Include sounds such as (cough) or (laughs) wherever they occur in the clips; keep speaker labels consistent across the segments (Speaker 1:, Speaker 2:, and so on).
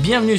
Speaker 1: Bienvenue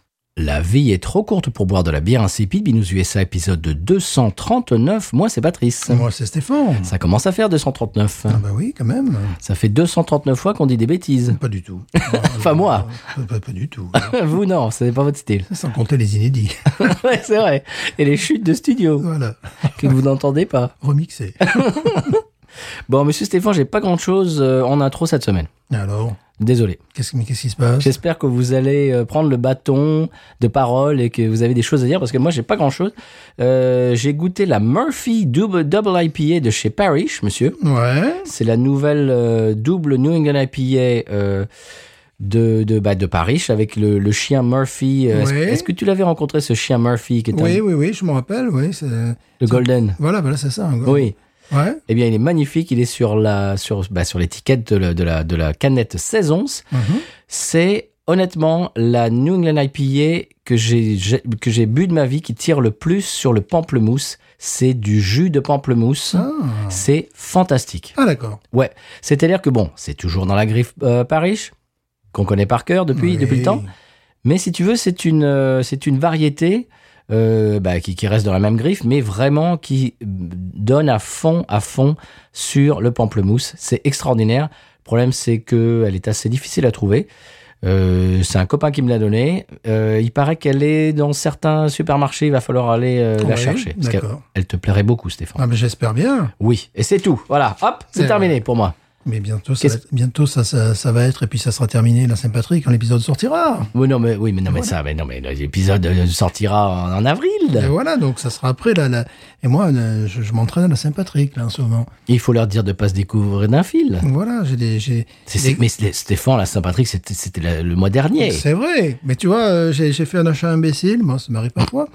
Speaker 1: La vie est trop courte pour boire de la bière insipide. Binous USA épisode 239. Moi, c'est Patrice.
Speaker 2: Moi, c'est Stéphane.
Speaker 1: Ça commence à faire 239.
Speaker 2: Ah bah oui, quand même.
Speaker 1: Ça fait 239 fois qu'on dit des bêtises. (laughs)
Speaker 2: Pas du tout.
Speaker 1: Enfin, moi.
Speaker 2: Euh, Pas, pas du tout. (laughs)
Speaker 1: Vous, non, ce n'est pas votre style. (laughs)
Speaker 2: Sans compter les inédits. (laughs)
Speaker 1: Ouais, c'est vrai. Et les chutes de studio
Speaker 2: Voilà.
Speaker 1: que vous n'entendez pas.
Speaker 2: Remixé.
Speaker 1: Bon, monsieur Stéphane, j'ai pas grand chose en intro cette semaine.
Speaker 2: Alors,
Speaker 1: Désolé.
Speaker 2: qu'est-ce mais qu'est-ce qui se passe
Speaker 1: J'espère que vous allez euh, prendre le bâton de parole et que vous avez des choses à dire parce que moi, j'ai pas grand chose. j'ai goûté la Murphy Double, double IPA de chez Parrish, monsieur.
Speaker 2: Ouais.
Speaker 1: C'est la nouvelle euh, double New England IPA euh, de, de, bah, de Parrish avec le, le chien Murphy. Euh, Est-ce
Speaker 2: Ouais.
Speaker 1: est-ce que tu l'avais rencontré, ce chien Murphy qui est un-
Speaker 2: Oui, oui, oui, je me rappelle, oui. c'est-
Speaker 1: le Golden
Speaker 2: Voilà, voilà, c'est ça. un gros-
Speaker 1: Oui.
Speaker 2: Ouais.
Speaker 1: Eh bien, il est magnifique. Il est sur la sur bah, sur l'étiquette de, la- de la de la canette 16 onces.
Speaker 2: Mhm.
Speaker 1: C'est honnêtement la New England IPA que j'ai j'ai- que j'ai bu de ma vie qui tire le plus sur le pamplemousse. C'est du jus de pamplemousse.
Speaker 2: Ah,
Speaker 1: C'est fantastique.
Speaker 2: Ah, d'accord.
Speaker 1: Ouais. C'est-à-dire que bon, c'est toujours dans la griffe euh, Paris qu'on connaît par cœur depuis
Speaker 2: Oui.
Speaker 1: depuis le temps. Mais si tu veux, c'est une, euh, c'est une variété euh, bah, qui, qui reste dans la même griffe, mais vraiment qui euh, donne à fond, à fond sur le pamplemousse. C'est extraordinaire. Le problème, c'est qu'elle est assez difficile à trouver. Euh, c'est un copain qui me l'a donné. Euh, il paraît qu'elle est dans certains supermarchés. Il va falloir aller euh, la
Speaker 2: Ouais,
Speaker 1: chercher. Parce qu'elle
Speaker 2: D'accord.
Speaker 1: elle te plairait beaucoup, Stéphane.
Speaker 2: Ah, mais j'espère bien.
Speaker 1: Oui, et c'est tout. Voilà, hop, c'est
Speaker 2: C'est
Speaker 1: terminé pour moi.
Speaker 2: Mais bientôt, ça, va,
Speaker 1: Qu'est-ce-
Speaker 2: être- bientôt ça, ça, ça va être, et puis ça sera terminé la Saint-Patrick quand l'épisode sortira.
Speaker 1: Oui, non, mais, oui, mais, non, mais ça, mais non, mais l'épisode euh, sortira en, en avril.
Speaker 2: Et voilà, donc ça sera après. La, la- Et moi, euh, je, je m'entraîne à la Saint-Patrick, là, en ce moment.
Speaker 1: Il faut leur dire de pas se découvrir d'un fil.
Speaker 2: Voilà, j'ai des. j'ai-
Speaker 1: C'est-
Speaker 2: des-
Speaker 1: c'est- Mais c'est- Stéphane, la Saint-Patrick, c'était c'était la- le mois dernier.
Speaker 2: C'est vrai, mais tu vois, euh, j'ai j'ai fait un achat imbécile, moi, ça m'arrive parfois.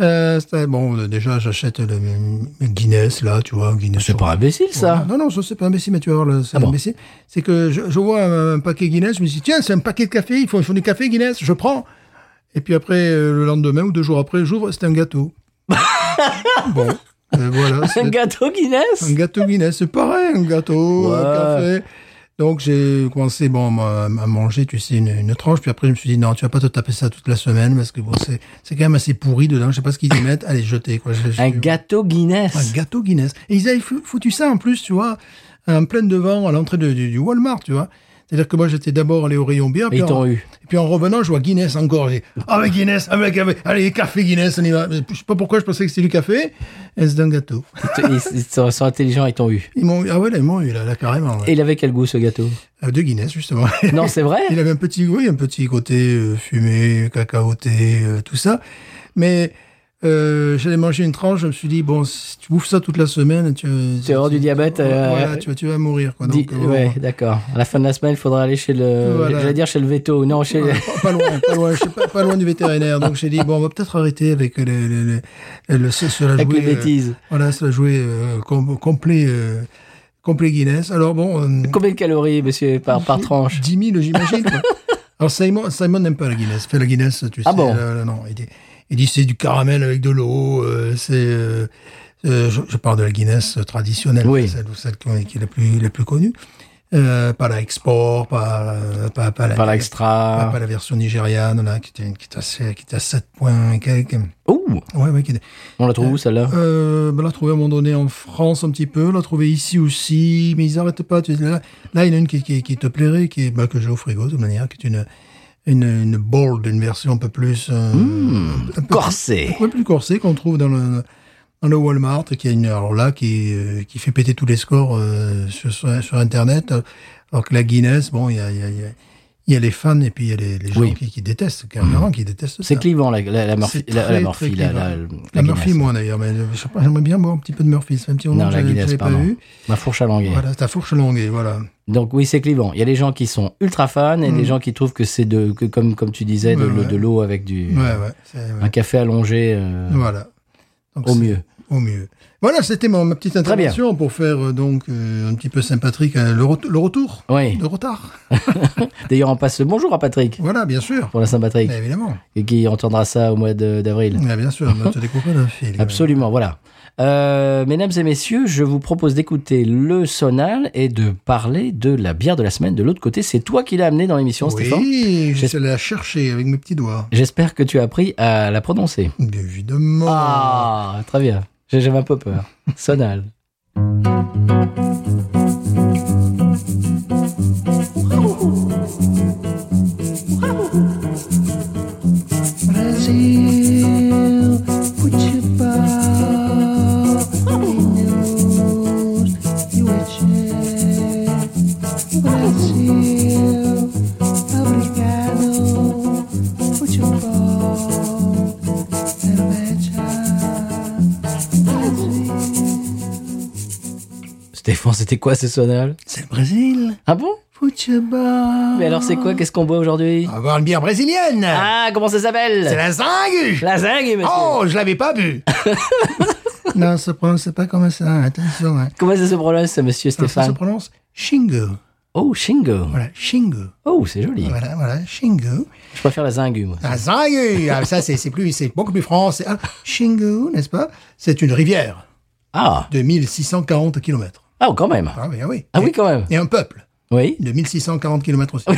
Speaker 2: Euh, c'était- bon, euh, déjà, j'achète le, le Guinness, là, tu vois, Guinness.
Speaker 1: C'est pas imbécile, ça. Ah
Speaker 2: Non, non, ça, c'est pas imbécile, mais tu vas voir, le- c'est
Speaker 1: bon
Speaker 2: imbécile. C'est que je, je vois un, un paquet Guinness, je me dis, tiens, c'est un paquet de café, il faut, il faut du café Guinness, je prends. Et puis après, euh, le lendemain ou deux jours après, j'ouvre, c'est
Speaker 1: (laughs)
Speaker 2: un gâteau. bon, euh, voilà.
Speaker 1: Un
Speaker 2: c'est-
Speaker 1: gâteau Guinness
Speaker 2: un gâteau Guinness, c'est pareil, un gâteau,
Speaker 1: Ouais.
Speaker 2: un café. Donc j'ai commencé bon à à manger, tu sais, une, une tranche. Puis après je me suis dit non, tu vas pas te taper ça toute la semaine parce que bon c'est c'est quand même assez pourri dedans. Je sais pas ce qu'ils y mettent. Allez jeter quoi. J'ai- j'ai-
Speaker 1: Un gâteau Guinness.
Speaker 2: un gâteau Guinness. Et ils avaient fou- foutu ça en plus, tu vois, en plein devant à l'entrée de- du, du Walmart, tu vois. C'est-à-dire que moi j'étais d'abord allé au rayon bière,
Speaker 1: Et
Speaker 2: puis
Speaker 1: ils
Speaker 2: en,
Speaker 1: t'ont eu.
Speaker 2: et puis en revenant je vois Guinness encore. J'ai dit, ah mais Guinness, ah mais café, allez café Guinness, on y va. Je sais pas pourquoi je pensais que c'était du café, et c'est un gâteau.
Speaker 1: Ils te- Ils, ils sont, sont intelligents, ils t'ont eu.
Speaker 2: Ils m'ont ah ouais, là, ils m'ont eu là, là, carrément. ouais.
Speaker 1: Et il avait quel goût, ce gâteau
Speaker 2: Euh, de Guinness justement. (laughs)
Speaker 1: Non, c'est vrai
Speaker 2: Il avait un petit oui, un petit côté euh, fumé, cacaoté, euh, tout ça. Mais euh, j'allais manger une tranche, je me suis dit bon, si tu bouffes ça toute la semaine, tu
Speaker 1: Tu vas avoir du diabète, euh,
Speaker 2: voilà, tu, vas- tu vas mourir quoi.
Speaker 1: Dis-
Speaker 2: Donc, euh,
Speaker 1: ouais, d'accord. À la fin de la semaine, il faudra aller chez le.
Speaker 2: Voilà.
Speaker 1: J'allais dire chez le veto. Non, chez.
Speaker 2: voilà, Ah, pas, pas loin, pas loin, je sais pas, pas loin du vétérinaire. Donc j'ai dit bon, on va peut-être arrêter avec les, les, les, les- le- ce-
Speaker 1: (laughs)
Speaker 2: cela
Speaker 1: Avec les
Speaker 2: joué, euh,
Speaker 1: bêtises.
Speaker 2: voilà, cela joué euh, com- complet, euh, complet Guinness. Alors bon, euh,
Speaker 1: Combien de calories, monsieur, par, par tranche
Speaker 2: 10 000,
Speaker 1: (laughs)
Speaker 2: j'imagine. quoi. Alors, Simon, Simon n'aime pas la Guinness. Fait la Guinness, tu
Speaker 1: Ah
Speaker 2: sais.
Speaker 1: bon
Speaker 2: là, là, non, il dit, il dit c'est du caramel avec de l'eau. euh, c'est. euh, euh, je, je parle de la Guinness traditionnelle,
Speaker 1: Oui.
Speaker 2: celle, celle qui, est- qui est la plus, la plus connue. Euh, pas la export, pas, euh, pas, pas la,
Speaker 1: Par la
Speaker 2: pas,
Speaker 1: extra.
Speaker 2: pas la version nigériane, là, qui, était, qui, est assez- qui est à 7 points et quelques.
Speaker 1: Ouh
Speaker 2: Ouais, ouais, qui était-
Speaker 1: On la trouve où, celle-là
Speaker 2: euh, ben, on l'a trouvé à un moment donné en France un petit peu, on l'a trouvé ici aussi, mais ils n'arrêtent pas. Tu sais, Là, là, il y en a une qui, qui, qui te plairait, qui est, ben, que j'ai au frigo de toute manière, qui est une, une, une bold, une version un peu plus... euh, un peu-
Speaker 1: Mmh. Corsé.
Speaker 2: un peu plus corsée qu'on trouve dans le, dans le Walmart, qui est une, alors là, qui, euh, qui fait péter tous les scores euh, sur, sur, sur Internet. Alors que la Guinness, bon, il y a... il y a- il y a- il y a les fans et puis il y a les, les gens
Speaker 1: Oui. Mmh.
Speaker 2: qui, qui détestent, carrément, qui détestent
Speaker 1: C'est
Speaker 2: ça.
Speaker 1: clivant, la, la, la Murphy.
Speaker 2: C'est
Speaker 1: La, la
Speaker 2: très,
Speaker 1: Murphy,
Speaker 2: très
Speaker 1: la,
Speaker 2: clivant.
Speaker 1: la,
Speaker 2: La
Speaker 1: Guinness.
Speaker 2: Murphy, moi d'ailleurs, mais je sais pas, j'aimerais bien boire un petit peu de Murphy. Ça fait un petit moment
Speaker 1: Non,
Speaker 2: que
Speaker 1: la
Speaker 2: je ne
Speaker 1: Guinness,
Speaker 2: l'ai pas
Speaker 1: pardon.
Speaker 2: vu.
Speaker 1: Ma fourche à languer.
Speaker 2: Voilà, ta fourche longue, et voilà.
Speaker 1: Donc oui, c'est clivant. Il y a les gens qui sont ultra fans et
Speaker 2: Mm.
Speaker 1: les gens qui trouvent que c'est de, que comme, comme tu disais, de,
Speaker 2: Ouais,
Speaker 1: l'eau-
Speaker 2: ouais.
Speaker 1: de l'eau avec du,
Speaker 2: Ouais, ouais. c'est- ouais.
Speaker 1: un café allongé euh,
Speaker 2: Voilà. Donc,
Speaker 1: au
Speaker 2: c'est-
Speaker 1: mieux.
Speaker 2: Au mieux. Voilà, c'était mon- ma petite
Speaker 1: Très bien.
Speaker 2: intervention pour faire euh, donc euh, un petit peu sympathique hein, le, ret- le retour.
Speaker 1: Oui.
Speaker 2: Le retard.
Speaker 1: D'ailleurs, on passe le bonjour à Patrick
Speaker 2: Voilà, bien sûr.
Speaker 1: pour la Saint-Patrick
Speaker 2: Mais évidemment.
Speaker 1: et qui entendra ça au mois de- d'avril.
Speaker 2: Mais
Speaker 1: (laughs)
Speaker 2: bien sûr, on ne te découpe pas d'un fil.
Speaker 1: Absolument, voilà. Euh, mesdames et messieurs, je vous propose d'écouter le sonal et de parler de la bière de la semaine de l'autre côté. C'est toi qui l'as amené dans l'émission, Stéphane.
Speaker 2: Oui, je
Speaker 1: J'es-
Speaker 2: suis allé la chercher avec mes petits doigts.
Speaker 1: J'espère que tu as appris à la prononcer.
Speaker 2: Bien évidemment.
Speaker 1: Ah, très bien. J'ai- J'avais un peu
Speaker 2: (laughs)
Speaker 1: peur. Sonal.
Speaker 3: Brasil, futebol, news, USA. Brasil, obrigado, futebol, cerveja.
Speaker 1: Stéphane, c'était quoi ce sonal
Speaker 2: C'est le Brésil.
Speaker 1: Ah bon
Speaker 2: Football.
Speaker 1: Mais alors c'est quoi Qu'est-ce qu'on boit aujourd'hui
Speaker 2: On va voir une bière brésilienne.
Speaker 1: Ah, comment ça s'appelle
Speaker 2: C'est la zingue.
Speaker 1: La zingue, monsieur
Speaker 2: Oh, je l'avais
Speaker 1: (laughs)
Speaker 2: pas bu. non, ça se prononce pas comme ça. Attention. hein.
Speaker 1: Comment ça se prononce, monsieur
Speaker 2: Alors, Ça se
Speaker 1: Stéphane
Speaker 2: prononce Shingo.
Speaker 1: Oh, shingo.
Speaker 2: Voilà, Shingo.
Speaker 1: Oh, c'est joli.
Speaker 2: Voilà, voilà, Shingo.
Speaker 1: Je préfère la zingue, moi.
Speaker 2: Ah, Zangue Ah, Ça, c'est c'est plus, c'est beaucoup plus français. Ah, Shingo, n'est-ce pas C'est une rivière
Speaker 1: Ah,
Speaker 2: de 1640 km.
Speaker 1: ah oh, quand même.
Speaker 2: Ah oui, ah oui.
Speaker 1: Ah
Speaker 2: Et-
Speaker 1: oui, quand même.
Speaker 2: Et un peuple
Speaker 1: Oui.
Speaker 2: de 1640 km aussi. Ah,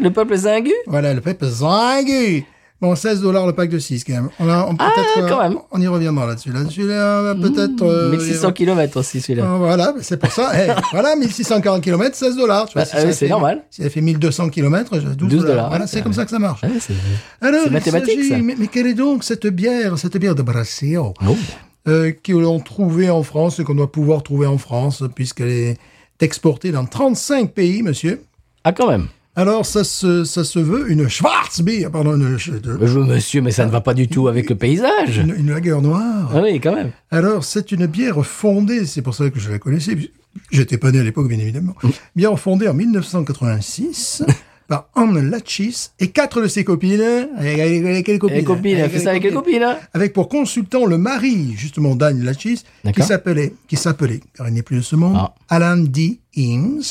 Speaker 1: Le peuple zingue
Speaker 2: voilà, le peuple Zangue Bon, 16 dollars le pack de 6, quand même. On, a- on-
Speaker 1: Ah,
Speaker 2: peut-être,
Speaker 1: quand
Speaker 2: euh,
Speaker 1: même. Mmh,
Speaker 2: On y reviendra là-dessus. Là-dessus, là, peut-être... euh,
Speaker 1: 1600 km aussi, celui-là.
Speaker 2: Ah, Voilà, c'est pour ça.
Speaker 1: (laughs)
Speaker 2: Eh, voilà, 1640 km, 16 dollars.
Speaker 1: Bah, euh, c'est normal.
Speaker 2: Si elle fait 1200 km, 12,
Speaker 1: 12 dollars.
Speaker 2: dollars. Voilà, c'est comme ça que ça marche.
Speaker 1: Ouais, Ah c'est-
Speaker 2: Alors,
Speaker 1: C'est
Speaker 2: il
Speaker 1: mathématique,
Speaker 2: s'agit-
Speaker 1: ça.
Speaker 2: Mais, mais quelle est donc cette bière, cette bière de Brasil,
Speaker 1: Oh.
Speaker 2: euh, que l'on trouvait en France, et qu'on doit pouvoir trouver en France, puisqu'elle est exportée dans 35 pays, monsieur
Speaker 1: Ah, quand même.
Speaker 2: alors, ça se, ça se veut une Schwarzbier, pardon, une, une,
Speaker 1: Je, monsieur, mais ça ne va pas du tout avec le paysage.
Speaker 2: une lager noire.
Speaker 1: Ah oui, quand même.
Speaker 2: Alors, c'est une bière fondée, c'est pour ça que je la connaissais, puis j'étais pas né à l'époque, bien évidemment. Bière fondée en 1986 par Anne Lachis et quatre de ses copines. Avec, avec- avec quelles copines
Speaker 1: Les copines, elle fait ça avec les copines. hein.
Speaker 2: avec pour consultant le mari justement d'Anne Lachis, qui
Speaker 1: D'accord.
Speaker 2: s'appelait, qui s'appelait, car il n'est plus de ce monde,
Speaker 1: Ah.
Speaker 2: Alan D. Innes,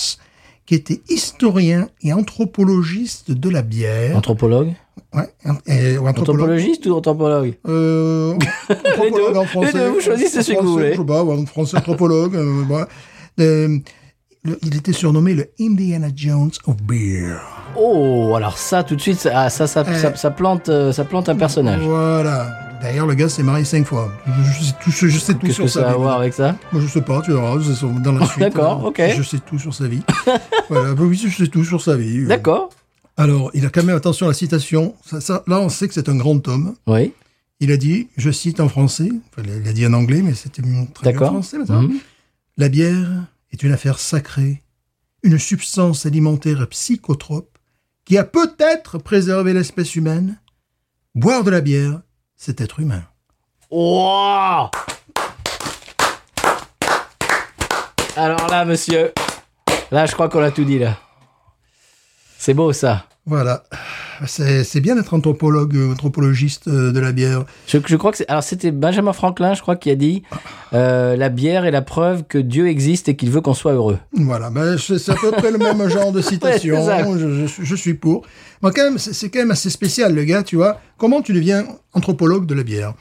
Speaker 2: qui était historien et anthropologiste de la bière.
Speaker 1: Anthropologue
Speaker 2: Ouais, an- euh, ou anthropologue.
Speaker 1: Anthropologiste ou anthropologue
Speaker 2: Euh,
Speaker 1: Les
Speaker 2: anthropologue
Speaker 1: deux.
Speaker 2: en français.
Speaker 1: Les deux, vous choisissez celui que
Speaker 2: En
Speaker 1: vous
Speaker 2: français,
Speaker 1: voulez.
Speaker 2: Je sais pas, ouais, en français anthropologue. euh, voilà. Euh, le- il était surnommé le Indiana Jones of beer.
Speaker 1: Oh, alors ça, tout de suite, ça, ah, ça, ça,
Speaker 2: Euh.
Speaker 1: ça- ça plante, euh, ça plante un personnage.
Speaker 2: Voilà. D'ailleurs, le gars s'est marié cinq fois. Je, je sais tout, je sais tout
Speaker 1: Qu'est-ce
Speaker 2: sur
Speaker 1: que
Speaker 2: sa
Speaker 1: ça a à
Speaker 2: vie.
Speaker 1: voir avec ça
Speaker 2: Moi, je sais pas, tu verras, c'est son- dans la suite.
Speaker 1: D'accord,
Speaker 2: euh,
Speaker 1: ok.
Speaker 2: Je sais tout sur sa vie. (laughs) voilà, bah oui, je sais tout sur sa vie. Euh,
Speaker 1: D'accord.
Speaker 2: Alors, il a quand même, attention à la citation, ça, ça- là, on sait que c'est un grand homme.
Speaker 1: Oui,
Speaker 2: Il a dit, je cite en français, enfin, il a dit en anglais, mais c'était très bien
Speaker 1: d'accord.
Speaker 2: français, maintenant.
Speaker 1: Mhm.
Speaker 2: La bière est une affaire sacrée, une substance alimentaire psychotrope qui a peut-être préservé l'espèce humaine. Boire de la bière, c'est être humain.
Speaker 1: Ouah Alors là, monsieur, là, je crois qu'on a tout dit, là. C'est beau, ça.
Speaker 2: Voilà. C'est c'est bien d'être anthropologue, euh, anthropologiste euh, de la bière.
Speaker 1: Je, je crois que c'est- alors c'était Benjamin Franklin, je crois, qui a dit euh, la bière est la preuve que Dieu existe et qu'il veut qu'on soit heureux.
Speaker 2: Voilà, ben, c'est c'est à peu près
Speaker 1: (laughs)
Speaker 2: le même genre de citation.
Speaker 1: Ouais, c'est ça.
Speaker 2: je, je suis- je suis pour. Mais quand même, c'est c'est quand même assez spécial, le gars, tu vois. Comment tu deviens anthropologue de la bière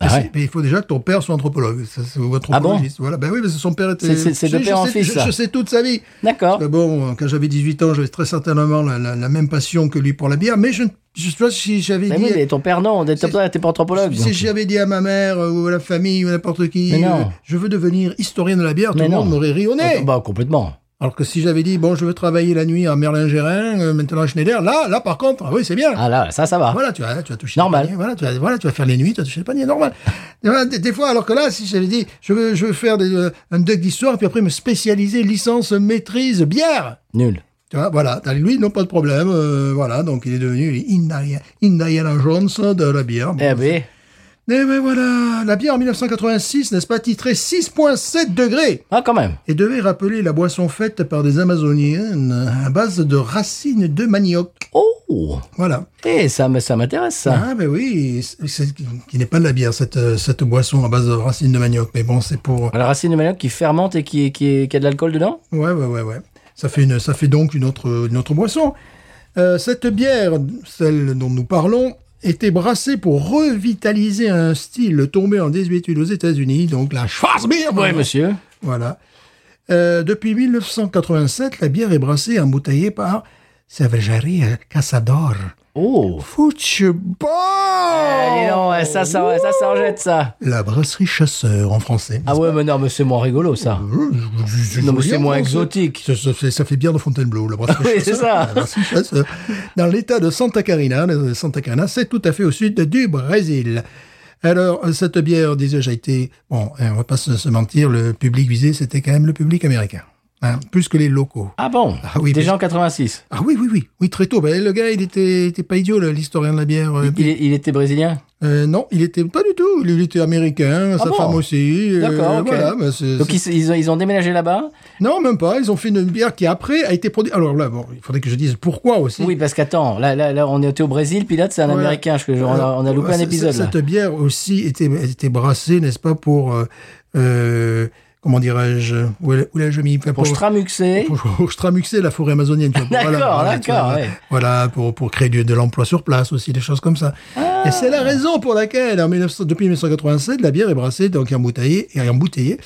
Speaker 1: Ah
Speaker 2: Mais c'est-
Speaker 1: ouais. Ah
Speaker 2: mais Il faut déjà que ton père soit anthropologue, ça, c'est- ou anthropologiste. voilà. Ben oui, parce que son père était.
Speaker 1: C'est- c'est- c'est de
Speaker 2: Je- je
Speaker 1: père en
Speaker 2: sais-
Speaker 1: fils,
Speaker 2: je-
Speaker 1: ça.
Speaker 2: Je sais toute sa vie.
Speaker 1: D'accord.
Speaker 2: Parce que bon, quand j'avais 18 ans, j'avais très certainement la, la- la même passion que lui pour la bière, mais je ne je sais pas si j'avais
Speaker 1: Mais
Speaker 2: dit.
Speaker 1: Ben oui, mais ton père, non, t'es
Speaker 2: c'est-
Speaker 1: pas t'es pas anthropologue.
Speaker 2: Si j'avais dit à ma mère euh, ou à la famille ou à n'importe qui,
Speaker 1: Mais non.
Speaker 2: euh, je veux devenir historien de la bière, tout
Speaker 1: Mais
Speaker 2: le
Speaker 1: non.
Speaker 2: monde m'aurait ri au nez.
Speaker 1: Donc, bah, complètement.
Speaker 2: Alors que si j'avais dit, bon, je veux travailler la nuit à Merlin-Gérin, euh, maintenant à Schneider, là, là, par contre, ah oui, c'est bien.
Speaker 1: Ah là, ça, ça va.
Speaker 2: Voilà, tu vas, tu vas toucher
Speaker 1: Normal.
Speaker 2: le panier, Voilà tu, vas, voilà, tu vas faire les nuits, tu vas toucher le panier, normal. Et voilà, des, des fois, alors que là, si j'avais dit, je veux, je veux faire des, euh, un doc d'histoire, puis après me spécialiser, licence, maîtrise, bière,
Speaker 1: Nul.
Speaker 2: Tu vois, voilà. T'as- Lui, non, pas de problème. euh, voilà, donc il est devenu Indiana, Indiana Jones de la bière. Bon,
Speaker 1: Eh ben,
Speaker 2: Eh ben voilà, la bière en 1986, n'est-ce pas, titrée 6,7 degrés
Speaker 1: ah, quand même.
Speaker 2: et devait rappeler la boisson faite par des Amazoniennes à base de racines de manioc.
Speaker 1: Oh
Speaker 2: Voilà.
Speaker 1: Eh, ça me- ça m'intéresse, ça.
Speaker 2: Ah ben oui, c'est- c'est- qui n'est pas de la bière, cette, euh, cette boisson à base de racines de manioc. Mais bon, c'est pour...
Speaker 1: La racine de manioc qui fermente et qui, qui, qui a de l'alcool dedans
Speaker 2: Ouais, ouais, ouais, ouais. Ça fait, une, ça fait donc une autre, une autre boisson. Euh, cette bière, celle dont nous parlons, était brassée pour revitaliser un style tombé en désuétude aux États-Unis, donc la Schwarzbier.
Speaker 1: Oui, monsieur.
Speaker 2: Voilà. Euh, depuis 1987, la bière est brassée et embouteillée par Cervejeria Casador.
Speaker 1: Oh
Speaker 2: Futchebol
Speaker 1: Eh, non, ouais, ça, ça, ouais, ça, ça en jette, ça.
Speaker 2: La brasserie chasseur en français. Euh,
Speaker 1: Ah ouais, mais non, mais c'est moins rigolo, ça. Non, mais c'est moins exotique. Ah
Speaker 2: Ça, ça fait, ça fait bien de Fontainebleau, la brasserie
Speaker 1: Oui, c'est
Speaker 2: chasseur.
Speaker 1: ça.
Speaker 2: La brasserie chasseur. Dans l'état de Santa Carina, le Santa Carina, c'est tout à fait au sud du Brésil. Alors, euh, cette bière, disais-je, a été... Bon, hein, on va pas se, se mentir, le public visé, c'était quand même le public américain. hein, plus que les locaux.
Speaker 1: Ah bon
Speaker 2: Ah oui,
Speaker 1: Déjà en
Speaker 2: mais-
Speaker 1: 86.
Speaker 2: Ah oui, oui, oui. Oui, très tôt. Ben, le gars, il était, il était pas idiot, le- l'historien de la bière. euh,
Speaker 1: Il, il était brésilien
Speaker 2: euh, non, il était pas du tout. Il était américain, sa
Speaker 1: Ah bon
Speaker 2: femme aussi. euh,
Speaker 1: D'accord, ok.
Speaker 2: voilà, mais c'est-
Speaker 1: Donc ils, ils ont, ils ont déménagé là-bas
Speaker 2: Non, même pas. Ils ont fait une bière qui après a été produite. Alors là, bon, il faudrait que je dise pourquoi aussi.
Speaker 1: Oui, parce qu'attends, là, là, là, on était au Brésil, puis là, c'est un
Speaker 2: Voilà.
Speaker 1: Américain. parce que je- on, a,
Speaker 2: Alors, oh,
Speaker 1: on a loupé un
Speaker 2: c-
Speaker 1: épisode,
Speaker 2: c-
Speaker 1: là.
Speaker 2: Cette bière aussi était, était brassée, n'est-ce pas, pour euh, euh, comment dirais-je Où, est- où l'ai-je mis
Speaker 1: Pour stramuxer.
Speaker 2: pour, (laughs) pour stramuxer la forêt amazonienne. tu vois, pour-
Speaker 1: D'accord,
Speaker 2: voilà, tu vois,
Speaker 1: d'accord, ouais.
Speaker 2: Voilà, pour, pour créer du- de l'emploi sur place aussi, des choses comme ça.
Speaker 1: Ah.
Speaker 2: Et c'est la raison pour laquelle, en 1900 depuis 1987, la bière est brassée, donc embouteillée, et embouteillée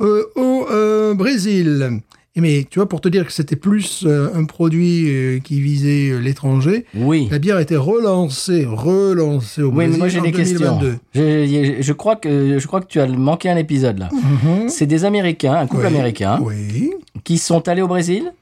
Speaker 2: euh, au euh, Brésil. Et mais tu vois, pour te dire que c'était plus euh, un produit euh, qui visait euh, l'étranger,
Speaker 1: Oui.
Speaker 2: la bière a été relancée, relancée au
Speaker 1: Oui,
Speaker 2: Brésil
Speaker 1: mais moi j'ai
Speaker 2: en
Speaker 1: des questions.
Speaker 2: 2022.
Speaker 1: Je, je- je crois que, je crois que tu as manqué un épisode là. C'est des Américains, un couple
Speaker 2: Mhm. Oui,
Speaker 1: américain,
Speaker 2: Oui.
Speaker 1: qui sont allés au Brésil.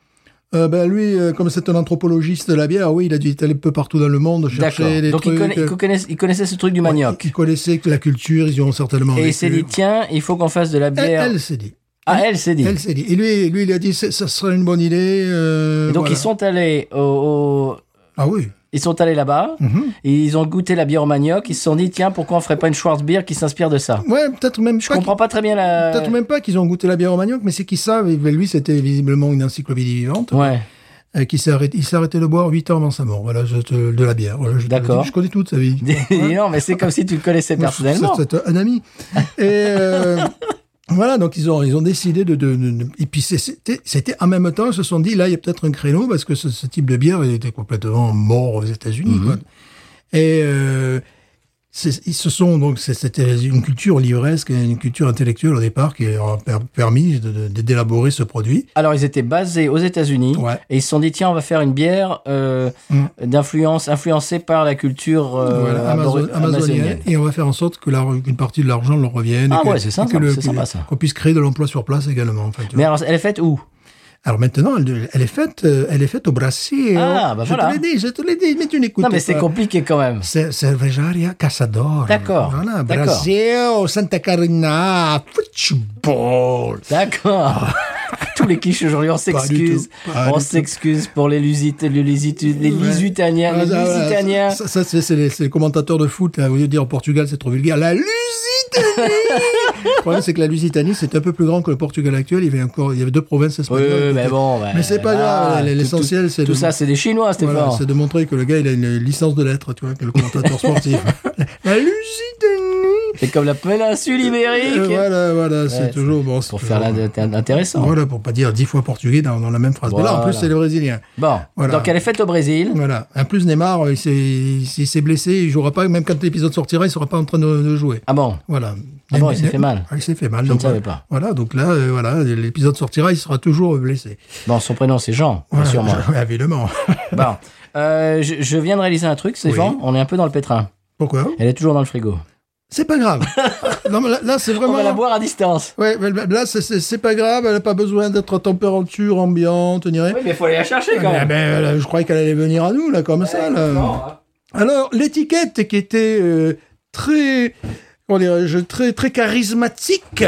Speaker 2: Euh, ben lui, euh, comme c'est un anthropologiste de la bière, oui, il a dû être allé un peu partout dans le monde
Speaker 1: D'accord.
Speaker 2: chercher des
Speaker 1: Donc
Speaker 2: trucs.
Speaker 1: ils, conna- ils connaissent, ils connaissaient ce truc du manioc.
Speaker 2: Ils connaissaient que la culture, ils y ont certainement
Speaker 1: et
Speaker 2: vécu.
Speaker 1: il s'est dit, tiens, il faut qu'on fasse de la
Speaker 2: Elle,
Speaker 1: bière.
Speaker 2: elle s'est dit.
Speaker 1: ah, elle s'est dit.
Speaker 2: Elle s'est dit. Et lui, lui, il a dit, c'est- ça serait une bonne idée. euh,
Speaker 1: et donc
Speaker 2: voilà.
Speaker 1: ils sont allés au, au-
Speaker 2: Ah oui.
Speaker 1: ils sont allés là-bas,
Speaker 2: Mhm.
Speaker 1: et ils ont goûté la bière au manioc, ils se sont dit, tiens, pourquoi on ferait pas une Schwarzbier qui s'inspire de ça
Speaker 2: Ouais, peut-être même
Speaker 1: Je
Speaker 2: pas.
Speaker 1: comprends pas très bien
Speaker 2: qu'ils-
Speaker 1: la...
Speaker 2: Peut-être même pas qu'ils ont goûté la bière au manioc, mais c'est qu'ils savent. et ben, Lui, c'était visiblement une encyclopédie vivante.
Speaker 1: Ouais. (laughs)
Speaker 2: euh, qui s'est arrêté, il s'est arrêté de boire 8 ans avant sa mort. Voilà, je te- de la bière. Voilà, je te le
Speaker 1: D'accord.
Speaker 2: dis, Je connais toute sa vie.
Speaker 1: Dis non, mais c'est comme si tu le connaissais personnellement.
Speaker 2: C'est c'est euh, un ami. Et euh, voilà, donc ils ont, ils ont décidé de... de, de- de- et puis c'est- c'était c'était en même temps, ils se sont dit, là, il y a peut-être un créneau, parce que ce, ce type de bière il était complètement mort aux États-Unis.
Speaker 1: Mhm.
Speaker 2: quoi. Et euh, c'est- ils se sont donc c'est- c'était une culture livresque, et une culture intellectuelle au départ qui leur a per- permis de- de- d'élaborer ce produit.
Speaker 1: Alors, ils étaient basés aux États-Unis
Speaker 2: Ouais.
Speaker 1: et ils se sont dit tiens, on va faire une bière euh,
Speaker 2: Mm.
Speaker 1: d'influence influencée par la culture euh,
Speaker 2: Voilà, Amazon-
Speaker 1: abori-
Speaker 2: amazonienne. Et on va faire en sorte que la- qu'une partie de l'argent leur revienne.
Speaker 1: Ah
Speaker 2: et que-
Speaker 1: ouais, c'est sympa,
Speaker 2: et que le-
Speaker 1: c'est sympa, ça.
Speaker 2: Qu'on puisse créer de l'emploi sur place également. en fait, tu
Speaker 1: Mais
Speaker 2: vois.
Speaker 1: alors, elle est faite où
Speaker 2: Alors maintenant, elle, elle est faite, euh, elle est faite au Brésil.
Speaker 1: Ah, bah
Speaker 2: je
Speaker 1: voilà.
Speaker 2: te l'ai dit, je te l'ai dit, mais tu n'écoutes
Speaker 1: Non,
Speaker 2: pas.
Speaker 1: mais c'est compliqué quand même.
Speaker 2: C'est Cervejaria Casador.
Speaker 1: D'accord,
Speaker 2: Voilà,
Speaker 1: d'accord.
Speaker 2: Brasil, Santa Carina, football.
Speaker 1: D'accord. (laughs) Tous les clichés aujourd'hui, on s'excuse.
Speaker 2: Ah. tout, pas
Speaker 1: On
Speaker 2: du tout.
Speaker 1: s'excuse pour les Lusitaniens, les Lusitaniens, les
Speaker 2: Ouais.
Speaker 1: Lusitaniens.
Speaker 2: Ah,
Speaker 1: les
Speaker 2: ça, voilà,
Speaker 1: Lusitaniens.
Speaker 2: Ça, ça, c'est- c'est les, c'est les commentateurs de foot. Là, au lieu de dire au Portugal, c'est trop vulgaire.
Speaker 1: (laughs)
Speaker 2: La Lusitanie Le problème, c'est que la Lusitanie, c'est un peu plus grand que le Portugal actuel. Il y avait encore il y avait deux provinces
Speaker 1: Oui,
Speaker 2: espagnoles. qui
Speaker 1: mais
Speaker 2: étaient-
Speaker 1: bon. bah,
Speaker 2: Mais c'est pas
Speaker 1: voilà.
Speaker 2: grave.
Speaker 1: Tout-
Speaker 2: L'essentiel, c'est
Speaker 1: Tout
Speaker 2: de-
Speaker 1: ça, c'est des Chinois, Stéphane.
Speaker 2: Voilà, c'est de montrer que le gars, il a une licence de lettres, tu vois, que le commentateur sportif. la Lusitanie
Speaker 1: C'est comme la péninsule ibérique.
Speaker 2: Euh, Voilà, voilà, c'est
Speaker 1: Ouais,
Speaker 2: toujours bon. c'est
Speaker 1: Pour
Speaker 2: toujours
Speaker 1: faire
Speaker 2: bon.
Speaker 1: l'intéressant.
Speaker 2: Voilà, pour pas dire dix fois portugais dans, dans la même phrase. Mais là, en
Speaker 1: Voilà.
Speaker 2: plus, c'est le brésilien.
Speaker 1: Bon,
Speaker 2: Voilà.
Speaker 1: donc elle est faite au Brésil.
Speaker 2: Voilà. En plus, Neymar, il s'est- il s'est il s'est blessé, il jouera pas, même quand l'épisode sortira, il sera pas en train de, de jouer.
Speaker 1: Ah bon
Speaker 2: Voilà.
Speaker 1: Ah bon, il
Speaker 2: Neymar-
Speaker 1: s'est fait mal.
Speaker 2: Ah, Il s'est fait mal.
Speaker 1: Je
Speaker 2: donc
Speaker 1: ne savais
Speaker 2: voilà.
Speaker 1: pas.
Speaker 2: Voilà, donc là, euh, voilà, l'épisode sortira, il sera toujours blessé.
Speaker 1: Bon, son prénom c'est Jean,
Speaker 2: Voilà, (laughs)
Speaker 1: sûrement.
Speaker 2: je- évidemment.
Speaker 1: Bon, Euh, je, je viens de réaliser un truc, Stéphane.
Speaker 2: Oui.
Speaker 1: On est un peu dans le pétrin.
Speaker 2: Pourquoi
Speaker 1: Elle est toujours dans le frigo.
Speaker 2: C'est
Speaker 1: (laughs)
Speaker 2: pas grave. non, mais là, là, c'est
Speaker 1: On
Speaker 2: vraiment.
Speaker 1: va la boire à distance.
Speaker 2: Ouais, mais là, c'est- c'est c'est pas grave, elle a pas besoin d'être à température ambiante, ni rien.
Speaker 1: Oui, mais il faut aller la chercher quand
Speaker 2: Ah euh,
Speaker 1: même.
Speaker 2: ben, là, je croyais qu'elle allait venir à nous, là, comme ça. là.
Speaker 1: Non, hein.
Speaker 2: Alors, l'étiquette qui était euh, très comment dirais-je, très, très charismatique,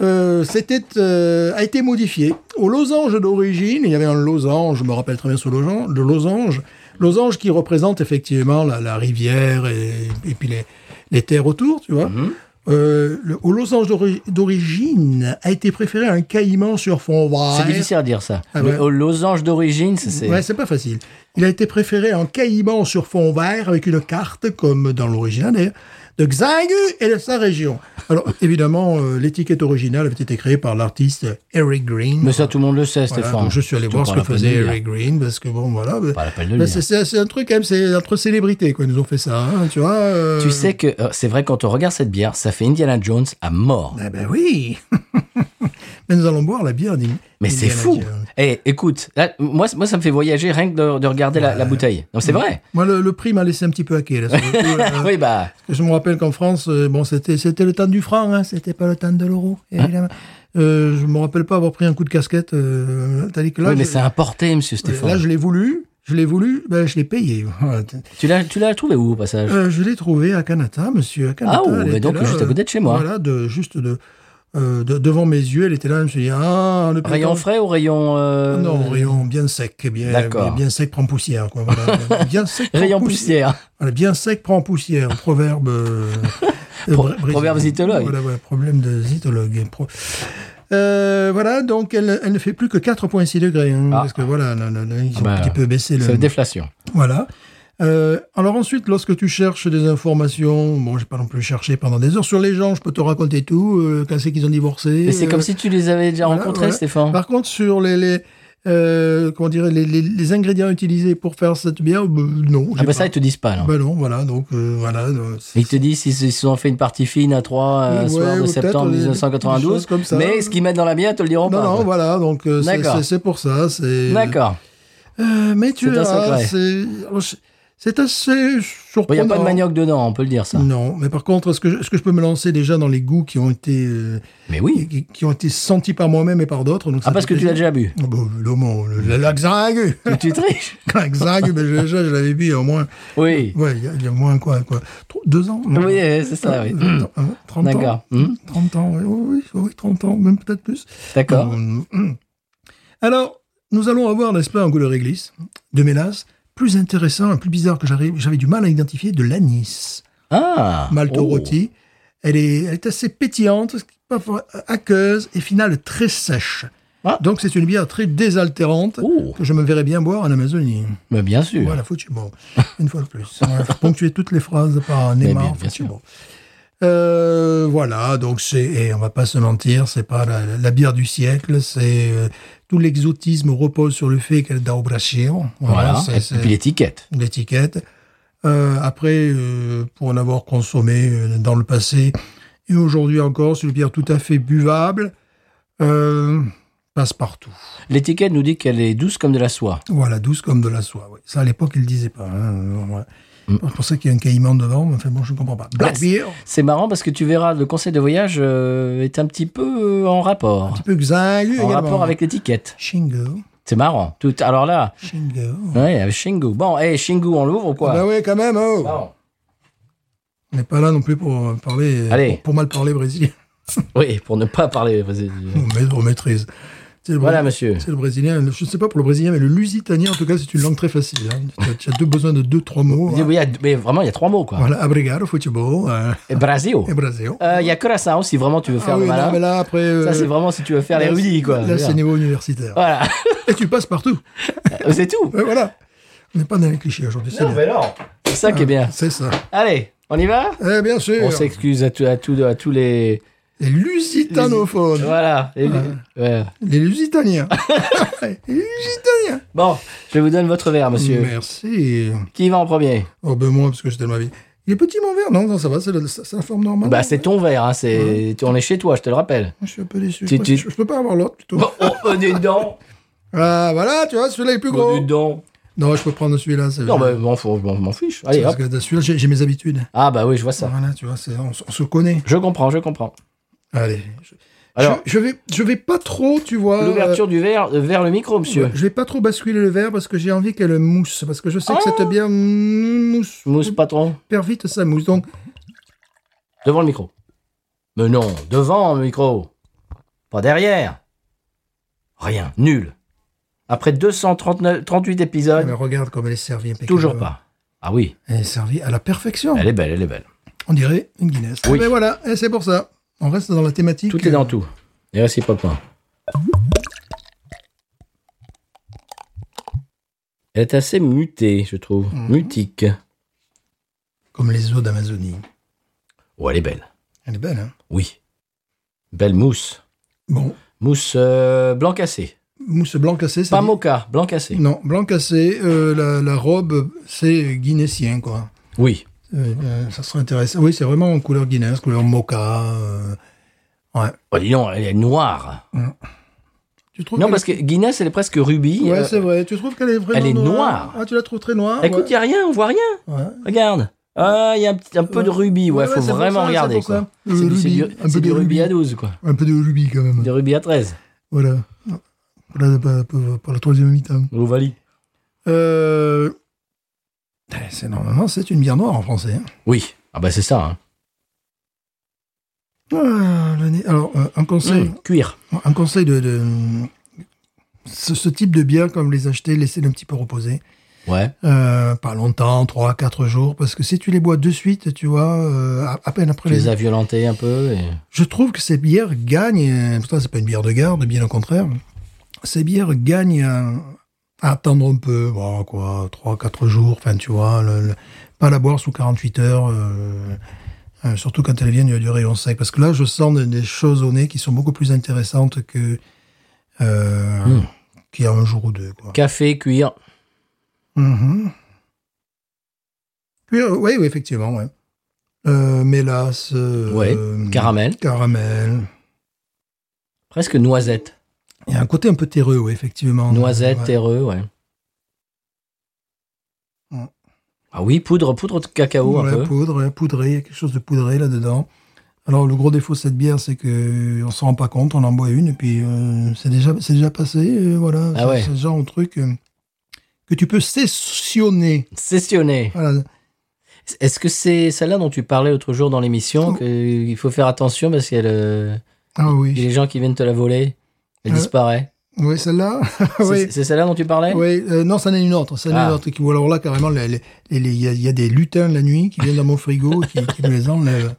Speaker 2: euh, c'était, euh, a été modifié. Au losange d'origine, il y avait un losange, je me rappelle très bien ce losange, le losange, losange qui représente effectivement la, la rivière et, et puis les, les terres autour, tu vois.
Speaker 1: Mhm.
Speaker 2: Euh, le- au losange d'ori- d'origine a été préféré un caïman sur fond vert.
Speaker 1: C'est difficile à dire ça.
Speaker 2: Ah
Speaker 1: Le-
Speaker 2: ouais.
Speaker 1: au losange d'origine, c'est- c'est.
Speaker 2: Ouais, c'est pas facile. Il a été préféré en caïman sur fond vert avec une carte, comme dans l'original d'ailleurs, de Xangu et de sa région. Alors, évidemment, euh, l'étiquette originale avait été créée par l'artiste Eric Green.
Speaker 1: Mais ça, tout hein. le monde le sait,
Speaker 2: Voilà,
Speaker 1: Stéphane.
Speaker 2: donc je suis allé
Speaker 1: C'est
Speaker 2: voir
Speaker 1: pas
Speaker 2: ce que
Speaker 1: la peine
Speaker 2: faisait
Speaker 1: de le dire.
Speaker 2: Eric Green, parce que bon, voilà. bah,
Speaker 1: Pas la peine de le
Speaker 2: bah,
Speaker 1: dire.
Speaker 2: c'est- c'est c'est un truc, quand même, c'est entre célébrités, quoi, ils nous ont fait ça, hein, tu vois. euh,
Speaker 1: Tu sais que euh, c'est vrai, quand on regarde cette bière, ça fait Indiana Jones à mort.
Speaker 2: Ah ben oui (laughs) Mais nous allons boire la bière d'In-
Speaker 1: Mais c'est
Speaker 2: Indiana
Speaker 1: fou.
Speaker 2: Jones.
Speaker 1: Eh, écoute, là, moi, moi, ça me fait voyager rien que de, de regarder la, la bouteille. Non, c'est vrai.
Speaker 2: Moi, le, le prix m'a laissé un petit peu hacker, là, sur le coup, euh,
Speaker 1: oui, bah,
Speaker 2: Je me rappelle qu'en France, euh, bon, c'était c'était le temps du franc, hein, c'était pas le temps de l'euro.
Speaker 1: Hein
Speaker 2: évidemment. Euh, je me rappelle pas avoir pris un coup de casquette. Euh, t'as dit que là,
Speaker 1: oui, mais
Speaker 2: je- euh,
Speaker 1: c'est importé, monsieur
Speaker 2: là,
Speaker 1: Stéphane.
Speaker 2: je l'ai voulu, je l'ai voulu, ben, je l'ai payé. (laughs) Voilà.
Speaker 1: Tu l'as, tu l'as trouvé où, au passage
Speaker 2: Euh, je l'ai trouvé à Canada, monsieur. À Kanata,
Speaker 1: Ah, oh,
Speaker 2: elle
Speaker 1: ben
Speaker 2: était
Speaker 1: donc,
Speaker 2: là,
Speaker 1: juste à
Speaker 2: euh,
Speaker 1: côté de chez moi.
Speaker 2: Voilà, de, juste de, euh, de- devant mes yeux, elle était là. Je me suis dit, ah, le
Speaker 1: Rayon
Speaker 2: printemps-
Speaker 1: frais ou rayon... euh,
Speaker 2: Non, rayon bien sec, bien,
Speaker 1: D'accord.
Speaker 2: bien sec prend poussière.
Speaker 1: (laughs)
Speaker 2: Quoi, voilà. bien sec prend
Speaker 1: Rayon poussière.
Speaker 2: Voilà, bien sec prend poussière, proverbe. euh, euh,
Speaker 1: (laughs) Pro-
Speaker 2: br- brésilien.
Speaker 1: proverbe zytologue.
Speaker 2: Voilà, ouais, problème de zytologue. Pro- Euh, voilà, donc elle, elle ne fait plus que 4,6 degrés. hein,
Speaker 1: Ah.
Speaker 2: Parce que voilà, non, non, non, ils ont
Speaker 1: bah,
Speaker 2: un petit peu baissé le.
Speaker 1: C'est la déflation.
Speaker 2: Voilà. Euh, alors ensuite, lorsque tu cherches des informations, bon, j'ai pas non plus cherché pendant des heures sur les gens, je peux te raconter tout, euh, quand c'est qu'ils ont divorcé.
Speaker 1: Mais c'est
Speaker 2: euh,
Speaker 1: comme si tu les avais déjà
Speaker 2: voilà,
Speaker 1: rencontrés,
Speaker 2: voilà. Bah,
Speaker 1: Stéphane.
Speaker 2: Par contre, sur les, les euh, comment dirais, les, les- les ingrédients utilisés pour faire cette bière, bah, non.
Speaker 1: Ah
Speaker 2: j'ai
Speaker 1: bah
Speaker 2: pas.
Speaker 1: ça, ils te disent pas, non.
Speaker 2: Ben non, voilà, donc euh, voilà. donc, c'est-
Speaker 1: Ils te disent s'ils ils se sont fait une partie fine à 3
Speaker 2: Ouais,
Speaker 1: soir
Speaker 2: ou
Speaker 1: de
Speaker 2: peut-être
Speaker 1: septembre
Speaker 2: des- des choses
Speaker 1: 1992.
Speaker 2: comme ça.
Speaker 1: Mais ce qu'ils mettent dans la bière, ils te le diront
Speaker 2: non,
Speaker 1: pas.
Speaker 2: non, voilà, donc euh, c'est-
Speaker 1: D'accord.
Speaker 2: c'est c'est pour ça. c'est-
Speaker 1: D'accord.
Speaker 2: Euh, mais tu
Speaker 1: C'est un
Speaker 2: verras,
Speaker 1: secret.
Speaker 2: c'est alors, c'est- c'est assez
Speaker 1: Il n'y
Speaker 2: surprenant.
Speaker 1: a pas de manioc dedans, on peut le dire, ça.
Speaker 2: Non, mais par contre, est-ce que, je- est-ce que je peux me lancer déjà dans les goûts qui ont été, euh,
Speaker 1: Mais oui.
Speaker 2: qui, qui ont été sentis par moi-même et par d'autres donc ça
Speaker 1: Ah, parce
Speaker 2: fait
Speaker 1: que tu l'as
Speaker 2: plaisir.
Speaker 1: déjà bu.
Speaker 2: Ah Bon, l'aumont, le, le,
Speaker 1: (laughs)
Speaker 2: la Xangue.
Speaker 1: Tu- Tu
Speaker 2: (laughs)
Speaker 1: triches
Speaker 2: La Xangue, ben, je- déjà, je l'avais bu il y a au moins,
Speaker 1: Oui.
Speaker 2: ouais, il y a, il y a au moins quoi, quoi, trois- deux ans non
Speaker 1: Oui, euh, c'est ça, oui.
Speaker 2: Euh, euh, 30 ans.
Speaker 1: D'accord. Hmm.
Speaker 2: 30 ans, oui, oui, oui, oui, 30 ans, même peut-être plus.
Speaker 1: D'accord.
Speaker 2: Hum, hum. (clears throat) Alors, nous allons avoir, n'est-ce pas, un couleur réglisse de mélasse, plus intéressant et plus bizarre que j'arrive- j'avais du mal à identifier, de l'anis,
Speaker 1: Ah
Speaker 2: malto
Speaker 1: oh.
Speaker 2: rôti. Elle est, elle est assez pétillante, pas for- euh, aqueuse et finale très sèche.
Speaker 1: Ah.
Speaker 2: Donc, c'est une bière très désaltérante
Speaker 1: Oh,
Speaker 2: que je me verrais bien boire en Amazonie.
Speaker 1: mais bien sûr.
Speaker 2: Voilà, foutument. (laughs) Une fois de plus. Voilà, faut ponctuer toutes les phrases par
Speaker 1: Mais bien-
Speaker 2: Neymar,
Speaker 1: bien
Speaker 2: foutument. Euh, voilà, donc c'est, et on va pas se mentir, c'est pas la, la bière du siècle, c'est, euh, tout l'exotisme repose sur le fait qu'elle est d'Aubrachio.
Speaker 1: Voilà.
Speaker 2: c'est-
Speaker 1: Et
Speaker 2: c'est
Speaker 1: puis l'étiquette.
Speaker 2: l'étiquette. Euh, après, euh, pour en avoir consommé euh, dans le passé et aujourd'hui encore, c'est une bière tout à fait buvable, euh, passe partout.
Speaker 1: L'étiquette nous dit qu'elle est douce comme de la soie.
Speaker 2: Voilà, douce comme de la soie. oui. Ça, à l'époque, il ne disait pas. hein. Ouais.
Speaker 1: Mm.
Speaker 2: C'est pour ça qu'il y a un caïman devant. Mais enfin, bon, je ne comprends pas. Black
Speaker 1: Ouais,
Speaker 2: beer,
Speaker 1: C'est marrant parce que tu verras, le conseil de voyage euh, est un petit peu euh, en rapport.
Speaker 2: un peu Xangu
Speaker 1: En
Speaker 2: également. hein.
Speaker 1: rapport avec l'étiquette.
Speaker 2: Shingo.
Speaker 1: C'est marrant. Tout, alors là,
Speaker 2: Shingo.
Speaker 1: ouais, avec Shingu. Bon, hé, Shingu, on l'ouvre ou quoi
Speaker 2: Ah bah oui, quand même. oh.
Speaker 1: Pardon.
Speaker 2: On n'est pas là non plus pour euh, parler. euh,
Speaker 1: Allez.
Speaker 2: Pour, pour mal parler brésilien. (laughs)
Speaker 1: Oui, pour ne pas parler. vas-y.
Speaker 2: On, ma- on maîtrise. C'est le,
Speaker 1: Voilà,
Speaker 2: Brésil-
Speaker 1: monsieur.
Speaker 2: c'est le brésilien. le- Je ne sais pas pour le brésilien, mais le lusitanien, en tout cas, c'est une langue très facile. hein. Tu as- Tu as deux, besoin de deux, trois mots. hein.
Speaker 1: Il y a- il y a- mais vraiment, il y a trois mots, quoi.
Speaker 2: Voilà, abrigado, futebol, euh,
Speaker 1: Et Brasil.
Speaker 2: et Brasil.
Speaker 1: Euh, Il y a Curaçao si vraiment tu veux faire
Speaker 2: Ah
Speaker 1: le
Speaker 2: oui, non,
Speaker 1: malin.
Speaker 2: mais là, après. euh,
Speaker 1: Ça, c'est vraiment si tu veux faire les
Speaker 2: là,
Speaker 1: rudis, quoi. Ah.
Speaker 2: Là, c'est niveau universitaire.
Speaker 1: Voilà, (laughs)
Speaker 2: Et tu passes partout.
Speaker 1: c'est tout.
Speaker 2: Ouais, voilà. On n'est pas dans les clichés aujourd'hui. C'est bien.
Speaker 1: non. C'est ça qui est bien.
Speaker 2: C'est ça.
Speaker 1: Allez, on y va
Speaker 2: Eh bien sûr.
Speaker 1: On s'excuse à, tout- à, tout- à tous les...
Speaker 2: les lusitanophones.
Speaker 1: Voilà. les- Ouais. (laughs)
Speaker 2: Les lusitaniens. les lusitaniens.
Speaker 1: Bon, je vous donne votre verre, monsieur.
Speaker 2: Merci.
Speaker 1: Qui va en premier
Speaker 2: Oh, ben moi, parce que j'étais de ma vie. Il est petit, mon verre Non, non, ça va, c'est la, c'est la forme normale.
Speaker 1: Bah, c'est ton verre, hein, c'est... on est chez toi, je te le rappelle. Oh,
Speaker 2: Je suis un peu déçu.
Speaker 1: Tu-
Speaker 2: Je,
Speaker 1: tu-
Speaker 2: je- je peux pas avoir l'autre, plutôt.
Speaker 1: Bon, on, on est
Speaker 2: (laughs)
Speaker 1: dedans,
Speaker 2: Ah, voilà, tu vois, celui-là est plus
Speaker 1: on
Speaker 2: gros.
Speaker 1: est dedans.
Speaker 2: Non, je peux prendre celui-là. c'est-
Speaker 1: Oh, Non, bah, bon, faut- bon, je m'en fiche. Allez,
Speaker 2: Parce
Speaker 1: hop.
Speaker 2: que celui-là, j'ai j'ai mes habitudes.
Speaker 1: Ah bah oui, je vois ça.
Speaker 2: Voilà, tu vois, c'est- on, s- on se connaît.
Speaker 1: Je comprends, je comprends.
Speaker 2: Allez. Je,
Speaker 1: Alors-
Speaker 2: je, je vais, je vais pas trop, tu vois. euh,
Speaker 1: L'ouverture du verre euh, vers le micro, monsieur.
Speaker 2: Je vais pas trop basculer le verre parce que j'ai envie qu'elle mousse. Parce que je sais que
Speaker 1: Ah.
Speaker 2: cette bière mousse.
Speaker 1: Mousse patron.
Speaker 2: Hyper vite, ça mousse. Donc,
Speaker 1: Devant le micro. Mais non, devant le micro. Pas derrière. Rien. Nul. Après 239, 38 épisodes,
Speaker 2: Mais regarde comme elle est servie impeccable.
Speaker 1: toujours pas. Ah oui,
Speaker 2: Elle est servie à la perfection.
Speaker 1: elle est belle, elle est belle.
Speaker 2: On dirait une Guinness.
Speaker 1: Oui.
Speaker 2: Mais voilà, et c'est pour ça. On reste dans la thématique. euh,
Speaker 1: Tout est dans tout. Et réciproquement. Elle est assez mutée, je trouve.
Speaker 2: Mhm.
Speaker 1: Mutique.
Speaker 2: Comme les eaux d'Amazonie.
Speaker 1: Oh, elle est belle.
Speaker 2: Elle est belle, hein
Speaker 1: Oui. Belle mousse.
Speaker 2: Bon,
Speaker 1: Mousse euh, blanc cassé.
Speaker 2: mousse blanc cassé, ça
Speaker 1: Pas
Speaker 2: dit-
Speaker 1: mocha, blanc cassé.
Speaker 2: Non, blanc cassé, euh, la, la robe, c'est guinécien, quoi.
Speaker 1: Oui.
Speaker 2: Euh, euh, ça serait intéressant. Oui, c'est vraiment en couleur Guinness, couleur mocha. euh, Ouais.
Speaker 1: Oh, dis donc, elle est noire.
Speaker 2: Tu trouves
Speaker 1: Non,
Speaker 2: qu'elle
Speaker 1: parce que Guinness, elle est presque rubis.
Speaker 2: est- Ouais,
Speaker 1: Euh,
Speaker 2: c'est vrai. Tu trouves qu'elle est vraiment
Speaker 1: elle est noire.
Speaker 2: Ah, tu la trouves très noire
Speaker 1: Écoute, il n'y a rien, on voit rien.
Speaker 2: ouais. Ouais.
Speaker 1: Regarde. Ah, il y a un, petit- un peu de rubis. Ouais,
Speaker 2: Ouais, ouais,
Speaker 1: faut
Speaker 2: c'est pour
Speaker 1: vraiment
Speaker 2: ça, c'est
Speaker 1: regarder.
Speaker 2: pour ça.
Speaker 1: quoi.
Speaker 2: Le
Speaker 1: C'est du, c'est
Speaker 2: rubis,
Speaker 1: du-
Speaker 2: un peu
Speaker 1: c'est du
Speaker 2: de
Speaker 1: rubis à
Speaker 2: rubis.
Speaker 1: 12, quoi.
Speaker 2: Un peu de rubis, quand même.
Speaker 1: Du rubis à 13.
Speaker 2: Voilà. Voilà pour, pour- pour la troisième mi-temps.
Speaker 1: Au Vali.
Speaker 2: Euh... eh, C'est normalement, c'est une bière noire en français. hein.
Speaker 1: Oui. Ah, bah, c'est ça. hein.
Speaker 2: Ah, le nez- Alors, euh, un conseil,
Speaker 1: Mmh, Cuir.
Speaker 2: un conseil de, de- ce, ce type de bière, comme les acheter, laissez-les un petit peu reposer.
Speaker 1: Ouais.
Speaker 2: Euh, pas longtemps, 3 4 jours, parce que si tu les bois de suite, tu vois, euh, à, à peine après
Speaker 1: Tu les as violentés un peu. et-
Speaker 2: Je trouve que ces bières gagnent, euh, pourtant c'est pas une bière de garde, bien au contraire, ces bières gagnent à, à attendre un peu, bon, quoi, 3-4 jours, enfin tu vois, le- le- pas la boire sous 48 heures, euh, euh, surtout quand elles viennent du, du rayon sec, parce que là je sens des, des choses au nez qui sont beaucoup plus intéressantes que... Euh,
Speaker 1: Mm.
Speaker 2: qu'il y a un jour ou deux, quoi.
Speaker 1: Café, cuir.
Speaker 2: Mhm. Puis, euh, Oui, oui, effectivement, ouais. Euh, mélasse. euh,
Speaker 1: Ouais,
Speaker 2: euh,
Speaker 1: caramel.
Speaker 2: Caramel.
Speaker 1: Presque noisette.
Speaker 2: Il y a un côté un peu terreux, oui, effectivement.
Speaker 1: Noisette,
Speaker 2: Ouais.
Speaker 1: terreux, ouais.
Speaker 2: Mm.
Speaker 1: Ah oui, poudre, poudre de cacao
Speaker 2: Ouais,
Speaker 1: un peu.
Speaker 2: poudre, ouais, poudré, il y a quelque chose de poudré là-dedans. Alors, le gros défaut de cette bière, c'est que on s'en rend pas compte, on en boit une, et puis euh, c'est déjà, c'est déjà passé, euh, voilà.
Speaker 1: Ah
Speaker 2: C'est-
Speaker 1: ouais.
Speaker 2: C'est ce genre de truc euh, que tu peux sessionner.
Speaker 1: Sessionné.
Speaker 2: Voilà.
Speaker 1: Est-ce que c'est celle-là dont tu parlais l'autre jour dans l'émission
Speaker 2: Oh.
Speaker 1: que Il faut faire attention parce qu'il y a le-
Speaker 2: Ah
Speaker 1: il y a
Speaker 2: oui.
Speaker 1: les gens qui viennent te la voler. Elle
Speaker 2: Euh,
Speaker 1: disparaît.
Speaker 2: Oui, celle-là.
Speaker 1: C'est-
Speaker 2: (laughs) oui.
Speaker 1: C'est celle-là dont tu parlais
Speaker 2: Oui, euh, non, ça n'est une autre. Ça n'est
Speaker 1: Ah.
Speaker 2: une autre qui, ou alors là, carrément, les- les- les- les- il y, a- il y a des lutins de la nuit qui viennent dans
Speaker 1: (laughs)
Speaker 2: mon frigo, qui, qui me les enlèvent.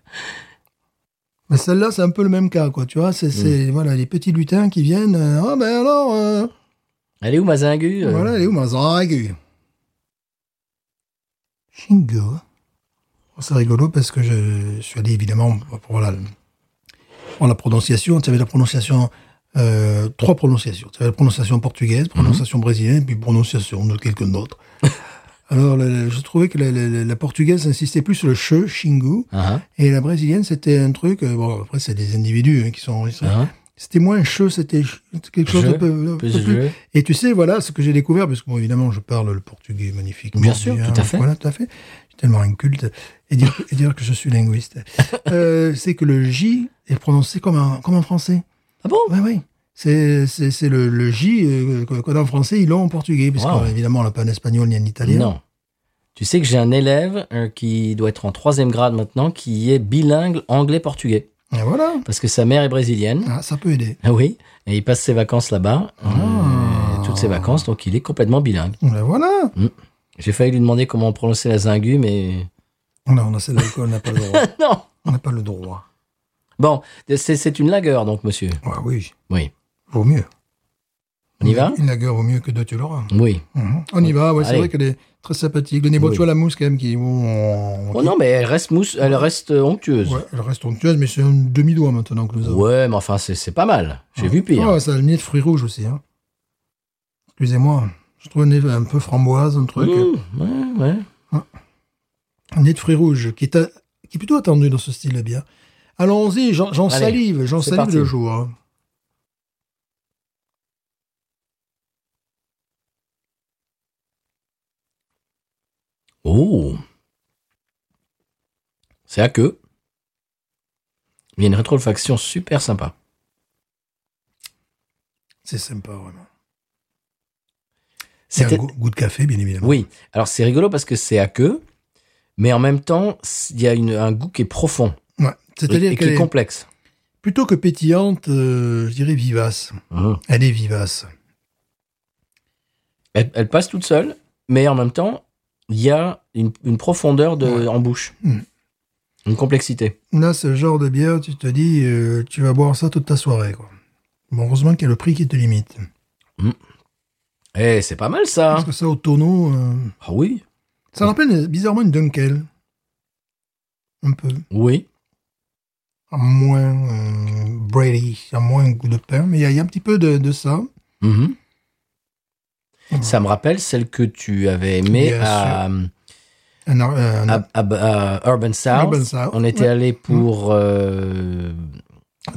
Speaker 2: Mais celle-là, c'est un peu le même cas, quoi. Tu vois,
Speaker 1: Mm.
Speaker 2: c'est c'est- voilà, les petits lutins qui viennent. euh, Ah ben alors, euh,
Speaker 1: Elle est où, ma zingue euh
Speaker 2: voilà, elle est où ma zangue Shingo. Bon, C'est rigolo parce que je suis allé évidemment pour- pour la, pour la prononciation. Tu avais la prononciation, euh, trois prononciations. Tu avais la prononciation
Speaker 1: Mhm.
Speaker 2: portugaise, prononciation brésilienne, puis prononciation de
Speaker 1: (laughs)
Speaker 2: quelqu'un d'autre. Alors, le- le- je trouvais que la, la- la- la portugaise insistait plus sur le che, Shingo,
Speaker 1: Ah,
Speaker 2: et la brésilienne, c'était un truc. euh, bon, après, c'est des individus hein, qui sont.
Speaker 1: ah, ah.
Speaker 2: C'était moins che, c'était ch- quelque chose
Speaker 1: Je,
Speaker 2: de peu, un peu
Speaker 1: Plus de
Speaker 2: plus
Speaker 1: jeu.
Speaker 2: et tu sais, voilà ce que j'ai découvert, parce que bon, évidemment, je parle le portugais magnifiquement.
Speaker 1: Bien sûr, tout à fait.
Speaker 2: Voilà, tout à fait. Je suis tellement inculte. Et dire, et dire que je
Speaker 1: (laughs)
Speaker 2: suis linguiste. Euh, c'est que le J est prononcé comme en, comme en français.
Speaker 1: Ah bon
Speaker 2: Oui, oui. C'est, c'est, c'est le, le J, euh, que- qu'on a en français, ils l'ont en portugais, parce
Speaker 1: Wow.
Speaker 2: qu'évidemment, on l'a pas en espagnol ni en italien.
Speaker 1: Non. Tu sais que j'ai un élève euh, qui doit être en troisième grade maintenant, qui est bilingue anglais-portugais,
Speaker 2: Et voilà.
Speaker 1: parce que sa mère est brésilienne.
Speaker 2: Ah, ça peut aider.
Speaker 1: Ah oui, et il passe ses vacances là-bas, euh,
Speaker 2: Ah.
Speaker 1: toutes ses vacances, donc il est complètement bilingue.
Speaker 2: Ben voilà.
Speaker 1: J'ai failli lui demander comment on prononçait la zingu, mais (laughs)
Speaker 2: Non, on a celle d'alcool, on n'a pas le droit.
Speaker 1: non.
Speaker 2: On n'a pas le droit.
Speaker 1: Bon, c'est c'est une lagueur, donc monsieur.
Speaker 2: Ah oui.
Speaker 1: Oui.
Speaker 2: Vaut mieux.
Speaker 1: On y va
Speaker 2: Une lagueur vaut mieux que deux, tu l'auras.
Speaker 1: Oui.
Speaker 2: Mhm. On y va, ouais, c'est
Speaker 1: Allez.
Speaker 2: vrai qu'elle est très sympathique. Le nez
Speaker 1: Oui.
Speaker 2: à la mousse, quand même, qui. on-
Speaker 1: Oh non, mais elle reste mousse, elle reste euh, onctueuse.
Speaker 2: Ouais, elle reste onctueuse, mais c'est un demi-doigt maintenant que nous avons.
Speaker 1: Ouais, mais enfin, c'est c'est pas mal. J'ai vu pire.
Speaker 2: Ah, ça a le nez de fruits rouges aussi. hein. Excusez-moi, je trouve un nez un peu framboise, un truc.
Speaker 1: Mmh, ouais, ouais.
Speaker 2: Un nez de fruits rouges qui est, à- qui est plutôt attendu dans ce style de bière. Allons-y, j'en j'en
Speaker 1: Allez,
Speaker 2: salive, j'en
Speaker 1: c'est
Speaker 2: salive
Speaker 1: parti.
Speaker 2: le jour. hein.
Speaker 1: Oh C'est à queue. Il y a une rétrofaction super sympa.
Speaker 2: C'est sympa, vraiment. C'est un
Speaker 1: C'était-
Speaker 2: goût, goût de café, bien évidemment.
Speaker 1: Oui, alors c'est rigolo parce que c'est à queue, mais en même temps, il y a une- un goût qui est profond.
Speaker 2: Ouais.
Speaker 1: et
Speaker 2: C'est-à-dire
Speaker 1: qui
Speaker 2: qu'elle
Speaker 1: est
Speaker 2: est
Speaker 1: complexe.
Speaker 2: plutôt que pétillante, euh, je dirais vivace.
Speaker 1: Mhm.
Speaker 2: Elle est vivace.
Speaker 1: Elle, elle passe toute seule, mais en même temps, il y a une, une profondeur de,
Speaker 2: Ouais.
Speaker 1: en bouche,
Speaker 2: Mm.
Speaker 1: une complexité.
Speaker 2: Là, ce genre de bière, tu te dis, euh, tu vas boire ça toute ta soirée. Quoi. Bon, heureusement qu'il y a le prix qui te limite.
Speaker 1: Ah. Eh, c'est pas mal ça.
Speaker 2: Parce
Speaker 1: hein.
Speaker 2: que ça, au tonneau, euh,
Speaker 1: Ah oui,
Speaker 2: ça rappelle euh, bizarrement une Dunkel. Un peu.
Speaker 1: oui.
Speaker 2: En moins euh, Brady, en moins goût de pain. Mais il y a- il y, a un petit peu de, de ça.
Speaker 1: Mhm.
Speaker 2: Mhm.
Speaker 1: Ça me rappelle celle que tu avais aimée
Speaker 2: Bien
Speaker 1: à, euh,
Speaker 2: Un, ar- euh, un
Speaker 1: à- à- à euh, Urban South.
Speaker 2: Urban South,
Speaker 1: On était
Speaker 2: ouais. Mm.
Speaker 1: allé pour euh,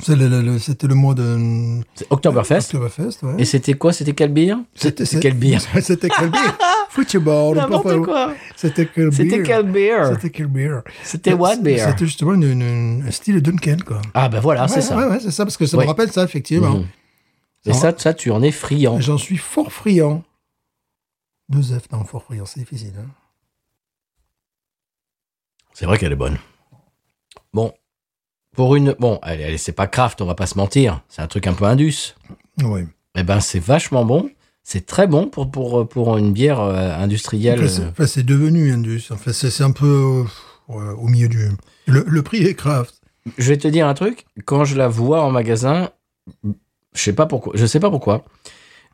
Speaker 2: C'est le- le- le- C'était le, mois de
Speaker 1: c'est Oktoberfest.
Speaker 2: Oktoberfest, ouais.
Speaker 1: Et c'était quoi C'était quelle bière C'était
Speaker 2: c'est-
Speaker 1: quelle bière
Speaker 2: (laughs) C'était
Speaker 1: (laughs)
Speaker 2: quelle bière Football,
Speaker 1: N'importe quoi.
Speaker 2: C'était quelle
Speaker 1: C'était
Speaker 2: bière
Speaker 1: quelle bière
Speaker 2: C'était quelle bière Euh,
Speaker 1: C'était what beer
Speaker 2: C'était justement une- une- un style Dunkel, quoi.
Speaker 1: Ah ben voilà,
Speaker 2: Ouais,
Speaker 1: c'est ça.
Speaker 2: Ouais, ouais, c'est ça, parce que ça
Speaker 1: Ouais.
Speaker 2: me rappelle ça, effectivement.
Speaker 1: Mhm. Et ça, ça, tu en es friand.
Speaker 2: J'en suis fort friand. Deux F, non, fort friand, c'est difficile. hein.
Speaker 1: C'est vrai qu'elle est bonne. Bon, pour une... Bon, allez, allez c'est pas craft, on va pas se mentir. C'est un truc un peu indus.
Speaker 2: Ouais.
Speaker 1: Eh ben, c'est vachement bon. C'est très bon pour, pour, pour une bière euh, industrielle.
Speaker 2: Enfin, c'est- enfin, c'est devenu Indus. Enfin, c'est c'est un peu euh, ouais, au milieu du. Le, le prix est craft.
Speaker 1: Je vais te dire un truc. Quand je la vois en magasin, je sais pas pourquoi. Je sais pas pourquoi.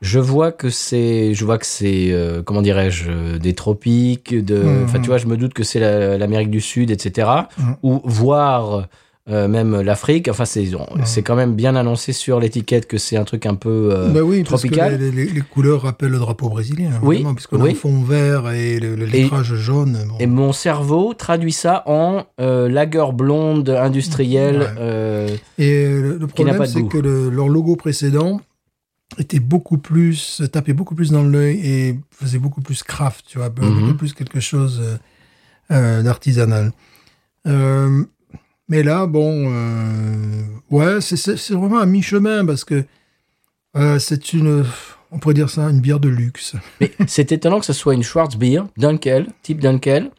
Speaker 1: Je vois que c'est, je vois que c'est, euh, comment dirais-je, euh, des tropiques, de,
Speaker 2: Mhm.
Speaker 1: enfin tu vois, je me doute que c'est la- l'Amérique du Sud, etc.
Speaker 2: Mhm.
Speaker 1: Ou voire euh, même l'Afrique. Enfin c'est, on-
Speaker 2: Mhm.
Speaker 1: c'est quand même bien annoncé sur l'étiquette que c'est un truc un peu. euh,
Speaker 2: bah oui,
Speaker 1: tropical.
Speaker 2: parce que les, les- les couleurs rappellent le drapeau brésilien.
Speaker 1: Oui,
Speaker 2: Vraiment, puisqu'on a
Speaker 1: oui.
Speaker 2: le fond vert et le, le
Speaker 1: Et-
Speaker 2: lettrage jaune. bon.
Speaker 1: Et mon cerveau traduit ça en euh, lager blonde industrielle.
Speaker 2: Ouais.
Speaker 1: euh,
Speaker 2: Et le le
Speaker 1: Qui n'a pas de
Speaker 2: problème, c'est
Speaker 1: goût.
Speaker 2: que le- leur logo précédent était beaucoup plus, euh, tapait beaucoup plus dans l'œil et faisait beaucoup plus craft, tu vois, beaucoup
Speaker 1: Mhm.
Speaker 2: plus quelque chose euh, euh, d'artisanal. Euh, mais là, bon, euh, ouais, c'est- c'est c'est vraiment à mi-chemin parce que euh, c'est une, on pourrait dire ça, une bière de luxe.
Speaker 1: C'est étonnant que ce soit une Schwarzbier, Dunkel, type Dunkel.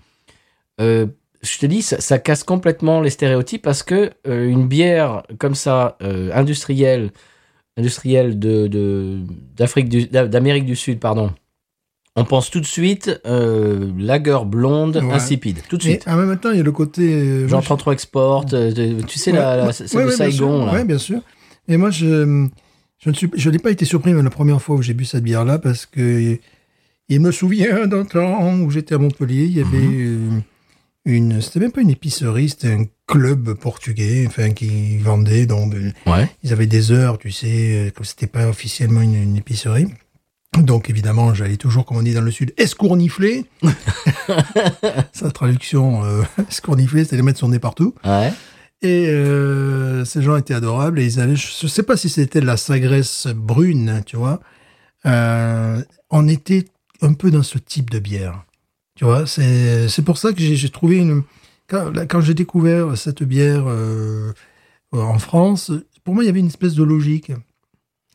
Speaker 1: Euh, je te dis, ça, ça casse complètement les stéréotypes parce que euh, une bière comme ça, euh, industrielle, industrielle de, de- d'Afrique du- d'A- d'Amérique du Sud, pardon, on pense tout de suite euh, lager blonde
Speaker 2: Ouais.
Speaker 1: insipide, tout de
Speaker 2: Et
Speaker 1: suite.
Speaker 2: en même temps, il y a le côté. euh,
Speaker 1: Genre
Speaker 2: moi,
Speaker 1: 33 Export, euh, de- tu sais,
Speaker 2: Ouais,
Speaker 1: la, la-
Speaker 2: ouais,
Speaker 1: celle
Speaker 2: ouais,
Speaker 1: de
Speaker 2: ouais, bien
Speaker 1: Saigon,
Speaker 2: sûr.
Speaker 1: là.
Speaker 2: Ouais, bien sûr. Et moi, je, je ne suis, je n'ai pas été surpris même la première fois où j'ai bu cette bière-là parce que il me souvient d'un temps où j'étais à Montpellier, il y avait euh, une, c'était même pas une épicerie, c'était un club portugais, enfin qui vendait donc des-
Speaker 1: Ouais.
Speaker 2: ils avaient des heures, tu sais, euh, comme c'était pas officiellement une, une épicerie. Donc évidemment, j'allais toujours, comme on dit dans le sud, escournifler. Sa traduction, euh, (laughs) escournifler, c'était les mettre son nez partout.
Speaker 1: Ouais.
Speaker 2: Et euh, ces gens étaient adorables et ils avaient, je sais pas si c'était de la sagresse brune, hein, tu vois. Euh, on était un peu dans ce type de bière, tu vois. C'est c'est pour ça que j'ai j'ai trouvé une quand, là, quand j'ai découvert cette bière euh, en France, pour moi il y avait une espèce de logique.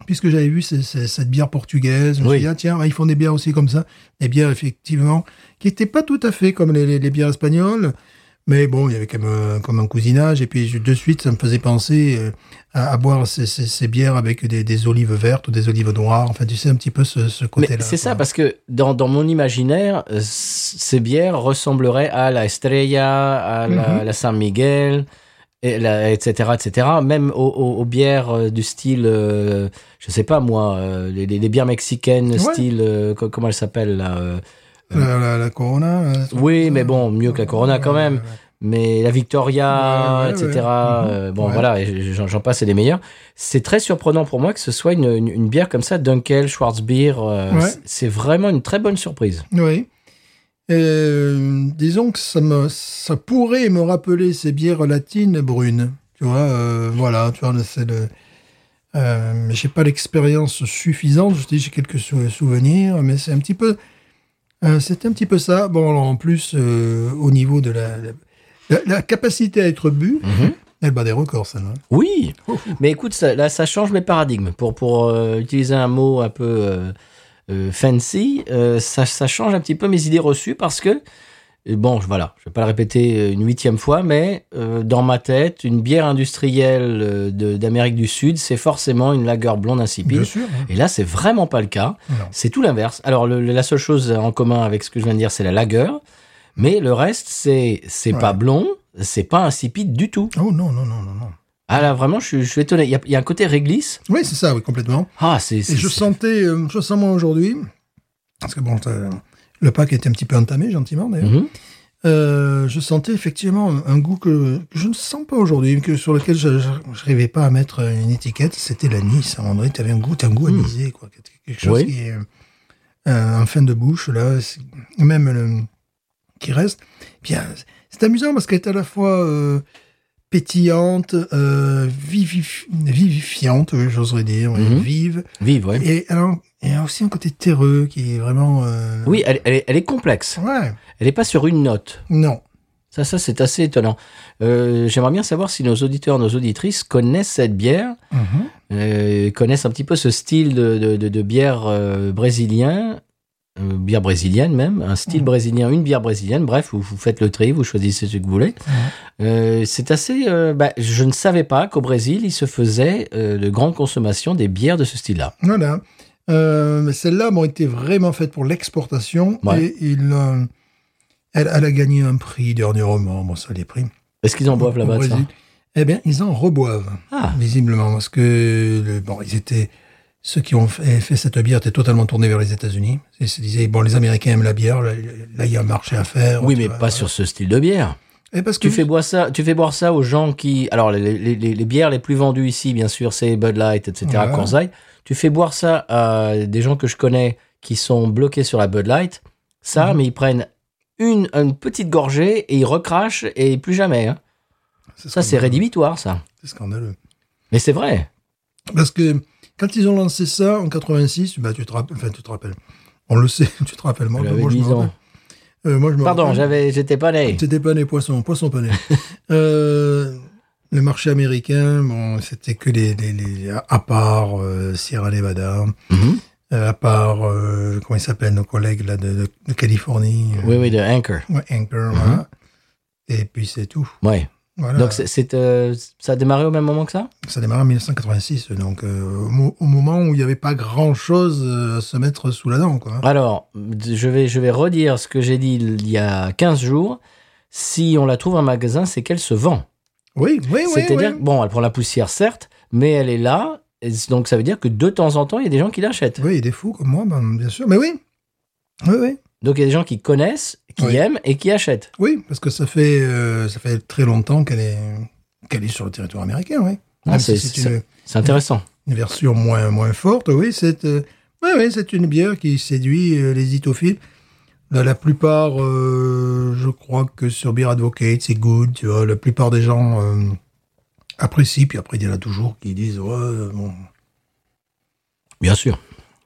Speaker 2: Puisque j'avais vu ces- ces- cette bière portugaise, je me
Speaker 1: Oui.
Speaker 2: suis dit, ah, tiens, ils font des bières aussi comme ça. Des bières, effectivement, qui n'étaient pas tout à fait comme les- les- les bières espagnoles, mais bon, il y avait quand même euh, comme un cousinage. Et puis je- de suite, ça me faisait penser euh, à, à boire ces, ces- ces bières avec des, des olives vertes ou des olives noires. Enfin, tu sais, un petit peu ce, ce
Speaker 1: Mais
Speaker 2: côté-là.
Speaker 1: c'est ça,
Speaker 2: quoi.
Speaker 1: parce que dans, dans mon imaginaire, euh, c- ces bières ressembleraient à la Estrella, à la,
Speaker 2: Mhm.
Speaker 1: la San Miguel, et la- etc., etc. Même aux, aux- aux bières euh, du style, euh, je sais pas moi, euh, les, les- les bières mexicaines,
Speaker 2: Ouais.
Speaker 1: style, euh, co- comment elle s'appelle là euh,
Speaker 2: La, la- la Corona. euh,
Speaker 1: Oui, mais bon, mieux que la Corona quand
Speaker 2: ouais,
Speaker 1: même.
Speaker 2: ouais, ouais.
Speaker 1: Mais la Victoria,
Speaker 2: Ouais, ouais,
Speaker 1: etc.
Speaker 2: ouais.
Speaker 1: euh,
Speaker 2: Mhm.
Speaker 1: Bon,
Speaker 2: Ouais.
Speaker 1: voilà, et j'en j'en passe et des meilleurs. C'est très surprenant pour moi que ce soit une, une- une bière comme ça, Dunkel, Schwarzbier. euh,
Speaker 2: Ouais.
Speaker 1: c'est- C'est vraiment une très bonne surprise.
Speaker 2: Oui. Euh, disons que ça, me, ça pourrait me rappeler ces bières latines brunes. Tu vois, euh, voilà, tu vois, c'est le. Euh, mais j'ai pas l'expérience suffisante. Je te dis, j'ai quelques sou- souvenirs, mais c'est un petit peu. euh, c'est un petit peu ça. Bon, alors, en plus, euh, au niveau de la, la, la- la capacité à être bu, elle bat des records, ça. là.
Speaker 1: Oui,
Speaker 2: Oh,
Speaker 1: mais écoute, ça- là, ça change mes paradigmes. Pour, pour euh, utiliser un mot un peu euh, euh, fancy, euh, ça, ça change un petit peu mes idées reçues parce que Et bon, je- voilà, je vais pas le répéter euh, une huitième fois, mais euh, dans ma tête, une bière industrielle euh, de- d'Amérique du Sud, c'est forcément une lager blonde insipide.
Speaker 2: Bien sûr. hein.
Speaker 1: Et là, c'est vraiment pas le cas.
Speaker 2: Non.
Speaker 1: C'est tout l'inverse. Alors, le- le- la seule chose en commun avec ce que je viens de dire, c'est la lager. Mais le reste, c'est c'est
Speaker 2: Ouais.
Speaker 1: pas blond, c'est pas insipide du tout.
Speaker 2: Oh non, non, non, non, non.
Speaker 1: Ah là, vraiment, je, suis- je suis étonné. Il y a, il y a un côté réglisse.
Speaker 2: Oui, c'est ça, oui, complètement.
Speaker 1: Ah, c'est.
Speaker 2: Et
Speaker 1: c'est-
Speaker 2: je
Speaker 1: c'est-
Speaker 2: sentais, euh, je sens moi aujourd'hui, parce que bon, t'as- le pack était un petit peu entamé, gentiment d'ailleurs.
Speaker 1: Mhm.
Speaker 2: Euh, je sentais effectivement un, un goût que, que je ne sens pas aujourd'hui, que sur lequel je, je, je rêvais pas à mettre une étiquette. C'était l'anis. À un moment donné, tu avais un goût, t'as un goût
Speaker 1: Mhm.
Speaker 2: anisé, quoi. Quelque- Quelque chose
Speaker 1: Oui.
Speaker 2: qui est euh, en fin de bouche là, c'est- même le, qui reste. Bien, c'est amusant parce qu'elle est à la fois euh, pétillante, euh, vivif- vivifiante, oui, j'oserais dire, oui,
Speaker 1: Mhm.
Speaker 2: vive.
Speaker 1: Vive, ouais.
Speaker 2: Et alors, il y a aussi un côté terreux qui est vraiment. euh,
Speaker 1: Oui, elle, elle est, elle est complexe.
Speaker 2: Ouais.
Speaker 1: Elle n'est pas sur une note.
Speaker 2: Non.
Speaker 1: Ça, ça c'est assez étonnant. Euh, J'aimerais bien savoir si nos auditeurs, nos auditrices connaissent cette bière, euh, connaissent un petit peu ce style de, de- de- de bière euh, brésilien, euh, bière brésilienne même, un style
Speaker 2: Mhm.
Speaker 1: brésilien, une bière brésilienne. Bref, vous, vous faites le tri, vous choisissez ce que vous voulez. Euh, c'est assez. euh, bah, je ne savais pas qu'au Brésil, il se faisait euh, de grandes consommations des bières de ce style-là.
Speaker 2: Voilà. Euh, mais Celles-là m'ont été vraiment faites pour l'exportation.
Speaker 1: Ouais.
Speaker 2: Et il, euh, elle, elle a gagné un prix dernièrement. Bon, ça, les prix.
Speaker 1: Est-ce qu'ils en boivent
Speaker 2: au
Speaker 1: là-bas de ça
Speaker 2: Brésil. Eh bien, ils en reboivent,
Speaker 1: Ah,
Speaker 2: visiblement. Parce que, le- bon, ils étaient. Ceux qui ont fait, fait cette bière étaient totalement tournés vers les États-Unis. Ils se disaient, bon, les Américains aiment la bière, là, là, il y a un marché à faire.
Speaker 1: oui,
Speaker 2: tu
Speaker 1: mais
Speaker 2: vois,
Speaker 1: pas
Speaker 2: voilà.
Speaker 1: sur ce style de bière.
Speaker 2: Et parce
Speaker 1: Tu
Speaker 2: que
Speaker 1: fais boire ça, tu fais boire ça aux gens qui, alors les, les- les- les bières les plus vendues ici, bien sûr, c'est Bud Light, etc.,
Speaker 2: Ouais.
Speaker 1: Coors Light. Tu fais boire ça à des gens que je connais qui sont bloqués sur la Bud Light. Ça,
Speaker 2: Mhm.
Speaker 1: mais ils prennent une, une petite gorgée et ils recrachent et plus jamais. hein. Ça, c'est
Speaker 2: scandaleux.
Speaker 1: rédhibitoire, ça.
Speaker 2: C'est scandaleux.
Speaker 1: Mais c'est vrai.
Speaker 2: Parce que quand ils ont lancé ça en 86, bah, tu te rappelles, enfin, tu te rappelles. On le sait, (laughs) tu te rappelles. Moi,
Speaker 1: Elle avait
Speaker 2: moi, je
Speaker 1: 10
Speaker 2: me
Speaker 1: ans.
Speaker 2: rappelle. Euh, moi, je me
Speaker 1: Pardon,
Speaker 2: rappelle.
Speaker 1: j'avais, j'étais pas né.
Speaker 2: C'était pas né poisson, poisson
Speaker 1: (laughs)
Speaker 2: pané. euh, le marché américain, bon, c'était que les, les, les- à part euh, Sierra Nevada,
Speaker 1: Mhm.
Speaker 2: euh, à part euh, comment ils s'appellent nos collègues là de, de- de Californie, euh,
Speaker 1: Oui, oui, de Anchor.
Speaker 2: Ouais, Anchor, voilà. Et puis c'est tout.
Speaker 1: Ouais.
Speaker 2: Voilà.
Speaker 1: Donc c'est, c'est, euh, ça a démarré au même moment que ça
Speaker 2: Ça démarre en 1986, donc euh, au, mo- au moment où il n'y avait pas grand-chose euh, à se mettre sous la dent, quoi. hein.
Speaker 1: Alors, je vais, je vais redire ce que j'ai dit il y a 15 jours. Si on la trouve en magasin, c'est qu'elle se vend.
Speaker 2: Oui, Eh oui, oui.
Speaker 1: C'est-à-dire,
Speaker 2: oui.
Speaker 1: que, bon, elle prend la poussière, certes, mais elle est là. et c- donc, ça veut dire que de temps en temps, il y a des gens qui l'achètent.
Speaker 2: Oui, il y a des fous comme moi, ben, bien sûr. Mais oui. Oui, oui.
Speaker 1: Donc, il y a des gens qui connaissent, qui
Speaker 2: Oui.
Speaker 1: aiment et qui achètent.
Speaker 2: Oui, parce que ça fait, euh, ça fait très longtemps qu'elle est, qu'elle est sur le territoire américain, oui.
Speaker 1: Ah,
Speaker 2: Même
Speaker 1: c'est-
Speaker 2: si c'est
Speaker 1: c'est-
Speaker 2: une,
Speaker 1: C'est intéressant.
Speaker 2: une version moins, moins forte, oui, c'est, euh, oui, oui, c'est une bière qui séduit euh, les itophiles. Dans la plupart, euh, je crois que sur Beer Advocate, c'est good, tu vois, la plupart des gens euh, apprécient, puis après, il y en a toujours qui disent, ouais, euh, bon.
Speaker 1: Bien sûr.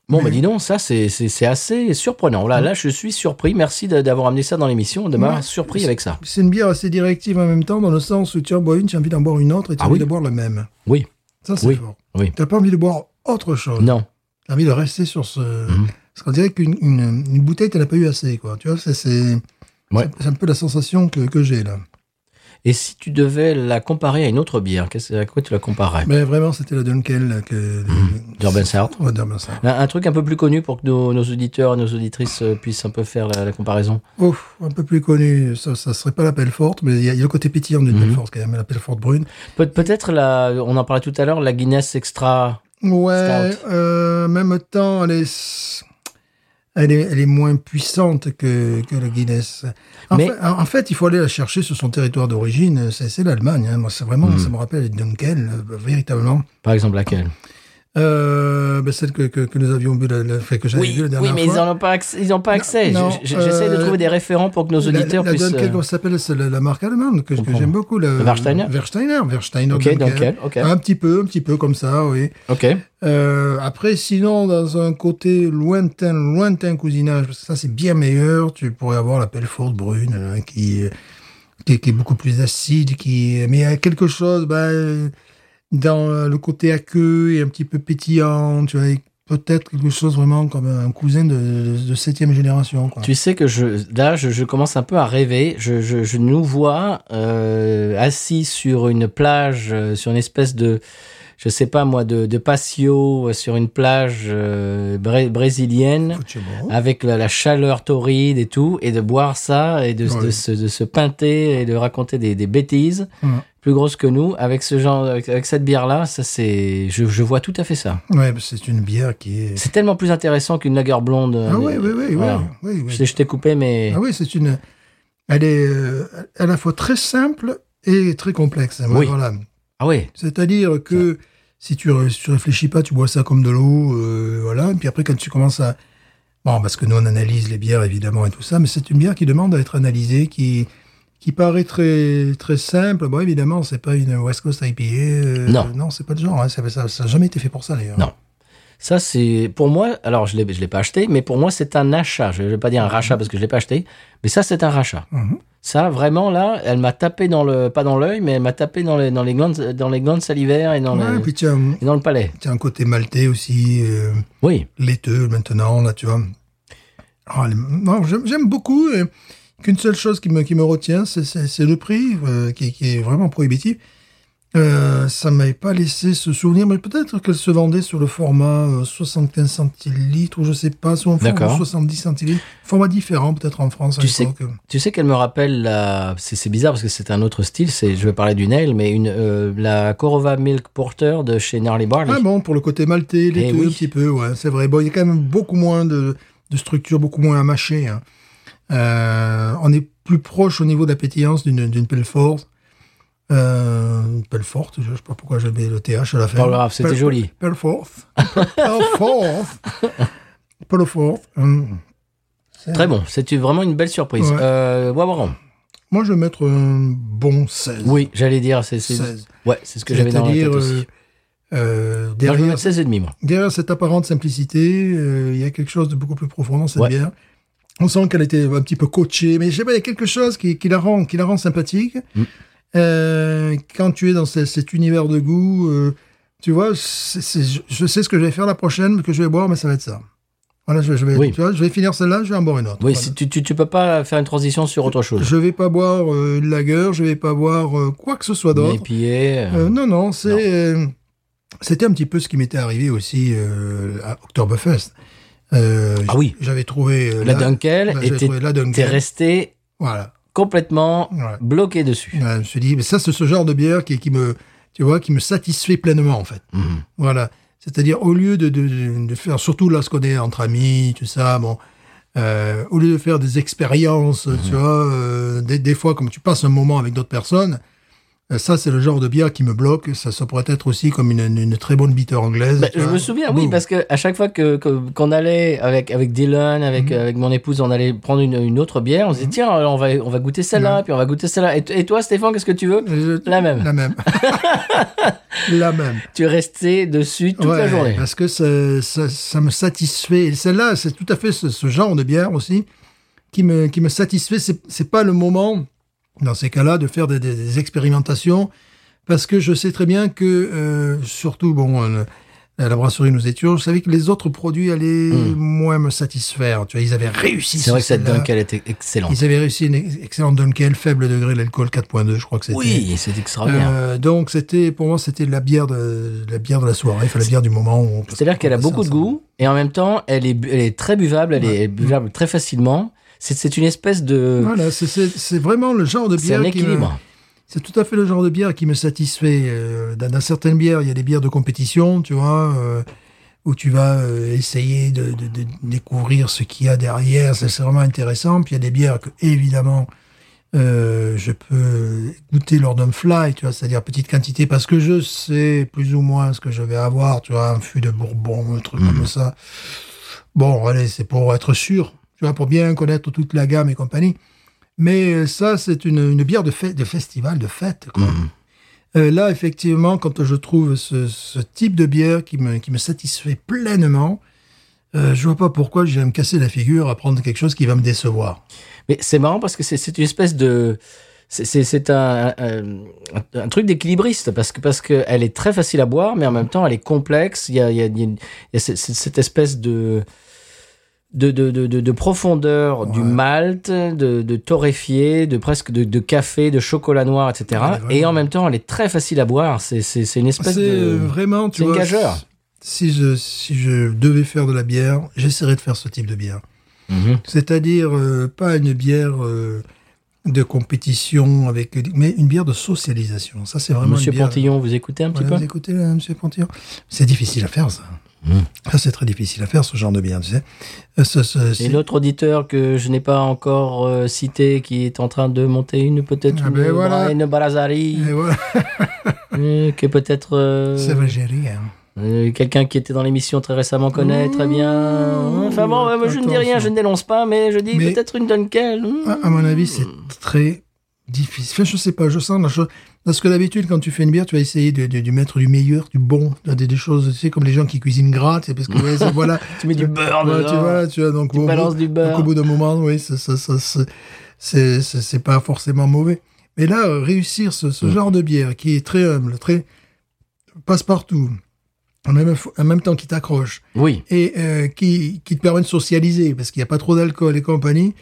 Speaker 1: Bon,
Speaker 2: Mais-
Speaker 1: bah, dis donc, ça, c'est- c'est c'est assez surprenant. Là, là, je suis surpris. Merci d'a- d'avoir amené ça dans l'émission, de m'avoir
Speaker 2: Ouais.
Speaker 1: surpris avec ça.
Speaker 2: C'est une bière assez directive en même temps, dans le sens où tu en bois une, tu as envie d'en boire une autre, et tu as
Speaker 1: Ah
Speaker 2: envie
Speaker 1: oui.
Speaker 2: de boire la même.
Speaker 1: Oui.
Speaker 2: Ça, c'est
Speaker 1: Oui.
Speaker 2: fort.
Speaker 1: Oui.
Speaker 2: Tu n'as pas envie de boire autre chose.
Speaker 1: Non.
Speaker 2: T'as envie de rester sur ce.
Speaker 1: Mhm.
Speaker 2: Parce qu'on dirait qu'une une, une bouteille, t'en as pas eu assez, quoi. Tu vois, c'est c'est
Speaker 1: Ouais.
Speaker 2: c'est un peu la sensation que, que j'ai là.
Speaker 1: Et si tu devais la comparer à une autre bière, qu'est-ce- à quoi tu la comparerais
Speaker 2: Mais vraiment, c'était la Dunkel là, que.
Speaker 1: Mhm. Durban Sour.
Speaker 2: Ouais, Durban Sour.
Speaker 1: un, un truc un peu plus connu pour que nos, nos auditeurs et nos auditrices euh, puissent un peu faire la, la comparaison.
Speaker 2: Ouf, un peu plus connu. Ça, ça serait pas la Pelleforte, mais il y, a il y a le côté pétillant d'une
Speaker 1: Mhm.
Speaker 2: Pelleforte quand même, la Pelleforte brune.
Speaker 1: Peut- Peut-être, la- on en parlait tout à l'heure, la Guinness Extra
Speaker 2: Ouais.
Speaker 1: Stout.
Speaker 2: Euh, en même temps, elle est. Elle est, elle est moins puissante que, que la Guinness. En,
Speaker 1: Mais-
Speaker 2: fait, en- en fait, il faut aller la chercher sur son territoire d'origine. C'est c'est l'Allemagne. hein. Moi, c'est vraiment,
Speaker 1: Mhm.
Speaker 2: ça me rappelle les Dunkel, euh, véritablement.
Speaker 1: Par exemple, laquelle
Speaker 2: Euh, ben, celle que, que, que nous avions vu la, la- enfin, que j'avais
Speaker 1: Oui,
Speaker 2: vu la
Speaker 1: oui,
Speaker 2: dernière
Speaker 1: mais ils
Speaker 2: fois.
Speaker 1: n'en ont pas accès. Ils ont pas accès.
Speaker 2: non,
Speaker 1: Je- je- J'essaie de
Speaker 2: euh,
Speaker 1: trouver des référents pour que nos auditeurs
Speaker 2: la, la
Speaker 1: puissent.
Speaker 2: Dunkel,
Speaker 1: euh,
Speaker 2: comment ça s'appelle c'est la, la marque allemande que, que
Speaker 1: comprendre.
Speaker 2: j'aime beaucoup. La,
Speaker 1: Le Warsteiner
Speaker 2: Warsteiner, Warsteiner
Speaker 1: Ok, Dunkel, ok.
Speaker 2: Un petit peu, un petit peu comme ça, oui.
Speaker 1: Ok.
Speaker 2: Euh, après, sinon, dans un côté lointain, lointain cousinage, parce que ça c'est bien meilleur, tu pourrais avoir la Pelfort brune, hein, qui, euh, qui, qui est beaucoup plus acide, qui, mais il y a quelque ben, chose bah, euh, dans le côté aqueux et un petit peu pétillant, tu vois, et peut-être quelque chose vraiment comme un cousin de, de, de septième génération. Quoi.
Speaker 1: Tu sais que je, là, je, je commence un peu à rêver. Je, je, je nous vois euh, assis sur une plage, euh, sur une espèce de, je sais pas moi, de, de patio, euh, sur une plage euh, bré- brésilienne,
Speaker 2: Effectivement.
Speaker 1: avec la, la chaleur torride et tout, et de boire ça, et de,
Speaker 2: Ouais.
Speaker 1: de, se, de se pinter et de raconter des, des bêtises
Speaker 2: Ouais.
Speaker 1: plus grosses que nous, avec ce genre, avec, avec cette bière-là, ça c'est, je, je vois tout à fait ça.
Speaker 2: Ouais, bah, c'est une bière qui est.
Speaker 1: C'est tellement plus intéressant qu'une lager blonde.
Speaker 2: Ah
Speaker 1: euh,
Speaker 2: oui, oui, oui,
Speaker 1: voilà.
Speaker 2: oui, oui.
Speaker 1: Je, je t'ai coupé, mais
Speaker 2: Ah oui, c'est une. Elle est euh, à la fois très simple et très complexe. hein,
Speaker 1: Oui.
Speaker 2: Voilà.
Speaker 1: ah ouais.
Speaker 2: C'est-à-dire que si tu, si tu réfléchis pas, tu bois ça comme de l'eau, euh, voilà. Et puis après, quand tu commences à. Bon, parce que nous, on analyse les bières, évidemment, et tout ça, mais c'est une bière qui demande à être analysée, qui, qui paraît très, très simple. Bon, évidemment, c'est pas une West Coast IPA. euh,
Speaker 1: Non.
Speaker 2: Non, c'est pas le genre. hein. Ça n'a ça, ça a jamais été fait pour ça, d'ailleurs.
Speaker 1: Non. Ça, c'est pour moi. Alors, je l'ai, je l'ai pas acheté, mais pour moi, c'est un achat. Je, ne vais pas dire un
Speaker 2: Mmh.
Speaker 1: rachat parce que je l'ai pas acheté, mais ça, c'est un rachat.
Speaker 2: Mhm.
Speaker 1: Ça, vraiment, là, elle m'a tapé dans le, pas dans l'œil, mais elle m'a tapé dans les, dans les glandes, dans les glandes salivaires et dans
Speaker 2: Ouais,
Speaker 1: les-
Speaker 2: et puis tu as, un-
Speaker 1: et dans le palais.
Speaker 2: tu as un côté maltais aussi, euh,
Speaker 1: Oui.
Speaker 2: laiteux maintenant, là, tu vois. Ah, les- non, j'aime j'aime beaucoup. euh, Qu'une seule chose qui me, qui me retient, c'est- c'est c'est le prix, euh, qui, qui est vraiment prohibitif. Euh, ça m'avait pas laissé ce souvenir, mais peut-être qu'elle se vendait sur le format euh, 75 centilitres, ou je sais pas, sur un format
Speaker 1: D'accord.
Speaker 2: 70 centilitres. Format différent, peut-être en France. à
Speaker 1: Tu sais-
Speaker 2: l'époque.
Speaker 1: Tu sais qu'elle me rappelle la. C'est, c'est bizarre parce que c'est un autre style. C'est, je vais parler d'une ale, mais une euh, la Corova Milk Porter de chez Gnarly Barley.
Speaker 2: Ah bon, pour le côté maltais, laiteux,
Speaker 1: Eh oui.
Speaker 2: un petit peu, ouais, c'est vrai. Bon, il y a quand même beaucoup moins de, de structure, beaucoup moins à mâcher. hein. Euh, on est plus proche au niveau de la pétillance d'une d'une Pelfort. Euh, une Pelfort, je ne sais pas pourquoi j'avais le TH à la fin.
Speaker 1: Pas grave, c'était
Speaker 2: Pel-
Speaker 1: joli.
Speaker 2: Pelfort.
Speaker 1: (laughs)
Speaker 2: Pelfort. Pelfort. Hum. C'est-
Speaker 1: Très bon. C'est une- vraiment une belle surprise.
Speaker 2: Ouais.
Speaker 1: Euh, Wawaran.
Speaker 2: Moi, je vais mettre un bon 16.
Speaker 1: Oui, j'allais dire. C'est, c'est-
Speaker 2: 16.
Speaker 1: Ouais, c'est ce que j'avais dans la tête
Speaker 2: C'est-à-dire,
Speaker 1: aussi.
Speaker 2: euh, euh,
Speaker 1: Non, je vais
Speaker 2: derrière,
Speaker 1: mettre 16 et demi, moi.
Speaker 2: Derrière cette apparente simplicité, euh, il y a quelque chose de beaucoup plus profond dans cette
Speaker 1: Ouais.
Speaker 2: bière. On sent qu'elle était un petit peu coachée, mais je sais pas, il y a quelque chose qui, qui la rend, qui la rend sympathique.
Speaker 1: Mm.
Speaker 2: Euh, quand tu es dans ce- cet univers de goût, euh, tu vois, c'est- c'est- je- je sais ce que je vais faire la prochaine, que je vais boire, mais ça va être ça. Voilà, je, je vais,
Speaker 1: Oui.
Speaker 2: tu vois, je vais finir celle-là, je vais en boire une autre.
Speaker 1: Oui,
Speaker 2: Voilà.
Speaker 1: si tu, tu, tu peux pas faire une transition sur autre chose.
Speaker 2: Je vais pas boire euh, une lager, je vais pas boire euh, quoi que ce soit
Speaker 1: Mais
Speaker 2: d'autre.
Speaker 1: puis, euh,
Speaker 2: Euh, non, non, c'est, euh, c'était un petit peu ce qui m'était arrivé aussi euh, à Oktoberfest. Euh,
Speaker 1: Ah oui.
Speaker 2: J'avais trouvé euh,
Speaker 1: la
Speaker 2: là- là,
Speaker 1: Dunkel,
Speaker 2: j'avais
Speaker 1: et t'es-
Speaker 2: trouvé la Dunkel.
Speaker 1: t'es resté
Speaker 2: Voilà.
Speaker 1: complètement
Speaker 2: Ouais.
Speaker 1: bloqué dessus.
Speaker 2: Là, je me suis dit, mais ça, c'est ce genre de bière qui, qui me, tu vois, qui me satisfait pleinement en fait.
Speaker 1: Mhm.
Speaker 2: Voilà. C'est-à-dire au lieu de, de, de faire, surtout là ce qu'on est entre amis, tout ça, bon, euh, au lieu de faire des expériences, tu vois, euh, des, des fois comme tu passes un moment avec d'autres personnes, euh, ça c'est le genre de bière qui me bloque. Ça, ça pourrait être aussi comme une, une- une très bonne bitter anglaise.
Speaker 1: Bah,
Speaker 2: tu
Speaker 1: je
Speaker 2: vois.
Speaker 1: me souviens, oui,
Speaker 2: Boum.
Speaker 1: parce que à chaque fois que que- qu'on allait avec avec Dylan, avec
Speaker 2: Mm-hmm.
Speaker 1: euh, avec mon épouse, on allait prendre une, une autre bière. On se disait tiens, on va on va goûter celle-là,
Speaker 2: Mm-hmm.
Speaker 1: puis on va goûter celle-là. Et, t- et toi, Stéphane, qu'est-ce que tu veux
Speaker 2: Je-
Speaker 1: La même. (laughs)
Speaker 2: La même. la même.
Speaker 1: Tu restais dessus toute la
Speaker 2: Ouais, bah,
Speaker 1: journée.
Speaker 2: Parce que ça, ça, ça me satisfait. Et celle-là, c'est tout à fait ce, ce genre de bière aussi qui me, qui me satisfait. C'est, c'est pas le moment, dans ces cas-là, de faire des, des- des expérimentations parce que je sais très bien que, euh, surtout, bon, euh, à la brasserie nous étions, je savais que les autres produits allaient moins me satisfaire. Tu vois, ils avaient réussi.
Speaker 1: Hmm. C'est
Speaker 2: sur
Speaker 1: vrai que cette
Speaker 2: celle-là.
Speaker 1: Dunkel était excellente.
Speaker 2: Ils avaient réussi une ex- excellente Dunkel, faible degré d'alcool, 4.2, je crois que c'était.
Speaker 1: Oui, c'est extraordinaire.
Speaker 2: Euh, donc c'était pour moi c'était la bière de la bière de la soirée, enfin, la bière du moment. où on-
Speaker 1: C'est-à-dire qu'elle a beaucoup de goût et en même temps, elle est, bu- elle est très buvable, elle est buvable très facilement. C'est- C'est une espèce de.
Speaker 2: Voilà, c'est- c'est c'est vraiment le genre de
Speaker 1: C'est
Speaker 2: bière.
Speaker 1: un
Speaker 2: qui me-
Speaker 1: équilibre.
Speaker 2: C'est tout à fait le genre de bière qui me satisfait. euh, dans, dans certaines bières, il y a des bières de compétition, tu vois, euh, où tu vas euh, essayer de, de- de découvrir ce qu'il y a derrière. Ça, C'est vraiment intéressant. Puis il y a des bières que, évidemment, euh, je peux goûter lors d'un fly, tu vois, c'est-à-dire petite quantité, parce que je sais plus ou moins ce que je vais avoir, tu vois, un fût de bourbon, un truc comme ça. Bon, allez, c'est pour être sûr, tu vois, pour bien connaître toute la gamme et compagnie. Mais euh, ça, c'est une, une bière de fête, de festival, de fête. quoi. Euh, là, effectivement, quand je trouve ce, ce type de bière qui me, qui me satisfait pleinement, euh, je vois pas pourquoi je vais me casser la figure à prendre quelque chose qui va me décevoir.
Speaker 1: Mais c'est marrant parce que c'est c'est une espèce de. c'est- c'est c'est un, un, un truc d'équilibriste parce que parce que elle est très facile à boire, mais en même temps elle est complexe. Il y a, il y a- il y a une- il y a ce- ce- cette espèce de de, de, de, de- de profondeur du
Speaker 2: Ouais.
Speaker 1: malt, de, de torréfié, de presque de, de café, de chocolat noir, etc.
Speaker 2: Ouais, vraiment.
Speaker 1: Et en même temps, elle est très facile à boire. C'est c'est- c'est une espèce
Speaker 2: C'est
Speaker 1: de...
Speaker 2: euh, vraiment, tu
Speaker 1: c'est
Speaker 2: vois.
Speaker 1: gageur.
Speaker 2: si- Si je, si je devais faire de la bière, j'essaierais de faire ce type de bière.
Speaker 1: Mhm.
Speaker 2: C'est-à-dire euh, pas une bière euh, de compétition avec, mais une bière de socialisation. Ça, c'est vraiment
Speaker 1: Monsieur
Speaker 2: une bière.
Speaker 1: Pontillon, vous écoutez un petit
Speaker 2: Voilà,
Speaker 1: peu
Speaker 2: vous écoutez là, Monsieur Pontillon C'est difficile à faire, ça.
Speaker 1: Mmh.
Speaker 2: Ça, c'est très difficile à faire, ce genre de bière, tu sais. Euh, ce- ce-
Speaker 1: Et
Speaker 2: c'est-
Speaker 1: l'autre auditeur que je n'ai pas encore euh, cité, qui est en train de monter une peut-être
Speaker 2: Ah
Speaker 1: une,
Speaker 2: ben voilà.
Speaker 1: une Barazari,
Speaker 2: Et voilà,
Speaker 1: euh, que peut-être euh,
Speaker 2: c'est Valérie. hein.
Speaker 1: euh, quelqu'un qui était dans l'émission très récemment connaît
Speaker 2: Mmh.
Speaker 1: très bien. Enfin bon, euh, je ne dis rien, je ne dénonce pas, mais je dis
Speaker 2: Mais-
Speaker 1: peut-être une Dunkel. Mmh.
Speaker 2: À, à mon avis, c'est très difficile. Enfin, je sais pas, je sens la chose. Parce que d'habitude, quand tu fais une bière, tu vas essayer de, de- de mettre du meilleur, du bon, des, des choses, tu sais, comme les gens qui cuisinent gras, c'est parce que ouais,
Speaker 1: (laughs)
Speaker 2: c'est- voilà.
Speaker 1: Tu mets du beurre
Speaker 2: Ouais,
Speaker 1: dedans.
Speaker 2: tu vois, tu vois, donc
Speaker 1: Tu
Speaker 2: au bout-
Speaker 1: balances du
Speaker 2: donc, au
Speaker 1: beurre.
Speaker 2: bout d'un moment, oui, ça, ça, ça, ça- c'est, c'est, c'est pas forcément mauvais. Mais là, euh, réussir ce, ce
Speaker 1: Mm.
Speaker 2: genre de bière qui est très humble, très passe-partout, en même, fo- en même temps qui t'accroche,
Speaker 1: Oui.
Speaker 2: et euh, qui, qui te permet de socialiser, parce qu'il n'y a pas trop d'alcool et compagnie.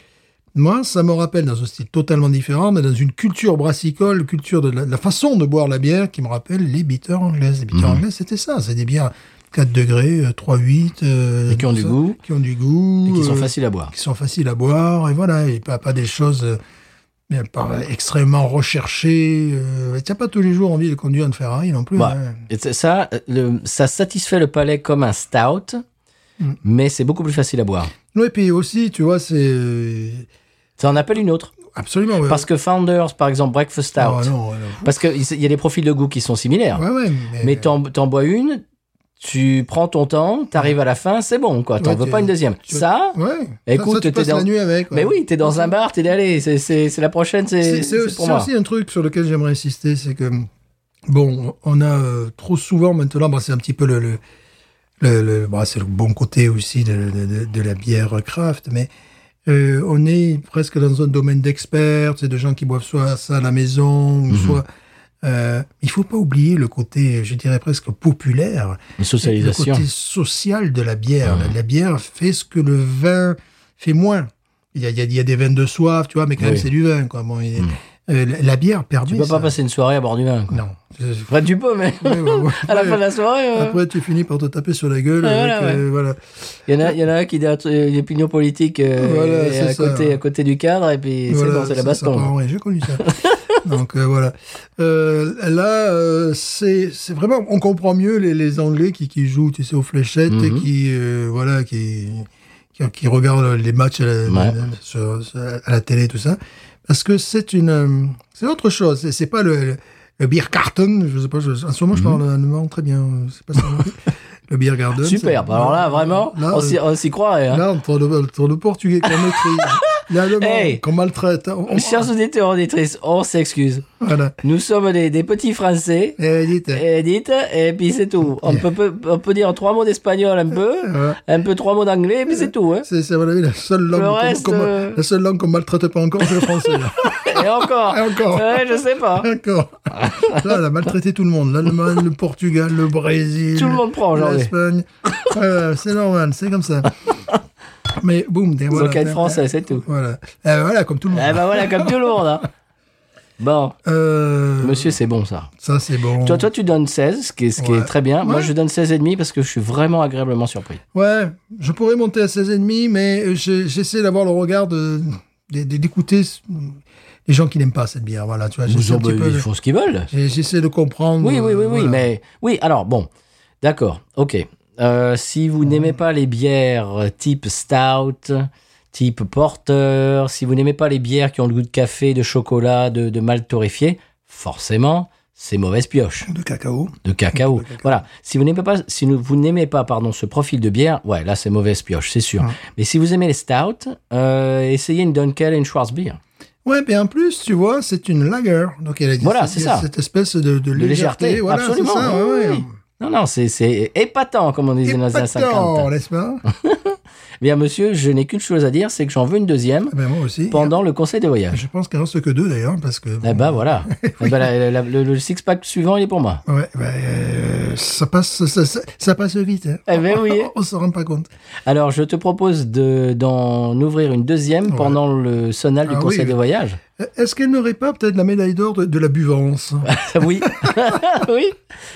Speaker 2: Moi, ça me rappelle, dans un style totalement différent, mais dans une culture brassicole, culture de la, de la façon de boire la bière, qui me rappelle les bitters anglaises. Les bitters
Speaker 1: Mm.
Speaker 2: anglaises, c'était ça. C'est des bières 4 degrés, euh, 3, 8. euh,
Speaker 1: Et qui ont
Speaker 2: tout
Speaker 1: du
Speaker 2: ça,
Speaker 1: goût.
Speaker 2: Qui ont du goût.
Speaker 1: Et qui sont
Speaker 2: euh,
Speaker 1: faciles à boire.
Speaker 2: qui sont faciles à boire, et voilà, et pas, pas des choses euh, mais
Speaker 1: Ah
Speaker 2: pas extrêmement recherchées. Euh, T'as pas tous les jours envie de conduire une Ferrari non plus.
Speaker 1: Ouais.
Speaker 2: hein.
Speaker 1: Et c'est ça, euh, le- ça satisfait le palais comme un stout,
Speaker 2: Mm.
Speaker 1: mais c'est beaucoup plus facile à boire.
Speaker 2: Ouais, et puis aussi, tu vois, c'est. euh,
Speaker 1: Ça en appelle une autre.
Speaker 2: Absolument. ouais.
Speaker 1: Parce que Founders, par exemple, Breakfast Stout.
Speaker 2: Ah, non, ouais, non.
Speaker 1: Parce qu'il y a des profils de goût qui sont similaires.
Speaker 2: Ouais, ouais,
Speaker 1: Ah. Mais t'en t'en bois une, tu prends ton temps, t'arrives à la fin, c'est bon, quoi. T'en
Speaker 2: Ouais,
Speaker 1: veux
Speaker 2: tu-
Speaker 1: pas une deuxième.
Speaker 2: tu-
Speaker 1: Ça,
Speaker 2: Ouais.
Speaker 1: Écoute,
Speaker 2: ça, ça,
Speaker 1: t'es
Speaker 2: tu passes
Speaker 1: dans-
Speaker 2: la nuit avec. ouais.
Speaker 1: mais oui, t'es dans un bar, t'es allé, c'est- c'est c'est la prochaine, c'est
Speaker 2: C'est c'est
Speaker 1: c'est
Speaker 2: aussi,
Speaker 1: pour
Speaker 2: c'est
Speaker 1: moi.
Speaker 2: aussi un truc sur lequel j'aimerais insister, c'est que bon, on a euh, trop souvent maintenant, bah, c'est un petit peu le, le, le- le- bah, c'est le bon côté aussi de, de- de- de la bière craft, mais euh, on est presque dans un domaine d'experts, c'est de gens qui boivent soit ça à la maison, ou soit. Euh, il faut pas oublier le côté, je dirais presque populaire,
Speaker 1: Une
Speaker 2: le
Speaker 1: socialisation.
Speaker 2: côté social de la bière. La, la bière fait ce que le vin fait moins. Il y a, il y a- il y a des vins de soif, tu vois, mais quand
Speaker 1: Oui. Mm.
Speaker 2: même, c'est du vin. Quoi. Bon, il- euh, la, la bière permet.
Speaker 1: Tu peux
Speaker 2: ça.
Speaker 1: pas passer une soirée à bord du vin, quoi.
Speaker 2: Non. Euh,
Speaker 1: Enfin, tu peux, mais
Speaker 2: (laughs) ouais, ouais, ouais.
Speaker 1: à la fin de la soirée, euh,
Speaker 2: Après, tu finis par te taper sur la gueule.
Speaker 1: Ouais,
Speaker 2: avec,
Speaker 1: voilà, ouais.
Speaker 2: euh, voilà.
Speaker 1: il y en a- il y, en a un qui dit un truc- une opinion politique euh,
Speaker 2: Voilà,
Speaker 1: et
Speaker 2: c'est
Speaker 1: à,
Speaker 2: ça.
Speaker 1: côté, à côté du cadre, et puis
Speaker 2: Voilà,
Speaker 1: c'est bon, c'est la
Speaker 2: ça- ça
Speaker 1: baston.
Speaker 2: part en vrai. J'ai connu ça. (laughs) Donc euh, voilà. Euh, là, euh, c'est c'est vraiment, on comprend mieux les, les Anglais qui, qui jouent, tu sais, aux fléchettes
Speaker 1: Mhm.
Speaker 2: et qui, euh, voilà, qui, qui, qui regardent les matchs à la,
Speaker 1: Ouais.
Speaker 2: sur- sur- à la télé, tout ça, parce que c'est une, euh, c'est autre chose. C'est- C'est pas le, le, le beer carton. Je sais pas. je- en ce
Speaker 1: Mhm.
Speaker 2: moment, je parle allemand très bien. euh, C'est pas ça.
Speaker 1: (laughs)
Speaker 2: le beer garden.
Speaker 1: Super,
Speaker 2: c'est-
Speaker 1: bah alors là, vraiment,
Speaker 2: Là, euh,
Speaker 1: on s'y- on s'y croirait. hein.
Speaker 2: Là, entre le, entre le portugais qu'on
Speaker 1: (laughs)
Speaker 2: maîtrise, l'allemand
Speaker 1: Hey.
Speaker 2: qu'on maltraite. hein, on-
Speaker 1: Oh. Chers auditeurs, auditrices, on s'excuse.
Speaker 2: (laughs) voilà.
Speaker 1: Nous sommes des, des petits Français.
Speaker 2: Eh, dites,
Speaker 1: Et dites, et puis c'est tout. On peut, peut- on peut dire trois mots d'espagnol un peu,
Speaker 2: euh,
Speaker 1: un peu trois mots d'anglais, et puis c'est tout. hein.
Speaker 2: c'est, c'est, à mon avis, la seule langue,
Speaker 1: Le
Speaker 2: qu'on-
Speaker 1: reste,
Speaker 2: qu'on-
Speaker 1: euh,
Speaker 2: la seule langue qu'on maltraite pas encore, c'est le français.
Speaker 1: (laughs)
Speaker 2: là.
Speaker 1: Et encore.
Speaker 2: Et encore.
Speaker 1: Ouais, je sais pas.
Speaker 2: D'accord. Là, elle a maltraité tout le monde. L'Allemagne, le Portugal, le Brésil.
Speaker 1: Tout le monde prend aujourd'hui.
Speaker 2: L'Espagne. Euh, c'est normal, c'est comme ça. Mais boum, des
Speaker 1: Ils ont
Speaker 2: voilà,
Speaker 1: qu'à être
Speaker 2: des-
Speaker 1: français, c'est tout.
Speaker 2: Voilà. Euh, voilà, comme tout le monde.
Speaker 1: Eh ben voilà, comme tout le monde. hein. Bon,
Speaker 2: Euh,
Speaker 1: Ah, monsieur, c'est bon ça.
Speaker 2: Ça, c'est bon.
Speaker 1: Toi, toi, tu donnes 16, ce qui est, ce qui est
Speaker 2: Ouais.
Speaker 1: très bien. Moi,
Speaker 2: Ouais.
Speaker 1: je donne 16,5 parce que je suis vraiment agréablement surpris.
Speaker 2: Ouais, je pourrais monter à 16,5, mais je- j'essaie d'avoir le regard de de- de- d'écouter ce- les gens qui n'aiment pas cette bière. Voilà, tu vois, j'essaie un petit peu.
Speaker 1: ils font ce qu'ils veulent.
Speaker 2: j'ai- J'essaie de comprendre.
Speaker 1: Oui, oui, oui, oui,
Speaker 2: euh, voilà.
Speaker 1: mais oui, alors bon, d'accord, ok. Euh, si vous n'aimez pas les bières euh, type stout, type porter, si vous n'aimez pas les bières qui ont le goût de café, de chocolat, de, de malt torréfié, forcément, c'est mauvaise pioche
Speaker 2: De cacao.
Speaker 1: de cacao. Voilà. Si vous n'aimez pas, si nous- vous n'aimez pas, pardon, ce profil de bière, ouais, là c'est mauvaise pioche, c'est sûr.
Speaker 2: Ouais.
Speaker 1: Mais si vous aimez les stouts, euh, essayez une Dunkel et une Schwarzbier.
Speaker 2: Ouais, mais en plus, tu vois, c'est une lager. Donc, elle a
Speaker 1: Voilà,
Speaker 2: cette-
Speaker 1: c'est ça.
Speaker 2: cette espèce de, de
Speaker 1: De
Speaker 2: légèreté.
Speaker 1: légèreté,
Speaker 2: Voilà, c'est
Speaker 1: absolument.
Speaker 2: ça,
Speaker 1: Oui,
Speaker 2: ouais, ouais.
Speaker 1: oui. Non, non, c'est c'est épatant comme on disait dans les années (laughs)
Speaker 2: Épatant,
Speaker 1: 50.
Speaker 2: n'est-ce pas
Speaker 1: Bien, monsieur, je n'ai qu'une chose à dire, c'est que j'en veux une deuxième
Speaker 2: Eh ben, moi aussi.
Speaker 1: pendant le conseil de voyage.
Speaker 2: Je pense qu'il n'en reste que deux d'ailleurs, parce que.
Speaker 1: Eh ben
Speaker 2: (laughs)
Speaker 1: voilà. Eh ben, la- la- la- le, le six-pack suivant, il est pour moi.
Speaker 2: Ouais, ben, euh, ça passe, ça, ça- ça passe vite. hein.
Speaker 1: Eh ben oui.
Speaker 2: On s'en rend pas compte.
Speaker 1: Alors, je te propose de- d'en ouvrir une deuxième
Speaker 2: Ouais.
Speaker 1: pendant le sonal du
Speaker 2: Ah oui.
Speaker 1: conseil de
Speaker 2: (laughs)
Speaker 1: voyage.
Speaker 2: Euh, Est-ce qu'elle n'aurait pas peut-être la médaille d'or de, de la buvance
Speaker 1: Ah. oui. (laughs) oui.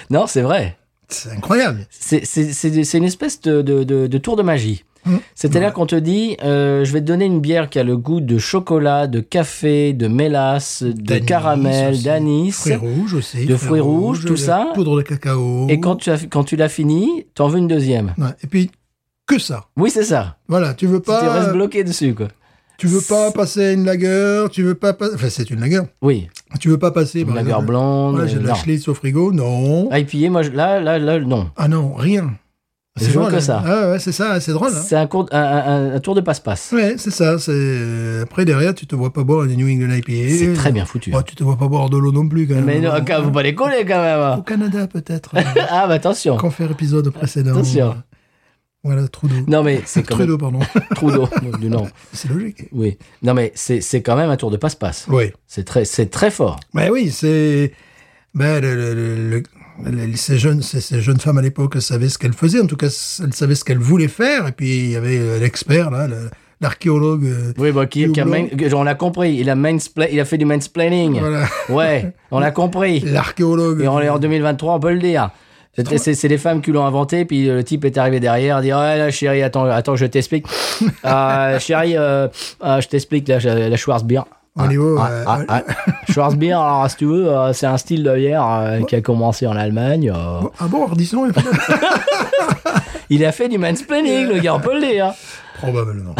Speaker 1: Non, c'est vrai.
Speaker 2: C'est incroyable.
Speaker 1: C'est- C'est c'est- c'est une espèce de, de- de- de tour de magie.
Speaker 2: Mm.
Speaker 1: C'est-à-dire qu'on te dit, euh, je vais te donner une bière qui a le goût de chocolat, de café, de mélasse, de
Speaker 2: D'anis
Speaker 1: caramel,
Speaker 2: aussi.
Speaker 1: d'anis.
Speaker 2: Fruits rouges aussi.
Speaker 1: de fruits rouges, tout
Speaker 2: de
Speaker 1: ça.
Speaker 2: Poudre de cacao.
Speaker 1: Et quand tu as, quand tu l'as fini, t'en veux une deuxième.
Speaker 2: Ouais, et puis, que ça.
Speaker 1: Oui, c'est ça.
Speaker 2: Voilà, tu veux
Speaker 1: Tu Tu restes
Speaker 2: pas,
Speaker 1: bloqué dessus, quoi.
Speaker 2: tu veux pas passer à une lagueur, tu veux pas passer, enfin c'est une lagueur,
Speaker 1: Oui.
Speaker 2: tu veux pas passer.
Speaker 1: Une
Speaker 2: par
Speaker 1: lagueur
Speaker 2: exemple,
Speaker 1: blonde.
Speaker 2: Voilà, j'ai
Speaker 1: euh,
Speaker 2: de la
Speaker 1: non.
Speaker 2: Schlitz au frigo, non.
Speaker 1: Ah, et puis, moi, je- là, là, là, non.
Speaker 2: Ah non, rien.
Speaker 1: Je vois
Speaker 2: drôle,
Speaker 1: que
Speaker 2: hein.
Speaker 1: ça.
Speaker 2: Ah ouais, c'est ça, c'est drôle. hein.
Speaker 1: C'est un, cours- un- un- un tour de passe-passe.
Speaker 2: Ouais, c'est ça. C'est après derrière, tu te vois pas boire des New England IPA.
Speaker 1: C'est très bien foutu.
Speaker 2: Ouais, tu te vois pas boire de l'eau non plus quand même. hein.
Speaker 1: Mais non, quand- vous pas les coller, quand
Speaker 2: Au
Speaker 1: même. hein. (laughs)
Speaker 2: Canada peut-être.
Speaker 1: Ah, bah attention.
Speaker 2: quand faire épisode précédent.
Speaker 1: Attention.
Speaker 2: Voilà, trou d'eau.
Speaker 1: Non,
Speaker 2: (laughs)
Speaker 1: mais c'est quand
Speaker 2: Trou
Speaker 1: même.
Speaker 2: d'eau, pardon.
Speaker 1: (laughs) Trudeau. Du nom.
Speaker 2: c'est logique.
Speaker 1: Oui. Non, mais c'est c'est quand même un tour de passe-passe.
Speaker 2: Oui.
Speaker 1: C'est très, c'est très fort.
Speaker 2: Ben oui, c'est. Ben, le- le- le- le- le- ces, jeunes, ces, ces jeunes femmes à l'époque savaient ce qu'elles faisaient, en tout cas, elles savaient ce qu'elles voulaient faire, et puis il y avait euh, l'expert, là, le- l'archéologue. euh,
Speaker 1: Oui, bah, qui,
Speaker 2: Hugh
Speaker 1: qui a
Speaker 2: Blanc.
Speaker 1: main- on l'a compris. Il a, mainspla- il a fait du mansplaining.
Speaker 2: Voilà. (laughs)
Speaker 1: Ouais, on l'a compris.
Speaker 2: L'archéologue.
Speaker 1: Et on est en 2023, on peut le dire. C'était- C'est c'est les femmes qui l'ont inventé, puis le type est arrivé derrière, dit Ouais, là, chérie, attends, attends je
Speaker 2: (laughs)
Speaker 1: t'explique. Euh, chérie, euh, euh, je t'explique, là, la, la Schwarzbier.
Speaker 2: Au niveau,
Speaker 1: Ah,
Speaker 2: euh,
Speaker 1: ah,
Speaker 2: (laughs)
Speaker 1: ah, ah. Schwarzbier, alors, si tu veux, euh, c'est un style de bière euh, qui a commencé en Allemagne. euh.
Speaker 2: Bon, Ah bon, Ardisson
Speaker 1: (laughs) Il a fait du mansplaining, le gars, on peut le dire. hein.
Speaker 2: (laughs) Probablement.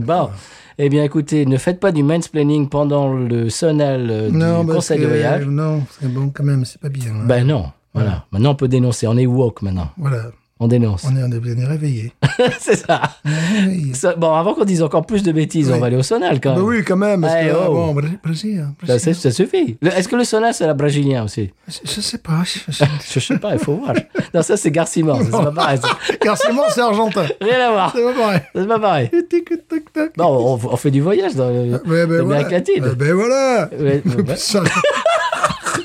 Speaker 1: Bon. Eh bien, écoutez, ne faites pas du mansplaining pendant le sonal euh, du
Speaker 2: non, parce
Speaker 1: conseil
Speaker 2: que,
Speaker 1: de voyage.
Speaker 2: Non, c'est bon, quand même, c'est pas bien. hein.
Speaker 1: Ben non, voilà. Maintenant, on peut dénoncer. On est woke maintenant.
Speaker 2: Voilà,
Speaker 1: On dénonce.
Speaker 2: on est, on est- on
Speaker 1: (laughs)
Speaker 2: est réveillés.
Speaker 1: c'est ça.
Speaker 2: Réveillés.
Speaker 1: Ça- Bon, avant qu'on dise encore plus de bêtises,
Speaker 2: Oui.
Speaker 1: on va aller au sonal quand
Speaker 2: Bah
Speaker 1: même.
Speaker 2: oui, quand même. Parce
Speaker 1: Eh,
Speaker 2: que, ah
Speaker 1: Ah. oh.
Speaker 2: bon, Brésil, Brésil,
Speaker 1: Ça,
Speaker 2: Brésil.
Speaker 1: c'est- ça suffit. Le- Est-ce que le sonal, c'est la brésilien aussi
Speaker 2: Je, je sais pas. je- je-
Speaker 1: Je sais pas, il faut voir. Non, ça, c'est Garcimore. ça, C'est pas pareil. ça.
Speaker 2: Car Simon, c'est argentin.
Speaker 1: (laughs) Rien à voir.
Speaker 2: C'est pas pareil.
Speaker 1: C'est pas pareil.
Speaker 2: Tic-tic-tac-tac.
Speaker 1: Bon, on, on fait du voyage dans le-
Speaker 2: Ouais, ben
Speaker 1: l'Amérique
Speaker 2: voilà.
Speaker 1: latine.
Speaker 2: Ouais, ben voilà.
Speaker 1: Ouais, Euh, ouais.
Speaker 2: Sans,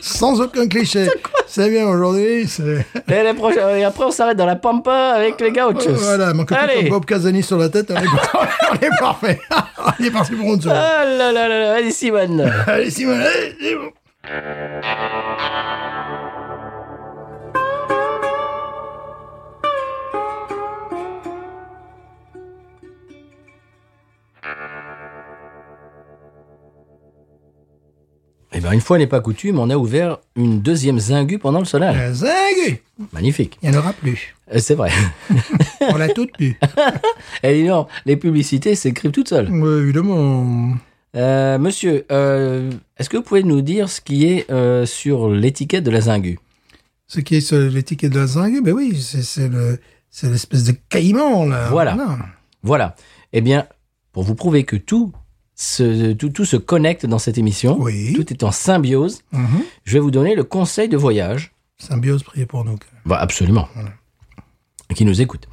Speaker 2: sans aucun cliché. C'est bien aujourd'hui. c'est-
Speaker 1: Et, la prochaine- et après, on s'arrête dans la Pampa avec les gauchos.
Speaker 2: Voilà, manque plus
Speaker 1: Allez.
Speaker 2: que Bob Casani sur la
Speaker 1: (laughs)
Speaker 2: tête. On est, on est parfait. on est parti pour une seconde.
Speaker 1: Ah là là là là, allez, Simone.
Speaker 2: Allez, Simon, allez, c'est bon.
Speaker 1: Eh bien, une fois n'est pas coutume, on a ouvert une deuxième zingue pendant le sonal.
Speaker 2: Euh, Zingue
Speaker 1: Magnifique.
Speaker 2: Il n'y en aura plus.
Speaker 1: Euh, C'est vrai. (laughs)
Speaker 2: On l'a toutes pu.
Speaker 1: Et dis donc, les publicités s'écrivent toutes seules.
Speaker 2: Ouais, évidemment.
Speaker 1: Euh, monsieur, euh, est-ce que vous pouvez nous dire ce qui est euh, sur l'étiquette de la zingue
Speaker 2: Ce qui est sur l'étiquette de la zingue, ben oui, c'est c'est le- c'est l'espèce de caïman, là.
Speaker 1: Voilà. Voilà. Eh bien, pour vous prouver que tout se, tout, tout se connecte dans cette émission,
Speaker 2: Oui.
Speaker 1: tout est en symbiose,
Speaker 2: Mhm.
Speaker 1: je vais vous donner le conseil de voyage
Speaker 2: Symbiose, priez pour nous.
Speaker 1: Bah, absolument. Qui nous écoute.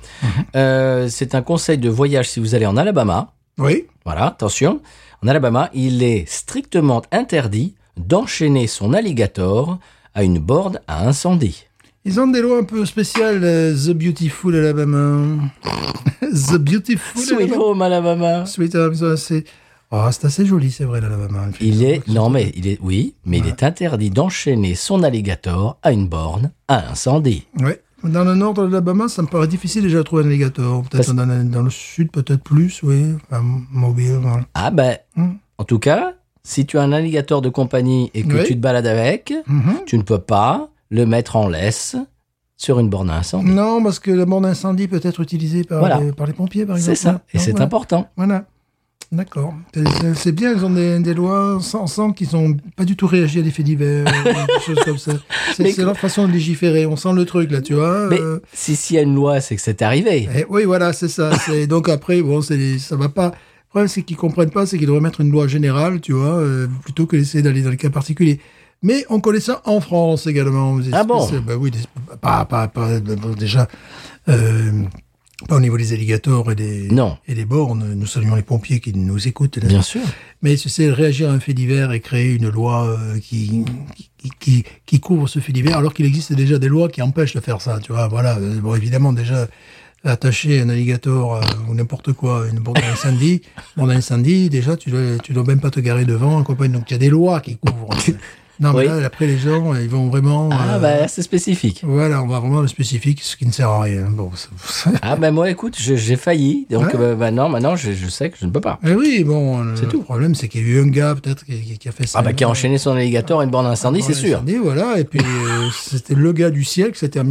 Speaker 1: Euh, c'est un conseil de voyage si vous allez en Alabama.
Speaker 2: Oui.
Speaker 1: Voilà, attention. En Alabama, il est strictement interdit d'enchaîner son alligator à une borne à incendie.
Speaker 2: Ils ont des lois un peu spéciales, euh, The Beautiful Alabama. (laughs) The Beautiful
Speaker 1: Sweet
Speaker 2: Alabama.
Speaker 1: home Alabama.
Speaker 2: Sweet Home, ça, c'est... Oh, c'est assez joli, c'est vrai, l'Alabama.
Speaker 1: Il est non mais il est oui, mais il est interdit d'enchaîner son alligator à une borne à incendie.
Speaker 2: Ouais. Dans le nord de l'Alabama, ça me paraît difficile déjà de trouver un alligator.
Speaker 1: Parce-
Speaker 2: Peut-être dans, dans le sud, peut-être plus, oui. Enfin, mobile, voilà.
Speaker 1: Ah ben,
Speaker 2: Mm.
Speaker 1: en tout cas, si tu as un alligator de compagnie et que
Speaker 2: Oui.
Speaker 1: tu te balades avec,
Speaker 2: Mhm.
Speaker 1: tu ne peux pas le mettre en laisse sur une borne à incendie.
Speaker 2: Non, parce que la borne d'incendie peut être utilisée par,
Speaker 1: Voilà.
Speaker 2: les, par les pompiers, par
Speaker 1: C'est
Speaker 2: exemple.
Speaker 1: ça, et
Speaker 2: Non,
Speaker 1: c'est
Speaker 2: voilà.
Speaker 1: important.
Speaker 2: Voilà. D'accord. C'est- c'est- C'est bien, ils ont des, des lois sans, sans qu'ils n'ont pas du tout réagi à des faits divers, ou des choses comme
Speaker 1: (laughs)
Speaker 2: ça.
Speaker 1: Mais
Speaker 2: C'est c'est
Speaker 1: que-
Speaker 2: leur façon de légiférer. On sent le truc, là, tu vois.
Speaker 1: Mais
Speaker 2: euh,
Speaker 1: si s'il y a une loi, c'est que c'est arrivé.
Speaker 2: eh oui, voilà, c'est ça.
Speaker 1: (laughs)
Speaker 2: C'est- Donc après, bon, c'est- ça va pas. Le problème, c'est qu'ils comprennent pas, c'est qu'ils devraient mettre une loi générale, tu vois, euh, plutôt que d'essayer d'aller dans les cas particuliers. Mais on connaît ça en France également. Des
Speaker 1: Ah bon
Speaker 2: espèces- bah oui, des- pas, pas, pas- d'abord, déjà. euh, Pas au niveau des alligators et des,
Speaker 1: Non.
Speaker 2: et des bornes. Nous saluons les pompiers qui nous écoutent. là.
Speaker 1: Bien sûr.
Speaker 2: Mais tu sais, réagir à un fait divers et créer une loi euh, qui, qui, qui, qui couvre ce fait divers, alors qu'il existe déjà des lois qui empêchent de faire ça, tu vois. Voilà. Euh, Bon, évidemment, déjà, attacher un alligator euh, ou n'importe quoi, une bourde (laughs) d'incendie, bourde d'incendie, déjà, tu dois, tu dois même pas te garer devant, en compagnie. Donc, il y a des lois qui couvrent. non,
Speaker 1: (laughs)
Speaker 2: mais
Speaker 1: Oui.
Speaker 2: là, après, les gens, euh, ils vont vraiment...
Speaker 1: Ah,
Speaker 2: euh,
Speaker 1: bah, c'est spécifique.
Speaker 2: Voilà, on va vraiment dans le spécifique, ce qui ne sert à rien. Bon,
Speaker 1: (laughs)
Speaker 2: ça-
Speaker 1: Ah, bah, moi, écoute, je- j'ai failli. Donc,
Speaker 2: Ouais.
Speaker 1: bah, bah, non, maintenant, je, je sais que je ne peux pas.
Speaker 2: Eh oui, bon, le
Speaker 1: C'est tout.
Speaker 2: problème, c'est qu'il y a eu un gars, peut-être, qui, qui- qui a fait ça.
Speaker 1: Ah, bah, qui a enchaîné son alligator et une borne d'incendie, c'est
Speaker 2: Ouais,
Speaker 1: sûr.
Speaker 2: samedi, voilà, et puis euh, (laughs) c'était le gars du siècle, c'était en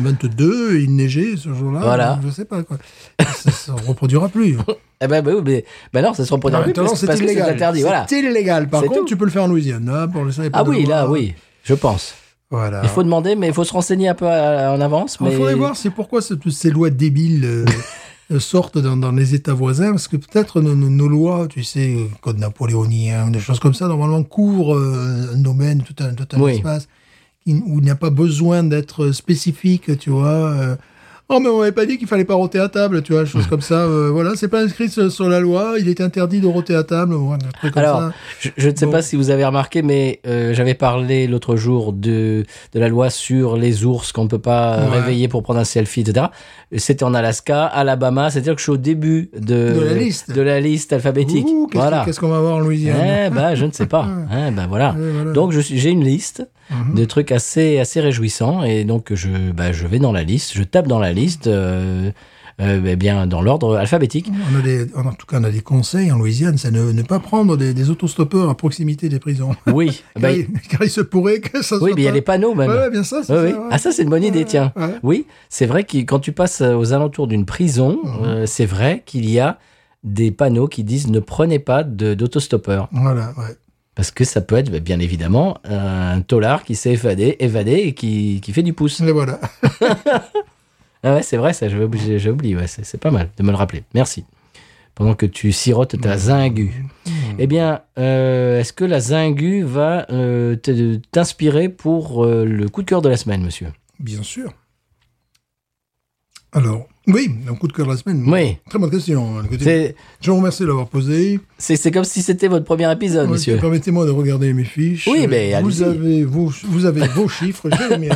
Speaker 2: 1922, il neigeait ce jour-là.
Speaker 1: Voilà.
Speaker 2: Je sais pas quoi. ça se
Speaker 1: (laughs)
Speaker 2: reproduira plus.
Speaker 1: Ah, bah, bah, oui, mais, bah, non, ça se reproduira plus
Speaker 2: Maintenant,
Speaker 1: parce, parce que c'est interdit. Voilà.
Speaker 2: C'était illégal. Par
Speaker 1: C'est
Speaker 2: contre,
Speaker 1: tout.
Speaker 2: tu peux le faire en Louisiane, là, pour le
Speaker 1: Ah, oui, là, oui. Je pense.
Speaker 2: Voilà.
Speaker 1: Il faut demander, mais il faut se renseigner un peu à- en avance.
Speaker 2: Il
Speaker 1: Mais...
Speaker 2: faudrait voir c'est pourquoi ce- toutes ces lois
Speaker 1: (laughs)
Speaker 2: débiles euh, euh, sortent dans, dans les États voisins, parce que peut-être nos, nos- nos lois, tu sais, euh, code napoléonien, des choses comme ça, normalement couvrent euh, un domaine, tout un, tout un
Speaker 1: Oui.
Speaker 2: espace qui- où il n'y a pas besoin d'être spécifique, tu vois. euh, Oh, mais on m'avait pas dit qu'il fallait pas rôter à table, tu vois, des choses comme ça. euh, voilà, c'est pas inscrit sur, sur la loi, il est interdit de rôter à table, ou un truc comme
Speaker 1: Alors,
Speaker 2: ça.
Speaker 1: je, je ne sais
Speaker 2: Bon.
Speaker 1: pas si vous avez remarqué, mais euh, j'avais parlé l'autre jour de, de la loi sur les ours qu'on ne peut pas euh,
Speaker 2: Ouais.
Speaker 1: réveiller pour prendre un selfie, etc. C'était en Alaska, Alabama, c'est-à-dire que je suis au début de,
Speaker 2: De la liste.
Speaker 1: de la liste alphabétique.
Speaker 2: Ouh, qu'est-ce
Speaker 1: voilà.
Speaker 2: qu'est-ce qu'on va avoir en Louisiane
Speaker 1: Eh ben, je ne sais pas. Eh ben, voilà.
Speaker 2: (laughs) Ouais, voilà. Mhm.
Speaker 1: Donc, je suis- j'ai une liste
Speaker 2: Mmh.
Speaker 1: de trucs assez, assez réjouissants. Et donc, je, bah, je vais dans la liste, je tape dans la liste, euh, euh, eh bien, dans l'ordre
Speaker 2: (laughs)
Speaker 1: alphabétique.
Speaker 2: On a des, en tout cas, on a des conseils en Louisiane, c'est ne, ne pas prendre des, des autostoppeurs à proximité des prisons.
Speaker 1: Oui.
Speaker 2: car,
Speaker 1: Bah,
Speaker 2: il, car il se pourrait que ça soit.
Speaker 1: oui, mais il y a
Speaker 2: pas-
Speaker 1: les panneaux même.
Speaker 2: Ah Ouais, ouais, bien ça, c'est
Speaker 1: Oui,
Speaker 2: ça,
Speaker 1: oui.
Speaker 2: ouais.
Speaker 1: Ah, ça, c'est une bonne idée, tiens.
Speaker 2: Ouais.
Speaker 1: Oui, c'est vrai que quand tu passes euh, aux alentours d'une prison,
Speaker 2: Mmh.
Speaker 1: euh, c'est vrai qu'il y a des panneaux qui disent ne prenez pas de- d'autostoppeur.
Speaker 2: Voilà, ouais.
Speaker 1: Parce que ça peut être, bah, bien évidemment, un tolard qui s'est évadé, évadé et qui, qui fait du pouce.
Speaker 2: Et voilà.
Speaker 1: Ah ouais, c'est vrai, ça, j'avais oublié- j'ai oublié. ouais, c'est c'est pas mal de me le rappeler. Merci. Pendant que tu sirotes ta zingue. Eh bien, euh, est-ce que la zingue va euh, te- t'inspirer pour euh, le coup de cœur de la semaine, monsieur
Speaker 2: Bien sûr. Alors, oui, un coup de cœur de la semaine.
Speaker 1: Oui.
Speaker 2: Très bonne question. Écoutez,
Speaker 1: C'est-
Speaker 2: je vous remercie de l'avoir posé.
Speaker 1: C'est c'est comme si c'était votre premier épisode,
Speaker 2: Ouais,
Speaker 1: Ah, monsieur.
Speaker 2: Permettez-moi de regarder mes fiches.
Speaker 1: Oui, mais
Speaker 2: vous
Speaker 1: allez-y.
Speaker 2: avez, vos, vous avez vos chiffres, j'ai les
Speaker 1: (laughs)
Speaker 2: miens.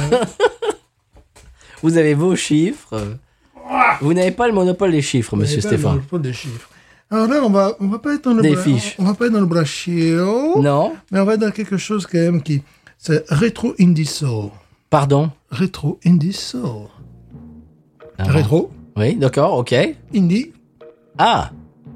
Speaker 1: Vous avez vos chiffres. Vous n'avez pas le monopole des chiffres, monsieur
Speaker 2: Mais pas le
Speaker 1: Stéphane.
Speaker 2: monopole des chiffres. Alors là, on va, on va pas être dans le
Speaker 1: Des
Speaker 2: bra-
Speaker 1: fiches.
Speaker 2: On va pas être dans le brachio.
Speaker 1: Non
Speaker 2: Mais on va être dans quelque chose quand même qui, c'est rétro indie soul.
Speaker 1: Pardon
Speaker 2: Rétro indie soul.
Speaker 1: Ah.
Speaker 2: Rétro
Speaker 1: Oui, d'accord, ok.
Speaker 2: indie.
Speaker 1: Ah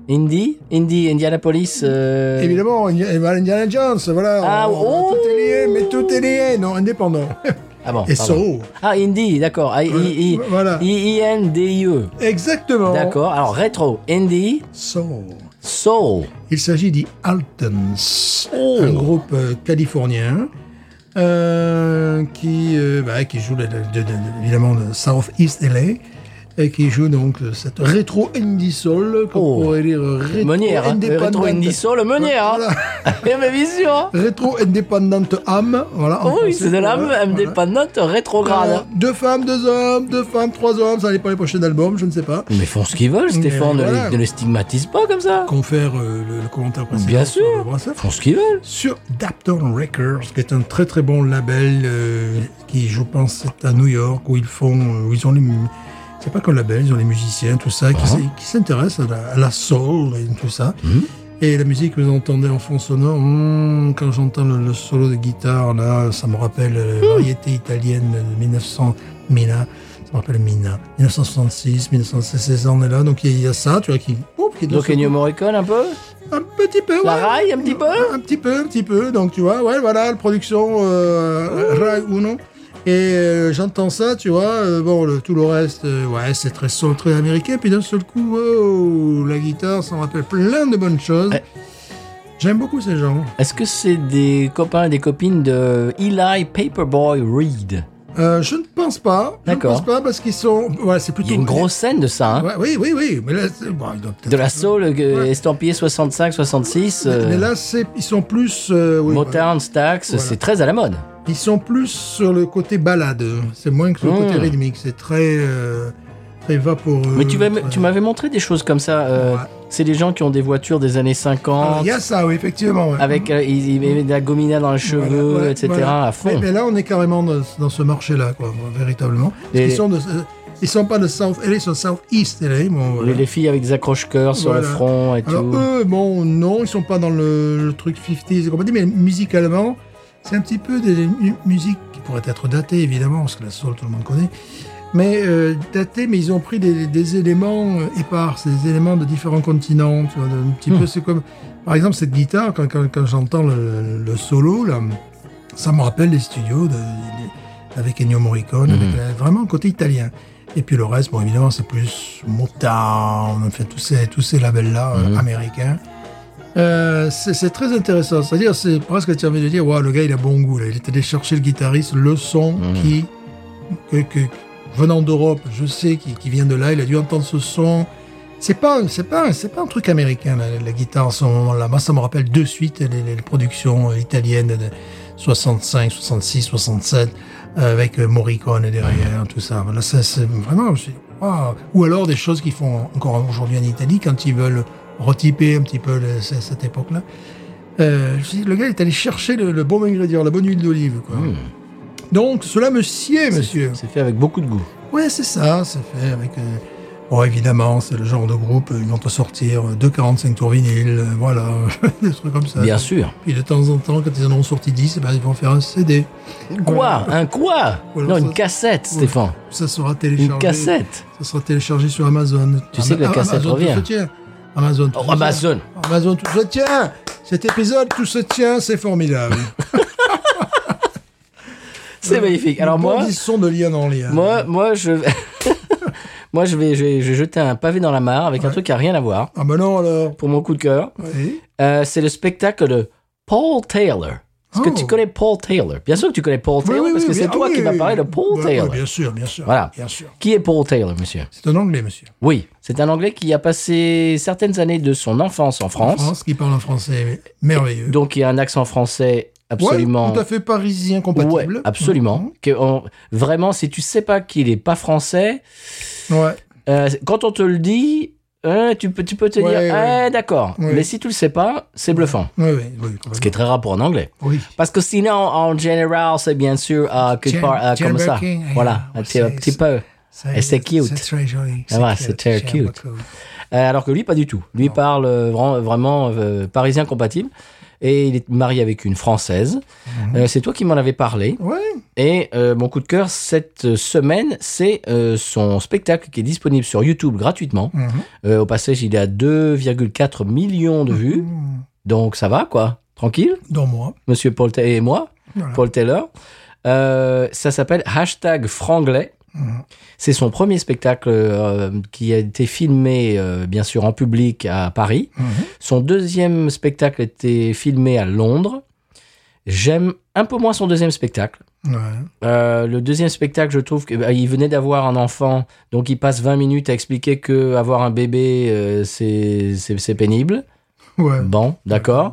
Speaker 1: Indy Indy, Indianapolis. euh,
Speaker 2: Évidemment, Indi- eh ben, Indiana Jones, voilà.
Speaker 1: Ah,
Speaker 2: on- on-
Speaker 1: oh
Speaker 2: Tout est lié, mais tout est lié, non, indépendant. (laughs)
Speaker 1: Ah bon
Speaker 2: Et
Speaker 1: pardon.
Speaker 2: soul.
Speaker 1: Ah, Indy, d'accord. I- I- I-
Speaker 2: Voilà. Oh.
Speaker 1: I-I-N-D-I-E. E.
Speaker 2: Exactement.
Speaker 1: D'accord, alors rétro, Indy,
Speaker 2: Soul.
Speaker 1: soul.
Speaker 2: Il s'agit des Altons,
Speaker 1: Oh.
Speaker 2: un groupe euh, californien euh, qui, euh, bah, qui joue de- de- de- de- évidemment de Southeast LA et qui joue donc euh, cette rétro indie soul qu'on
Speaker 1: Oh.
Speaker 2: pourrait dire euh, rétro
Speaker 1: Meunière, hein.
Speaker 2: indépendante.
Speaker 1: rétro Indy Soul, Meunière.
Speaker 2: Voilà.
Speaker 1: (laughs) Eh ben, bien sûr.
Speaker 2: Rétro indépendante âme, voilà.
Speaker 1: Oh
Speaker 2: en
Speaker 1: Oui,
Speaker 2: français,
Speaker 1: c'est de l'âme
Speaker 2: voilà, voilà.
Speaker 1: indépendante
Speaker 2: Euh,
Speaker 1: rétrograde.
Speaker 2: deux femmes, deux hommes, deux femmes, trois hommes, ça n'est pas les prochains albums, je ne sais pas.
Speaker 1: Mais font ce qu'ils veulent,
Speaker 2: Mais
Speaker 1: Stéphane. Ne
Speaker 2: voilà.
Speaker 1: les- ne les stigmatise pas comme ça.
Speaker 2: Confère euh, le, le commentaire précédent.
Speaker 1: Bien
Speaker 2: sur
Speaker 1: sûr.
Speaker 2: le brasseur.
Speaker 1: Font ce qu'ils veulent.
Speaker 2: sur Dapton Records, qui est un très très bon label euh, qui, je pense, est à New York où ils font, euh, où ils ont les, mu- c'est pas qu'un label, ils ont les musiciens, tout ça, qui,
Speaker 1: Ah. Mhm.
Speaker 2: s'est- qui s'intéressent à la, à la soul et tout ça. Et la musique que vous entendez en fond sonore, hmm, quand j'entends le, le solo de guitare là, ça me rappelle la
Speaker 1: Hmm.
Speaker 2: variété italienne de 1900, Mina. Ça me rappelle Mina. 1966, 1916, on est là. Donc il y, a- il y a ça, tu vois, qui. ouf, qui est de
Speaker 1: Donc
Speaker 2: ce-
Speaker 1: Ennio Morricone un peu
Speaker 2: un petit peu.
Speaker 1: La
Speaker 2: ouais.
Speaker 1: raille, un petit peu
Speaker 2: Un petit peu, un petit peu. Donc, tu vois, ouais, voilà, la production, euh, rail ou non. Et euh, j'entends ça, tu vois. euh, bon, le- tout le reste, euh, ouais, c'est très soul, très américain. Puis d'un seul coup, wow, la guitare, ça me rappelle plein de bonnes choses.
Speaker 1: Ouais.
Speaker 2: J'aime beaucoup ces gens.
Speaker 1: Est-ce que c'est des copains et des copines de Eli Paperboy Reed
Speaker 2: Euh, je ne pense pas. Je ne
Speaker 1: D'accord.
Speaker 2: pense pas parce qu'ils sont. Voilà, c'est
Speaker 1: Il
Speaker 2: plutôt.
Speaker 1: y a une grosse scène de ça, hein
Speaker 2: Ouais, oui, oui, oui. Mais là, c'est- bon, ils doivent peut-être-
Speaker 1: De la soul euh,
Speaker 2: Ouais.
Speaker 1: estampillée 65-66,
Speaker 2: Mais- Mais
Speaker 1: euh,
Speaker 2: là, c'est- ils sont plus. euh, oui, voilà.
Speaker 1: Motown, Stax,
Speaker 2: Voilà.
Speaker 1: c'est très à la mode.
Speaker 2: Ils sont plus sur le côté balade, c'est moins que sur le
Speaker 1: Mmh.
Speaker 2: côté rythmique, c'est très... euh, très vaporeux.
Speaker 1: Mais tu, vas-
Speaker 2: Mm, très-
Speaker 1: tu m'avais montré des choses comme ça. euh,
Speaker 2: Ouais.
Speaker 1: C'est des gens qui ont des voitures des années 50,
Speaker 2: Ah, Il y a ça, oui, effectivement. ouais.
Speaker 1: avec euh, ils, ils mettent de la gomina dans les cheveux,
Speaker 2: Voilà, ouais,
Speaker 1: etc.
Speaker 2: voilà.
Speaker 1: À fond.
Speaker 2: Mais, mais là, on est carrément dans, dans ce marché-là, quoi, véritablement. Parce
Speaker 1: Et-
Speaker 2: qu'ils sont de- euh, ils sont pas de South LA, ils sont South East LA. Bon, voilà.
Speaker 1: Les, les filles avec des accroche-coeurs sur le
Speaker 2: Voilà.
Speaker 1: front et
Speaker 2: Alors
Speaker 1: tout.
Speaker 2: eux, bon, non, ils sont pas dans le, le truc 50s et compagnie, mais musicalement, c'est un petit peu des mu- musiques qui pourraient être datées, évidemment, parce que la soul, tout le monde connaît. Mais euh, datées, mais ils ont pris des, des éléments euh, épars, c'est des éléments de différents continents. Tu vois, de- un
Speaker 1: Hmm.
Speaker 2: petit peu, c'est comme, par exemple, cette guitare, quand, quand, quand j'entends le, le solo, là, ça me rappelle les studios de- de- avec Ennio Morricone,
Speaker 1: Hmm.
Speaker 2: avec euh, vraiment le côté italien. Et puis le reste, bon, évidemment, c'est plus Motown, enfin, tous ces, tous ces labels-là euh, américains. Euh, c'est c'est très intéressant. C'est-à-dire, c'est presque, tu as envie de dire, waouh, le gars, il a bon goût. là. Il était allé chercher le guitariste, le son qui, que, que- venant d'Europe, je sais, qui, qui vient de là, il a dû entendre ce son. C'est pas, c'est pas, c'est pas un truc américain, la, la guitare, en ce moment-là. Moi, ça me rappelle de suite les, les- les productions italiennes de 65, 66, 67, euh, avec euh, Morricone derrière, tout ça. Voilà, ça, c'est vraiment, je suis- waouh. Ou alors des choses qu'ils font encore aujourd'hui en Italie quand ils veulent retyper un petit peu le- ce- cette époque-là. Euh, je dis, le gars est allé chercher le, le bon ingrédient, la bonne huile d'olive. quoi. Donc, cela me sied, monsieur.
Speaker 1: C'est fait avec beaucoup de goût.
Speaker 2: Ouais, c'est ça, c'est fait avec. euh, Bon, évidemment, c'est le genre de groupe, euh, ils vont te sortir euh, deux 45 tours vinyle, euh, voilà, (laughs) des trucs comme ça.
Speaker 1: Bien sûr.
Speaker 2: Puis de temps en temps, quand ils en ont sorti 10, eh ben, ils vont faire un CD.
Speaker 1: Quoi Un quoi
Speaker 2: Voilà,
Speaker 1: Non,
Speaker 2: ça-
Speaker 1: une cassette, Stéphane.
Speaker 2: Ça sera téléchargé.
Speaker 1: Une cassette.
Speaker 2: Ça sera téléchargé sur Amazon.
Speaker 1: Tu sais que la
Speaker 2: Ama-
Speaker 1: cassette
Speaker 2: Amazon,
Speaker 1: revient.
Speaker 2: Tout se tient. Amazon. tout
Speaker 1: Oh,
Speaker 2: se tient.
Speaker 1: Amazon.
Speaker 2: Amazon, tout se tient. Cet épisode, tout se tient, c'est formidable.
Speaker 1: C'est magnifique. Alors moi,
Speaker 2: ils sont de lien en lien.
Speaker 1: moi, moi, je, (laughs) moi, je vais, je vais, je vais jeter un pavé dans la mare avec un truc qui a rien à voir.
Speaker 2: Ah ben non alors.
Speaker 1: Pour mon coup de cœur,
Speaker 2: Oui.
Speaker 1: Euh, c'est le spectacle de Paul Taylor. Est-ce que
Speaker 2: Oh.
Speaker 1: tu connais Paul Taylor Bien sûr que tu connais Paul Taylor parce que c'est
Speaker 2: ah
Speaker 1: toi
Speaker 2: oui,
Speaker 1: qui m'as
Speaker 2: oui,
Speaker 1: parlé de Paul
Speaker 2: oui,
Speaker 1: Taylor.
Speaker 2: oui, bien sûr, bien sûr.
Speaker 1: Voilà.
Speaker 2: Bien sûr.
Speaker 1: Qui est Paul Taylor, monsieur
Speaker 2: C'est un anglais, monsieur.
Speaker 1: Oui, c'est un Anglais qui a passé certaines années de son enfance en
Speaker 2: En
Speaker 1: France,
Speaker 2: France, qui parle en français merveilleux.
Speaker 1: donc il a un accent français absolument.
Speaker 2: Ouais, tout à fait parisien compatible. Mm-hmm.
Speaker 1: Ouais, absolument. Que on- Vraiment, si tu sais pas qu'il est pas français,
Speaker 2: Mhm. Ouais.
Speaker 1: euh, quand on te le dit, euh, tu, peux, tu peux te
Speaker 2: Ouais,
Speaker 1: dire,
Speaker 2: ouais.
Speaker 1: eh, d'accord.
Speaker 2: Ouais.
Speaker 1: Mais si tu le sais pas, c'est bluffant.
Speaker 2: Ouais, ouais, oui,
Speaker 1: Ce qui est très rare pour un Anglais.
Speaker 2: Oui.
Speaker 1: Parce que sinon, en général, c'est bien sûr euh, que
Speaker 2: Jam-
Speaker 1: par- euh, comme ça.
Speaker 2: jambaki, eh,
Speaker 1: Voilà,
Speaker 2: on
Speaker 1: un petit, un
Speaker 2: sait,
Speaker 1: petit
Speaker 2: c'est-
Speaker 1: peu. Et c'est cute.
Speaker 2: C'est très joli.
Speaker 1: Ah ouais, c'est très
Speaker 2: j'aime
Speaker 1: cute.
Speaker 2: beaucoup.
Speaker 1: Euh, alors que lui, pas du tout. Lui parle euh, vra- vraiment euh, parisien compatible. Et il est marié avec une Française.
Speaker 2: Mhm.
Speaker 1: Euh, c'est toi qui m'en avais parlé.
Speaker 2: Ouais.
Speaker 1: Et euh, mon coup de cœur cette euh, semaine, c'est euh, son spectacle qui est disponible sur YouTube gratuitement.
Speaker 2: Mhm.
Speaker 1: Euh, au passage, il est à 2,4 millions de vues.
Speaker 2: Mhm.
Speaker 1: Donc ça va, quoi. Tranquille,
Speaker 2: Dans moi.
Speaker 1: monsieur Paul Taylor et moi,
Speaker 2: Voilà.
Speaker 1: Paul Taylor. Euh, ça s'appelle Hashtag Franglais.
Speaker 2: Mhm.
Speaker 1: C'est son premier spectacle euh, qui a été filmé, euh, bien sûr, en public à Paris.
Speaker 2: Mhm.
Speaker 1: Son deuxième spectacle était filmé à Londres. J'aime un peu moins son deuxième spectacle.
Speaker 2: Ouais.
Speaker 1: Euh, le deuxième spectacle, je trouve qu'il venait d'avoir un enfant, donc il passe 20 minutes à expliquer que avoir un bébé, euh, c'est- c'est c'est pénible.
Speaker 2: Ouais.
Speaker 1: Bon, d'accord.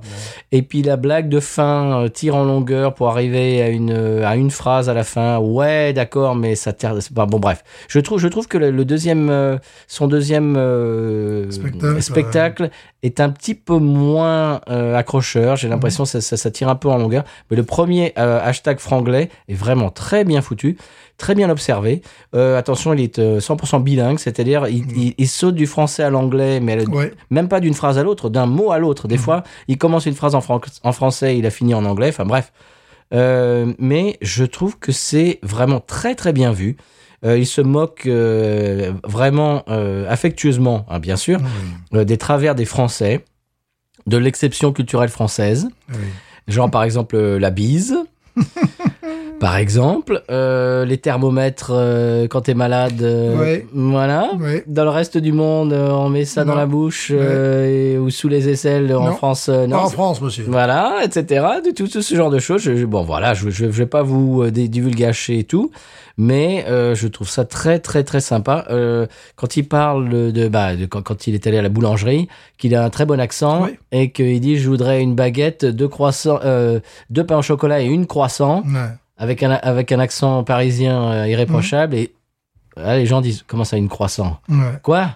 Speaker 1: Et puis la blague de fin euh, tire en longueur pour arriver à une, euh, à une phrase à la fin. Ouais, d'accord, mais ça tire. c'est pas- bon, bref. Je trouve, je trouve que le, le deuxième, euh, son deuxième euh,
Speaker 2: Spectacle,
Speaker 1: spectacle est un petit peu moins euh, accrocheur. J'ai l'impression
Speaker 2: Mhm.
Speaker 1: que ça, ça, ça tire un peu en longueur. Mais le premier euh, hashtag franglais est vraiment très bien foutu, très bien observé. Euh, attention, il est euh, 100% bilingue, c'est-à-dire il, il- il saute du français à l'anglais, mais
Speaker 2: Mhm. Ouais.
Speaker 1: même pas d'une phrase à l'autre, d'un mot à l'autre. Des fois, il commence une phrase en, fran- en français, il a fini en anglais, enfin bref. Euh, mais je trouve que c'est vraiment très très bien vu. Euh, il se moque euh, vraiment euh, affectueusement, hein, bien sûr, euh, des travers des Français, de l'exception culturelle française,
Speaker 2: Oui.
Speaker 1: genre par exemple euh, la bise. Par exemple, euh, les thermomètres euh, quand t'es malade, euh,
Speaker 2: Ouais.
Speaker 1: voilà.
Speaker 2: Ouais.
Speaker 1: Dans le reste du monde, euh, on met ça
Speaker 2: Non.
Speaker 1: dans la bouche euh, et- ou sous les aisselles en
Speaker 2: Non.
Speaker 1: France. euh, non,
Speaker 2: Pas en
Speaker 1: c'est-
Speaker 2: France, monsieur.
Speaker 1: voilà, etc. De tout, tout ce genre de choses. Je- je- bon, voilà, je, je, je vais pas vous euh, dé- divulgacher et tout, mais euh, je trouve ça très, très, très sympa. Euh, quand il parle de, bah, de quand, quand il est allé à la boulangerie, qu'il a un très bon accent
Speaker 2: Oui.
Speaker 1: et qu'il dit je voudrais une baguette, deux croissants, euh, deux pains au chocolat et une croissant
Speaker 2: Ouais. Mmh.
Speaker 1: avec un avec un accent parisien euh, irréprochable et Là, les gens disent Comment ça, une croissant
Speaker 2: Ouais.
Speaker 1: Quoi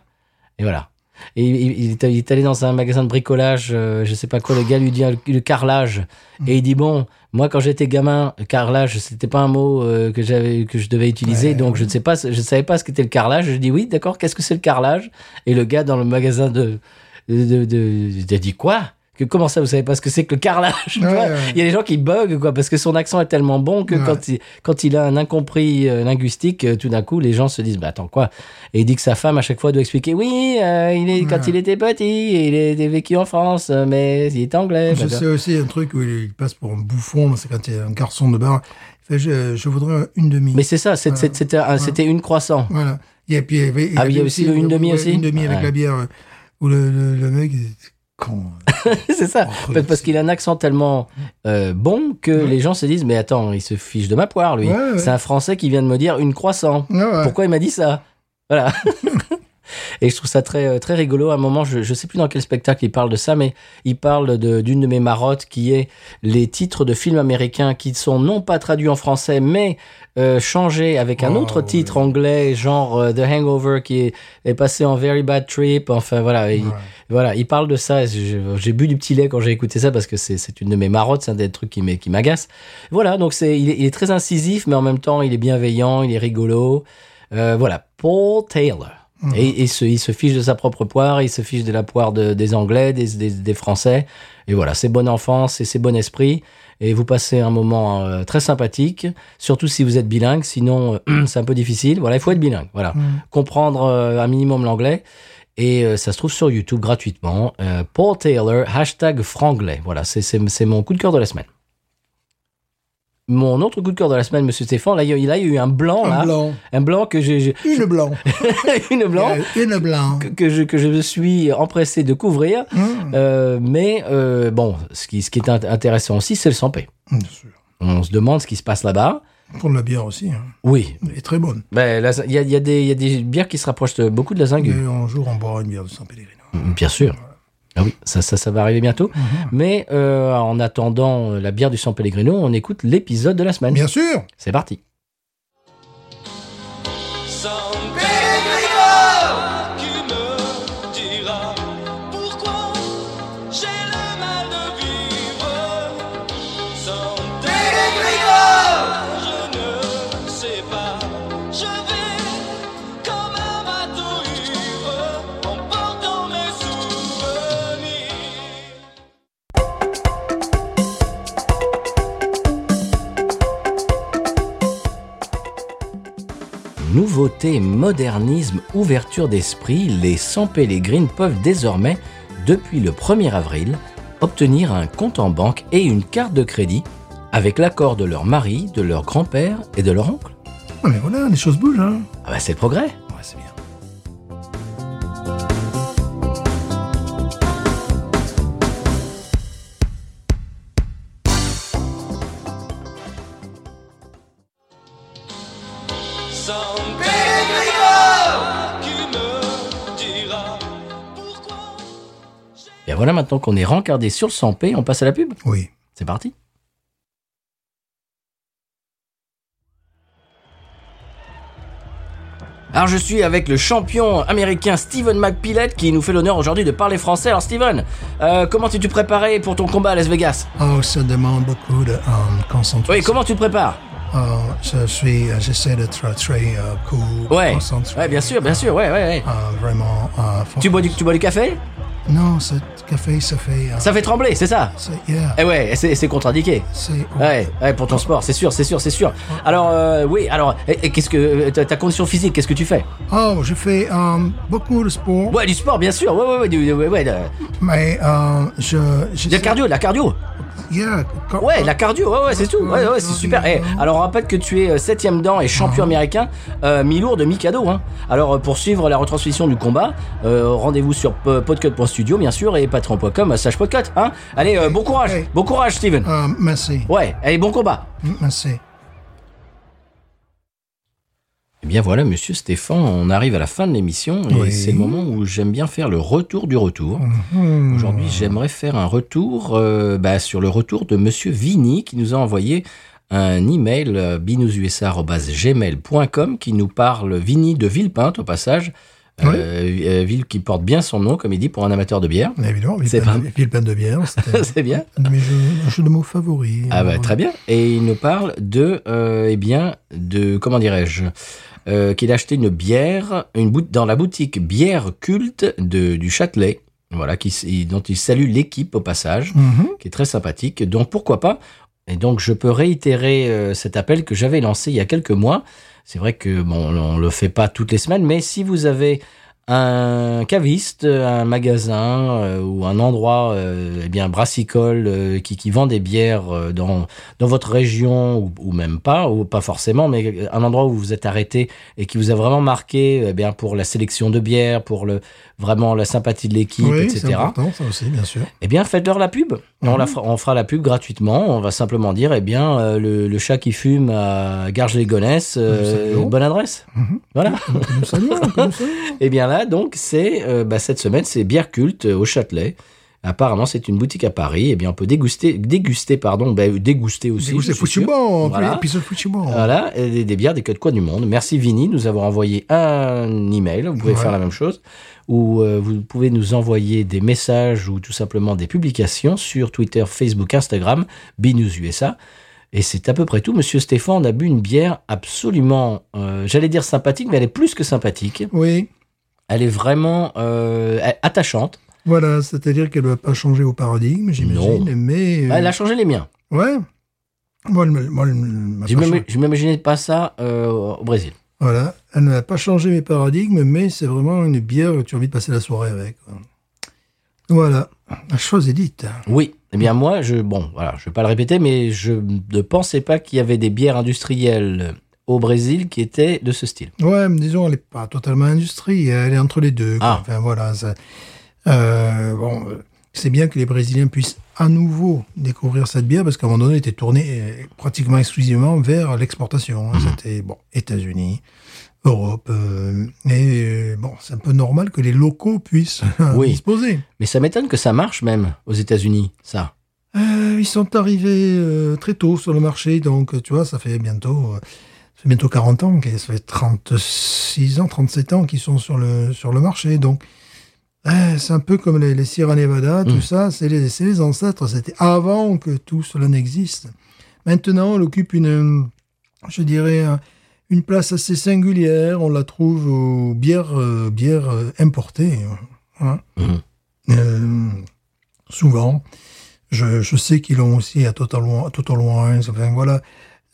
Speaker 1: Et voilà. Et il, il est, il est allé dans un magasin de bricolage, euh, je sais pas quoi, le gars lui dit euh, le carrelage. Et il dit Bon, moi, quand j'étais gamin, carrelage, c'était pas un mot euh, que, j'avais, que je devais utiliser,
Speaker 2: Ouais.
Speaker 1: donc je ne sais pas, je savais pas ce qu'était le carrelage. Je dis Oui, d'accord, qu'est-ce que c'est le carrelage Et le gars dans le magasin de. de, de, de- il a dit Quoi que, Comment ça, vous savez pas ce que c'est que le carrelage Tu
Speaker 2: Ouais,
Speaker 1: vois
Speaker 2: ouais.
Speaker 1: Il y a des gens qui bug, quoi, parce que son accent est tellement bon que
Speaker 2: Ouais.
Speaker 1: quand, il, quand il a un incompris euh, linguistique, euh, tout d'un coup, les gens se disent Bah attends, quoi et il dit que sa femme, à chaque fois, doit expliquer Oui, euh, il est,
Speaker 2: Ouais.
Speaker 1: quand il était petit, il était vécu en France, euh, mais il est anglais.
Speaker 2: Je
Speaker 1: bah,
Speaker 2: sais aussi un truc où il passe pour un bouffon, c'est quand il y a un garçon de bar. Il fait, je, je voudrais une demi.
Speaker 1: Mais c'est ça, c'est- c'est- c'était un- c'était une croissant. (laughs)
Speaker 2: Voilà. Et puis, il y avait, il y
Speaker 1: Ah, il y
Speaker 2: avait
Speaker 1: a aussi le une demi
Speaker 2: ouais,
Speaker 1: aussi Ah
Speaker 2: Une demi avec
Speaker 1: Ouais.
Speaker 2: la bière. euh, Où le, le, le mec, il est
Speaker 1: (laughs)
Speaker 2: con.
Speaker 1: c'est ça.
Speaker 2: Oh,
Speaker 1: Parce- Parce qu'il a un accent tellement euh, bon que les gens se disent Mais attends, il se fiche de ma poire, lui.
Speaker 2: Ouais, ouais.
Speaker 1: C'est un Français qui vient de me dire une croissant.
Speaker 2: Ouais, Ah ouais.
Speaker 1: Pourquoi il m'a dit ça Voilà. (laughs) Et je trouve ça très, euh, très rigolo. À un moment, je ne sais plus dans quel spectacle il parle de ça, mais il parle de- d'une de, mes marottes qui est les titres de films américains qui sont non pas traduits en français, mais euh, changés avec un
Speaker 2: Oh,
Speaker 1: autre
Speaker 2: ouais.
Speaker 1: titre anglais, genre euh, The Hangover, qui est, est passé en Very Bad Trip. Enfin, voilà. Il,
Speaker 2: Ouais.
Speaker 1: voilà, il parle de ça. J'ai j'ai bu du petit lait quand j'ai écouté ça parce que c'est c'est une de mes marottes, c'est un des trucs qui m'est- qui m'agace. Voilà, donc c'est il, est- il est très incisif, mais en même temps, il est bienveillant, il est rigolo. Euh, voilà, Paul Taylor.
Speaker 2: Mhm.
Speaker 1: Et, et se, il se fiche de sa propre poire, il se fiche de la poire de- des Anglais, des, des, des Français. Et voilà, c'est bon enfant, c'est c'est bon esprit. Et vous passez un moment euh, très sympathique, surtout si vous êtes bilingue, sinon euh, (clears throat) c'est un peu difficile. Voilà, il faut être bilingue. Voilà
Speaker 2: Mhm.
Speaker 1: comprendre euh, un minimum l'anglais. Et euh, ça se trouve sur YouTube gratuitement. Euh, Paul Taylor, hashtag franglais. Voilà, c'est- c'est c'est mon coup de cœur de la semaine. Mon autre coup de cœur de la semaine, monsieur Stéphane, là, il y a- il y a eu un blanc, là.
Speaker 2: Un blanc.
Speaker 1: Un blanc que j'ai. j'ai-
Speaker 2: Une blanc.
Speaker 1: (laughs) une blanc
Speaker 2: Euh, (laughs) Une blanc.
Speaker 1: que, que je, que je me suis empressé de couvrir.
Speaker 2: Mmh.
Speaker 1: Euh, mais euh, bon, ce qui, ce qui est int- intéressant aussi, c'est le sans-paix.
Speaker 2: Bien sûr.
Speaker 1: On se demande ce qui se passe là-bas.
Speaker 2: Pour de la bière aussi. hein.
Speaker 1: Oui.
Speaker 2: Elle est très bonne.
Speaker 1: Ben, la- il y a, il y a des il y a des bières qui se rapprochent de- beaucoup de la zingue.
Speaker 2: Et un jour, on boira une bière de San Pellegrino.
Speaker 1: Bien sûr. Ah oui, ça, ça, ça va arriver bientôt. Mais euh, en attendant euh, la bière du San Pellegrino, on écoute l'épisode de la semaine.
Speaker 2: Bien sûr.
Speaker 1: C'est parti.
Speaker 3: San Pellegrino qui me dira pourquoi j'ai le mal de vivre. San Pellegrino, je ne sais pas, je vais comme un bateau ivre en portant mes souvenirs.
Speaker 1: Nouveauté, modernisme, ouverture d'esprit, les 100 Pellegrines peuvent désormais, depuis le 1er avril, obtenir un compte en banque et une carte de crédit avec l'accord de leur mari, de leur grand-père et de leur oncle.
Speaker 2: Ah, mais voilà, les choses bougent. Hein.
Speaker 1: Ah bah c'est le progrès.
Speaker 2: Ouais, c'est bien.
Speaker 3: San Pellegrino qui me dira pourquoi.
Speaker 1: Bien voilà maintenant qu'on est rencardé sur le 100 P, on passe à la pub.
Speaker 2: Oui.
Speaker 1: C'est parti. Alors je suis avec le champion américain Steven McPillette qui nous fait l'honneur aujourd'hui de parler français. Alors Steven, euh, comment t'es-tu préparé pour ton combat à Las Vegas
Speaker 2: Oh, ça demande beaucoup de euh, concentration.
Speaker 1: Oui, comment tu te prépares
Speaker 2: Euh, je suis, euh, j'essaie d'être très euh, cool,
Speaker 1: Ouais,
Speaker 2: concentré.
Speaker 1: ouais, bien sûr, bien sûr, ouais, ouais. ouais.
Speaker 2: Euh, vraiment. euh, fort.
Speaker 1: Tu bois du, tu bois du café
Speaker 2: Non, ce café, ça fait. euh,
Speaker 1: Ça fait trembler, c'est ça
Speaker 2: c'est, yeah,
Speaker 1: Eh ouais, c'est c'est contre-indiqué.
Speaker 2: c'est.
Speaker 1: Ouais, ouais, pour ton sport, c'est sûr, c'est sûr, c'est sûr. Alors euh, oui, alors et- et qu'est-ce que euh, ta ta condition physique, qu'est-ce que tu fais
Speaker 2: Oh, je fais euh, beaucoup de sport,
Speaker 1: Ouais, du sport, bien sûr. Ouais, ouais, ouais, du- ouais, ouais. de-
Speaker 2: mais euh, je. je
Speaker 1: De la cardio, de la cardio.
Speaker 2: Yeah, co-
Speaker 1: Ouais, de la cardio, ouais, ouais, c'est tout. Ouais, ouais, c'est super. Eh, alors, on rappelle que tu es 7ème dent et champion américain, euh, mi-lourd de mi-cadeau. Hein. Alors, euh, pour suivre la retransmission du combat, euh, rendez-vous sur p- podcut.studio, bien sûr, et patreon.com, slash podcut. Hein. Allez, euh, bon courage,
Speaker 2: Ok.
Speaker 1: bon courage, Steven.
Speaker 2: Euh, merci.
Speaker 1: Ouais, allez, bon combat.
Speaker 2: Merci.
Speaker 1: Eh bien voilà, monsieur Stéphane, on arrive à la fin de l'émission et
Speaker 2: Oui.
Speaker 1: c'est le moment où j'aime bien faire le retour du retour.
Speaker 2: Mm-hmm.
Speaker 1: Aujourd'hui, j'aimerais faire un retour euh, bah, sur le retour de monsieur Vini qui nous a envoyé un email euh, binoususa.gmail.com qui nous parle Vini de Villepinte, au passage. Euh, euh, ville qui porte bien son nom, comme il dit, pour un amateur de bière.
Speaker 2: Évidemment,
Speaker 1: C'est
Speaker 2: Villepinte de- Villepinte de
Speaker 1: (laughs)
Speaker 2: bière, c'était
Speaker 1: C'est bien.
Speaker 2: un de mes jeux, un jeu de mots favoris.
Speaker 1: Ah bah très bien. Et il nous parle de, euh, eh bien, de comment dirais-je, euh, qu'il a acheté une bière, une bout dans la boutique bière culte de du Châtelet. Voilà, qui, s- il- dont il salue l'équipe au passage,
Speaker 2: Mhm.
Speaker 1: qui est très sympathique. Donc pourquoi pas Et donc je peux réitérer euh, cet appel que j'avais lancé il y a quelques mois. C'est vrai que bon, on le fait pas toutes les semaines, mais si vous avez un caviste, un magasin euh, ou un endroit, euh, eh bien brassicole euh, qui, qui vend des bières euh, dans dans votre région ou, ou même pas, ou pas forcément, mais euh, un endroit où vous êtes arrêté et qui vous a vraiment marqué, eh bien pour la sélection de bières, pour le vraiment la sympathie de l'équipe,
Speaker 2: oui,
Speaker 1: etc.
Speaker 2: c'est important, ça aussi, bien sûr.
Speaker 1: Eh bien, faites-leur la pub. On, la fera, on fera la pub gratuitement. On va simplement dire, eh bien, euh, le, le chat qui fume à Garges-les-Gonesses, euh,
Speaker 2: Nous saluons.
Speaker 1: bonne adresse.
Speaker 2: Mhm.
Speaker 1: Voilà.
Speaker 2: Que nous saluons, que nous saluons.
Speaker 1: (laughs) Eh bien là, donc, c'est euh, bah, cette semaine, c'est bière culte euh, au Châtelet. Apparemment, c'est une boutique à Paris. Eh bien, on peut déguster, déguster, pardon, bah, déguster aussi.
Speaker 2: Dégoûté
Speaker 1: je suis sûr.
Speaker 2: Fouchibon,
Speaker 1: Voilà.
Speaker 2: épisode Fouchibon.
Speaker 1: Voilà, et des, des bières des quatre coins du monde. Merci Vini de nous avoir envoyé un email. Vous pouvez
Speaker 2: Ouais.
Speaker 1: faire la même chose. Ou euh, vous pouvez nous envoyer des messages ou tout simplement des publications sur Twitter, Facebook, Instagram, BNews USA. Et c'est à peu près tout. Monsieur Stéphane, on a bu une bière absolument, euh, j'allais dire sympathique, mais elle est plus que sympathique.
Speaker 2: Oui,
Speaker 1: Elle est vraiment euh, attachante.
Speaker 2: voilà, c'est-à-dire qu'elle ne va pas changer au paradigme, j'imagine, mais... euh,
Speaker 1: Bah, Elle a changé les miens.
Speaker 2: Ouais. Moi, elle me- moi, elle me- m'a
Speaker 1: Je
Speaker 2: pas
Speaker 1: m'im-
Speaker 2: changé.
Speaker 1: je m'imaginais pas ça euh, au Brésil.
Speaker 2: Voilà, elle n'a pas changé mes paradigmes, mais c'est vraiment une bière que tu as envie de passer la soirée avec. quoi. Voilà, la chose est dite.
Speaker 1: Oui. Eh bien, moi, je, bon, voilà, je vais pas le répéter, mais je ne pensais pas qu'il y avait des bières industrielles au Brésil qui étaient de ce style.
Speaker 2: Ouais, mais disons, elle n'est pas totalement industrie, elle est entre les deux. quoi.
Speaker 1: Ah.
Speaker 2: Enfin, voilà, ça- euh, bon, euh, c'est bien que les Brésiliens puissent à nouveau découvrir cette bière, parce qu'à un moment donné, elle était tournée euh, pratiquement exclusivement vers l'exportation. hein.
Speaker 1: Mmh.
Speaker 2: C'était, bon, États-Unis, Europe, euh, et euh, bon, c'est un peu normal que les locaux puissent en
Speaker 1: Oui.
Speaker 2: (laughs) disposer.
Speaker 1: Mais ça m'étonne que ça marche même aux États-Unis, ça.
Speaker 2: Euh, ils sont arrivés euh, très tôt sur le marché, donc tu vois, ça fait bientôt, euh, ça fait bientôt 40 ans, qu'ils- ça fait 36 ans, 37 ans qu'ils sont sur le, sur le marché. Donc, euh, c'est un peu comme les, les Sierra Nevada, tout
Speaker 1: Mm.
Speaker 2: ça, c'est les, c'est les ancêtres, c'était avant que tout cela n'existe. Maintenant, elle occupe une, euh, je dirais, un- une place assez singulière. On la trouve aux bières, euh, bières euh, importées. hein.
Speaker 1: Mhm.
Speaker 2: Euh, souvent. Je, je sais qu'ils l'ont aussi à Total, Wa- Total Wines. Enfin, voilà.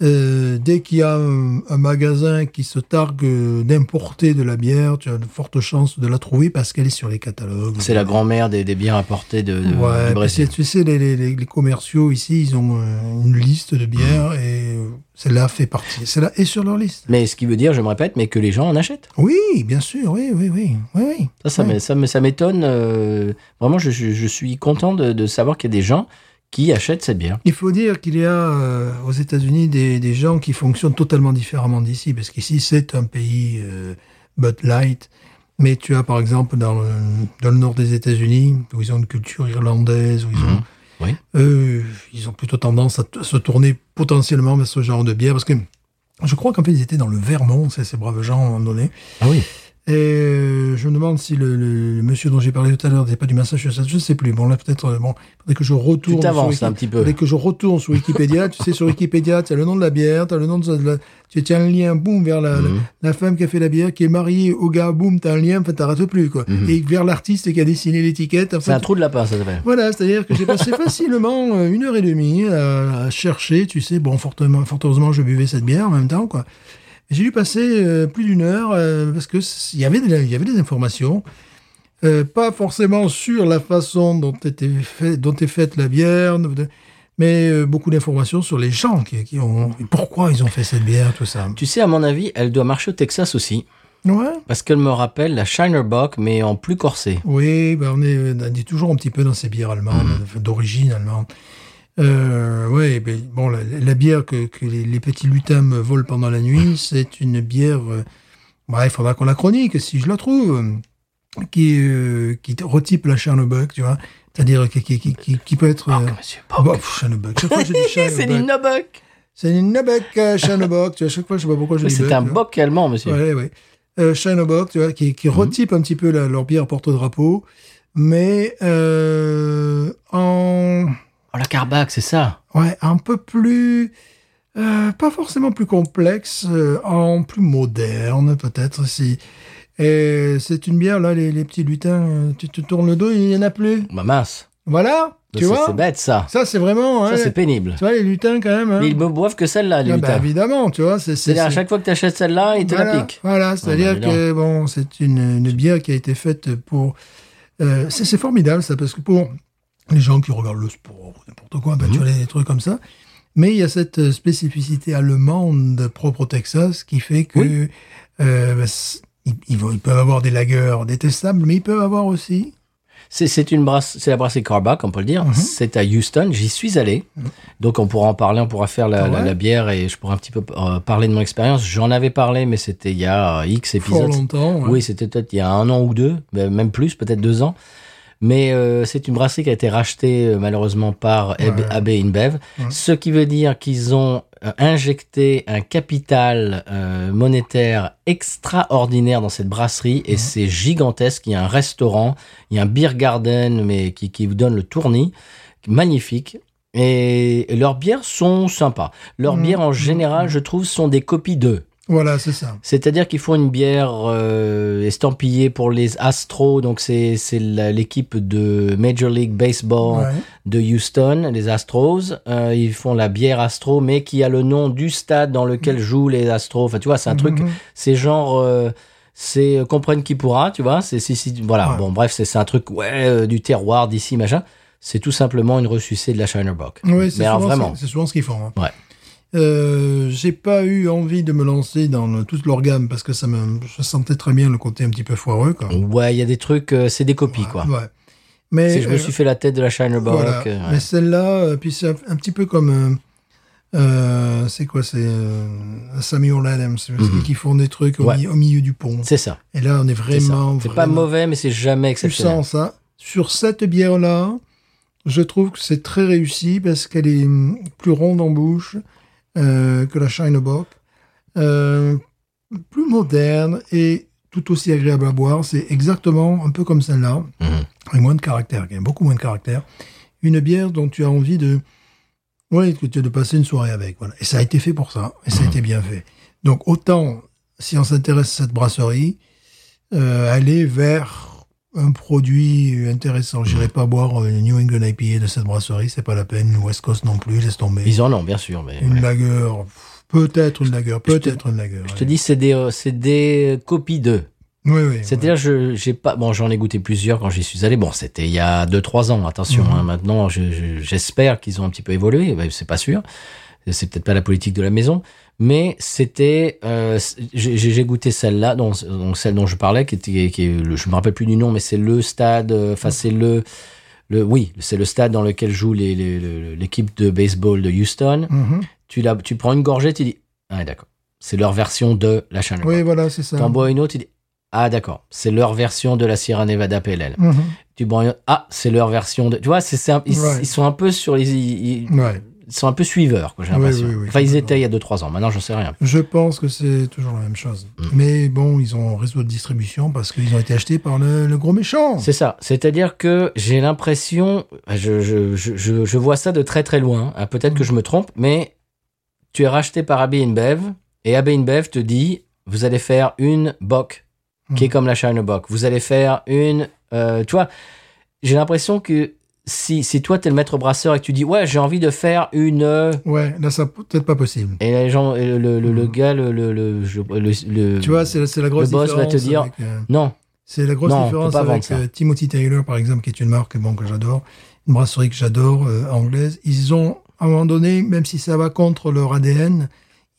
Speaker 2: Euh, dès qu'il y a un, un magasin qui se targue euh, d'importer de la bière, tu as de fortes chances de la trouver parce qu'elle est sur les catalogues.
Speaker 1: C'est la grand-mère des, des bières importées de, de-
Speaker 2: Ouais,
Speaker 1: du
Speaker 2: parce que
Speaker 1: Brésil.
Speaker 2: tu sais, les, les- les- les commerciaux ici, ils ont euh, une liste de bières et euh, celle-là fait partie. Celle-là est sur leur liste.
Speaker 1: Mais ce qui veut dire, je me répète, mais que les gens en achètent.
Speaker 2: Oui, bien sûr, oui, oui, oui. oui, oui.
Speaker 1: Ça, ça
Speaker 2: Ouais.
Speaker 1: m'é- ça m'é- ça m'étonne. euh, vraiment, je, je- je suis content de, de savoir qu'il y a des gens qui achètent cette bière.
Speaker 2: Il faut dire qu'il y a euh, aux États-Unis des, des gens qui fonctionnent totalement différemment d'ici, parce qu'ici c'est un pays euh, Bud Light, mais tu as par exemple dans le, dans le nord des États-Unis, où ils ont une culture irlandaise, où ils ont,
Speaker 1: Mhm. Oui.
Speaker 2: Euh, ils ont plutôt tendance à t- se tourner potentiellement vers ce genre de bière, parce que je crois qu'en fait ils étaient dans le Vermont, ces, ces braves gens à un moment donné,
Speaker 1: Ah oui.
Speaker 2: et euh, je me demande si le, le- le monsieur dont j'ai parlé tout à l'heure n'était pas du Massachusetts, je ne sais plus. Bon, là, peut-être, euh, bon, faudrait que je
Speaker 1: Tu
Speaker 2: retourne.
Speaker 1: t'avances
Speaker 2: sur
Speaker 1: un
Speaker 2: Wiki-
Speaker 1: petit peu.
Speaker 2: Dès que je retourne sur Wikipédia, tu sais, sur Wikipédia, tu as le nom de la bière, tu as le nom de. La, tu tu as un lien, boum, vers la, la-
Speaker 1: Mhm.
Speaker 2: la femme qui a fait la bière, qui est mariée au gars, boum, tu as un lien, enfin, t'arrêtes plus, quoi.
Speaker 1: Mhm.
Speaker 2: Et vers l'artiste qui a dessiné l'étiquette,
Speaker 1: C'est
Speaker 2: enfin.
Speaker 1: un
Speaker 2: tu-
Speaker 1: trou de lapin, ça s'appelle.
Speaker 2: Voilà, c'est-à-dire que j'ai passé facilement euh, une heure et demie à, à chercher, tu sais, bon, fortement, fort heureusement, je buvais cette bière en même temps, quoi. J'ai dû passer euh, plus d'une heure euh, parce que c- il y avait des- il y avait des informations, euh, pas forcément sur la façon dont était fait, dont est faite la bière, de- mais euh, beaucoup d'informations sur les gens qui, qui ont pourquoi ils ont fait cette bière, tout ça.
Speaker 1: Tu sais, à mon avis, elle doit marcher au Texas aussi.
Speaker 2: Ouais.
Speaker 1: Parce qu'elle me rappelle la Shiner Bock, mais en plus corsé.
Speaker 2: Oui, ben on, est, on est toujours un petit peu dans ces bières allemandes,
Speaker 1: Mhm.
Speaker 2: enfin, d'origine allemande. Euh, ouais, ben, bon, la, la bière que, que les, les petits lutins me volent pendant la
Speaker 1: (laughs)
Speaker 2: nuit, c'est une bière. euh, bah, il faudra qu'on la chronique si je la trouve, euh, qui euh, qui te- retype la Charnebuck, tu vois, c'est-à-dire qui qui, qui, qui- qui peut être. euh,
Speaker 1: Bock, monsieur Bock.
Speaker 2: bah, pff, Charnebuck. Chaque fois que j'ai dit
Speaker 1: (laughs) C'est
Speaker 2: Charnebuck,
Speaker 1: Bock.
Speaker 2: C'est une Nebec euh, Scheinebock, tu vois, à chaque fois, je sais pas pourquoi je dis
Speaker 1: C'est
Speaker 2: Bec,
Speaker 1: un
Speaker 2: tu vois.
Speaker 1: boc allemand, monsieur.
Speaker 2: Ouais, ouais. Euh, Scheinebock, tu vois, qui,
Speaker 1: Mhm.
Speaker 2: qui retype un petit peu la, leur bière porte-drapeau, mais euh, en
Speaker 1: Oh, la Carbach, c'est ça.
Speaker 2: ouais, un peu plus, euh, pas forcément plus complexe, euh, en plus moderne peut-être si. Et c'est une bière là, les, les petits lutins, euh, tu te tournes le dos, il y en a plus.
Speaker 1: Bah mince.
Speaker 2: Voilà, tu
Speaker 1: Ça,
Speaker 2: vois.
Speaker 1: C'est bête, ça.
Speaker 2: Ça c'est vraiment. hein,
Speaker 1: Ça, c'est pénible.
Speaker 2: tu vois les lutins quand même. hein.
Speaker 1: Mais ils ne boivent que celle-là, les
Speaker 2: Ah, bah,
Speaker 1: lutins.
Speaker 2: évidemment, tu vois, c'est
Speaker 1: C'est-à-dire, à chaque fois que tu achètes celle-là, ils te
Speaker 2: voilà,
Speaker 1: la piquent.
Speaker 2: Voilà, c'est-à-dire
Speaker 1: bah,
Speaker 2: que bon, c'est une, une bière qui a été faite pour. euh, c'est c'est formidable ça, parce que pour les gens qui regardent le sport ou n'importe quoi,
Speaker 1: Mhm.
Speaker 2: ben, tu vois, des trucs comme ça. Mais il y a cette euh, spécificité allemande propre au Texas qui fait que euh, ben, c'est- ils, ils vont- ils peuvent avoir des lagueurs détestables, mais ils peuvent avoir aussi.
Speaker 1: C'est, c'est une brasse, c'est la brasserie Carbach, on peut le dire.
Speaker 2: Mhm.
Speaker 1: C'est à Houston. J'y suis allé. Donc, on pourra en parler, on pourra faire la,
Speaker 2: Ah Mhm. ouais.
Speaker 1: la- la bière et je pourrai un petit peu euh, parler de mon expérience. J'en avais parlé, mais c'était il y a euh, X
Speaker 2: Fort
Speaker 1: épisodes.
Speaker 2: longtemps. ouais.
Speaker 1: Oui, c'était peut-être il y a un an ou deux, ben, même plus, peut-être deux ans. Mais euh, c'est une brasserie qui a été rachetée euh, malheureusement par AB,
Speaker 2: Ouais.
Speaker 1: AB InBev, ce qui veut dire qu'ils ont euh, injecté un capital euh, monétaire extraordinaire dans cette brasserie et c'est gigantesque. Il y a un restaurant, il y a un beer garden mais qui, qui vous donne le tournis, magnifique. Et leurs bières sont sympas. Leurs
Speaker 2: Mhm.
Speaker 1: bières en général, je trouve, sont des copies d'eux.
Speaker 2: Voilà, c'est ça.
Speaker 1: C'est-à-dire qu'ils font une bière euh, estampillée pour les Astros, donc c'est c'est la- l'équipe de Major League Baseball
Speaker 2: Ouais.
Speaker 1: de Houston, les Astros. Euh, ils font la bière Astro, mais qui a le nom du stade dans
Speaker 2: Mm.
Speaker 1: lequel jouent les Astros. Enfin, tu vois, c'est un truc,
Speaker 2: Mhm.
Speaker 1: c'est genre, euh, c'est euh, comprenne qui pourra, tu vois. C'est si si, voilà.
Speaker 2: Ouais.
Speaker 1: Bon, bref, c'est c'est un truc, ouais, euh, du terroir d'ici, machin. C'est tout simplement une ressucée de la Shiner Bock.
Speaker 2: Oui, c'est
Speaker 1: mais alors
Speaker 2: souvent,
Speaker 1: vraiment.
Speaker 2: c'est- c'est souvent ce qu'ils font. hein.
Speaker 1: Ouais.
Speaker 2: Euh, j'ai pas eu envie de me lancer dans le- toute leur gamme parce que ça me, je sentais très bien le côté un petit peu foireux, quoi.
Speaker 1: Ouais, il y a des trucs, euh, c'est des copies, quoi.
Speaker 2: Ouais. Mais,
Speaker 1: Si je me
Speaker 2: euh,
Speaker 1: suis fait la tête de la Shiner Bock.
Speaker 2: voilà.
Speaker 1: euh, ouais.
Speaker 2: Mais celle-là, euh, puis c'est un, un petit peu comme, euh, euh, c'est quoi, c'est euh, Samuel Adams, c'est
Speaker 1: Mhm.
Speaker 2: qui font des trucs au,
Speaker 1: Ouais.
Speaker 2: mi- au milieu du pont.
Speaker 1: C'est ça.
Speaker 2: Et là, on est
Speaker 1: C'est ça.
Speaker 2: vraiment,
Speaker 1: C'est pas
Speaker 2: vraiment
Speaker 1: mauvais, mais c'est jamais exceptionnel.
Speaker 2: puissant, ça. hein. Sur cette bière-là, je trouve que c'est très réussi parce qu'elle est hum, plus ronde en bouche euh, que la Shine Bop. Euh, plus moderne et tout aussi agréable à boire. C'est exactement un peu comme celle-là.
Speaker 1: Mhm.
Speaker 2: Et moins de caractère, gagne beaucoup moins de caractère. Une bière dont tu as envie de, ouais, que tu as de passer une soirée avec. Voilà. Et ça a été fait pour ça. Et ça
Speaker 1: Mmh.
Speaker 2: a été bien fait. Donc autant, si on s'intéresse à cette brasserie, euh, aller vers un produit intéressant. J'irai pas boire une New England IPA de cette brasserie, c'est pas la peine. Une West Coast non plus, laisse tomber.
Speaker 1: Ils en ont, bien sûr. Mais,
Speaker 2: Une
Speaker 1: ouais.
Speaker 2: lager, pff, peut-être une lager,
Speaker 1: je te-
Speaker 2: peut-être une lager.
Speaker 1: Je te dis, c'est des, euh, c'est des copies d'eux.
Speaker 2: Oui, oui.
Speaker 1: C'est-à-dire, je, j'ai pas, bon, j'en ai goûté plusieurs quand j'y suis allé. Bon, c'était il y a deux, trois ans. Attention,
Speaker 2: Mhm.
Speaker 1: hein, maintenant, je- je- j'espère qu'ils ont un petit peu évolué. Ben, c'est pas sûr. C'est peut-être pas la politique de la maison. Mais c'était, euh, c- j'ai j'ai goûté celle-là, donc, donc celle dont je parlais, qui était, qui est le- je me rappelle plus du nom, mais c'est le stade, euh, enfin, c'est le, le, oui, c'est le stade dans lequel joue les- les- le- l'équipe de baseball de Houston.
Speaker 2: ouais. Mhm.
Speaker 1: Tu, la, tu prends une gorgée, tu dis, ah, d'accord. C'est leur version de la Chanel.
Speaker 2: Oui, voilà, c'est ça.
Speaker 1: T'en bois une autre, il dit Ah, d'accord, c'est leur version de la Sierra Nevada PLL.
Speaker 2: Mhm.
Speaker 1: Tu bois une autre, Ah, c'est leur version de. Tu vois, c'est, c'est un- ils,
Speaker 2: Ouais.
Speaker 1: ils sont un peu sur les. Ils, ils-
Speaker 2: Ouais.
Speaker 1: ils sont un peu suiveurs, quoi, j'ai
Speaker 2: Oui,
Speaker 1: l'impression.
Speaker 2: oui, oui,
Speaker 1: enfin, ils
Speaker 2: complètement.
Speaker 1: étaient il y a 2-3 ans, maintenant j'en sais rien.
Speaker 2: Je pense que c'est toujours la même chose.
Speaker 1: Mm.
Speaker 2: Mais bon, ils ont un réseau de distribution parce qu'ils ont été achetés par le, le gros méchant.
Speaker 1: C'est ça, c'est-à-dire que j'ai l'impression. Je, je, je, je- je vois ça de très très loin, hein, peut-être que je me trompe, mais tu es racheté par AB InBev et AB InBev te dit Vous allez faire une boc qui est
Speaker 2: Mm.
Speaker 1: comme la Shiner Bock. Vous allez faire une. euh, tu vois, j'ai l'impression que si, si toi, t'es le maître brasseur et que tu dis, ouais, j'ai envie de faire une. euh,
Speaker 2: Ouais, là, ça peut-être pas possible.
Speaker 1: Et les gens, et le, le, le- le gars, le. le, le, je- le- le-
Speaker 2: Hmm. Tu vois, c'est la- c'est la grosse
Speaker 1: boss va
Speaker 2: différence.
Speaker 1: te dire-
Speaker 2: avec, euh,
Speaker 1: Non,
Speaker 2: c'est la grosse
Speaker 1: Non, on peut
Speaker 2: différence
Speaker 1: pas vendre
Speaker 2: avec
Speaker 1: ça.
Speaker 2: euh, Timothy Taylor, par exemple, qui est une marque bon, que j'adore, une brasserie que j'adore, euh, anglaise. Ils ont, à un moment donné, même si ça va contre leur ADN,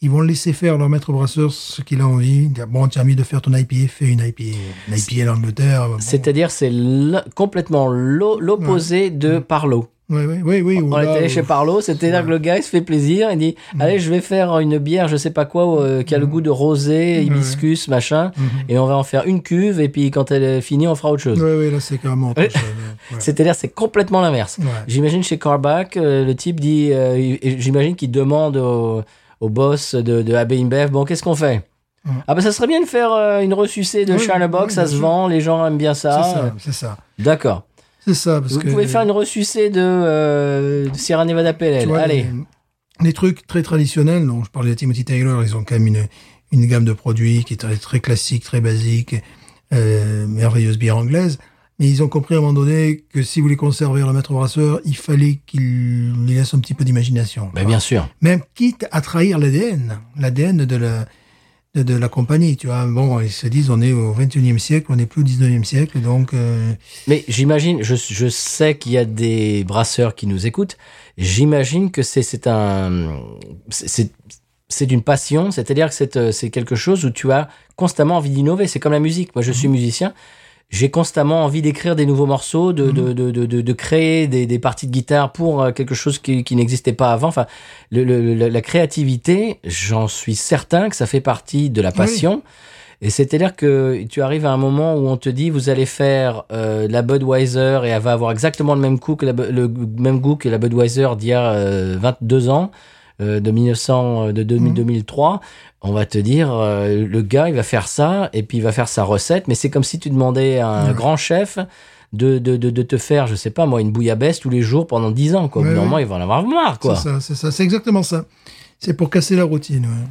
Speaker 2: ils vont laisser faire leur maître brasseur ce qu'il a envie. Dire, bon, tu as envie de faire ton IPA, fais une IPA. Une IPA l'Angleterre. bon. Hmm.
Speaker 1: c'est-à-dire, c'est l- complètement l'o- l'opposé de Parlo.
Speaker 2: Oui, oui, oui. oui ou
Speaker 1: On
Speaker 2: là,
Speaker 1: était allé
Speaker 2: ou- Mm.
Speaker 1: chez Parlo, c'était là que le gars il se fait plaisir, il dit allez je vais faire une bière je sais pas quoi euh, qui a le goût de rosé,
Speaker 2: Mm.
Speaker 1: hibiscus, machin,
Speaker 2: Mhm.
Speaker 1: et on va en faire une cuve et puis quand elle est finie on fera autre chose.
Speaker 2: Oui, oui, là, c'est carrément autre
Speaker 1: Ouais.
Speaker 2: chose, ouais. Ouais.
Speaker 1: C'est-à-dire (laughs) c'est complètement l'inverse.
Speaker 2: Ouais.
Speaker 1: J'imagine chez Carback, euh, le type dit, euh, il- et j'imagine qu'il demande au, au boss de, de AB InBev, bon qu'est-ce qu'on fait
Speaker 2: Mhm.
Speaker 1: Ah ben ça serait bien de faire euh, une ressucée de
Speaker 2: Oui,
Speaker 1: Charlotte Box,
Speaker 2: oui,
Speaker 1: ça
Speaker 2: bien
Speaker 1: se
Speaker 2: sûr.
Speaker 1: vend, les gens aiment bien
Speaker 2: C'est
Speaker 1: ça.
Speaker 2: ça, c'est ça.
Speaker 1: D'accord.
Speaker 2: C'est ça, parce
Speaker 1: Vous
Speaker 2: que...
Speaker 1: pouvez faire une ressucée de, euh, de Sierra Nevada
Speaker 2: tu
Speaker 1: PLL.
Speaker 2: vois,
Speaker 1: Allez.
Speaker 2: Les, les trucs très traditionnels, dont je parlais de Timothy Taylor, ils ont quand même une, une gamme de produits qui est très, très classique, très basique, euh, merveilleuse bière anglaise. Mais ils ont compris à un moment donné que si vous les conservez à la maître brasseur, il fallait qu'ils lui laissent un petit peu d'imagination.
Speaker 1: Ben, bien sûr.
Speaker 2: même quitte à trahir l'ADN, l'ADN de la, de, de la compagnie, tu vois. Bon, ils se disent, on est au 21e siècle, on n'est plus au 19e siècle, donc... euh,
Speaker 1: Mais j'imagine, je, je sais qu'il y a des brasseurs qui nous écoutent. J'imagine que c'est c'est un c'est- c'est c'est une passion, c'est-à-dire que c'est euh, c'est quelque chose où tu as constamment envie d'innover. C'est comme la musique. Moi, je suis musicien. J'ai constamment envie d'écrire des nouveaux morceaux, de, de, de, de, de- de créer des, des parties de guitare pour euh, quelque chose qui, qui n'existait pas avant. Enfin, le, le- la, la créativité, j'en suis certain que ça fait partie de la passion. Et c'est-à-dire que tu arrives à un moment où on te dit vous allez faire euh, la Budweiser et elle va avoir exactement le même, coup que la, Bu- le même goût que la Budweiser d'il y a euh, 22 ans, euh, de 1900, euh, de 2000,
Speaker 2: Mhm.
Speaker 1: 2003. On va te dire euh, le gars il va faire ça et puis il va faire sa recette, mais c'est comme si tu demandais à un
Speaker 2: Ouais.
Speaker 1: grand chef. De, de, de, de te faire, je sais pas moi, une bouillabaisse tous les jours pendant 10 ans, quoi. Au bout
Speaker 2: Ouais,
Speaker 1: d'un
Speaker 2: ouais.
Speaker 1: moment, ils vont en avoir marre, quoi.
Speaker 2: C'est ça, c'est ça, c'est exactement ça. C'est pour casser la routine, ouais.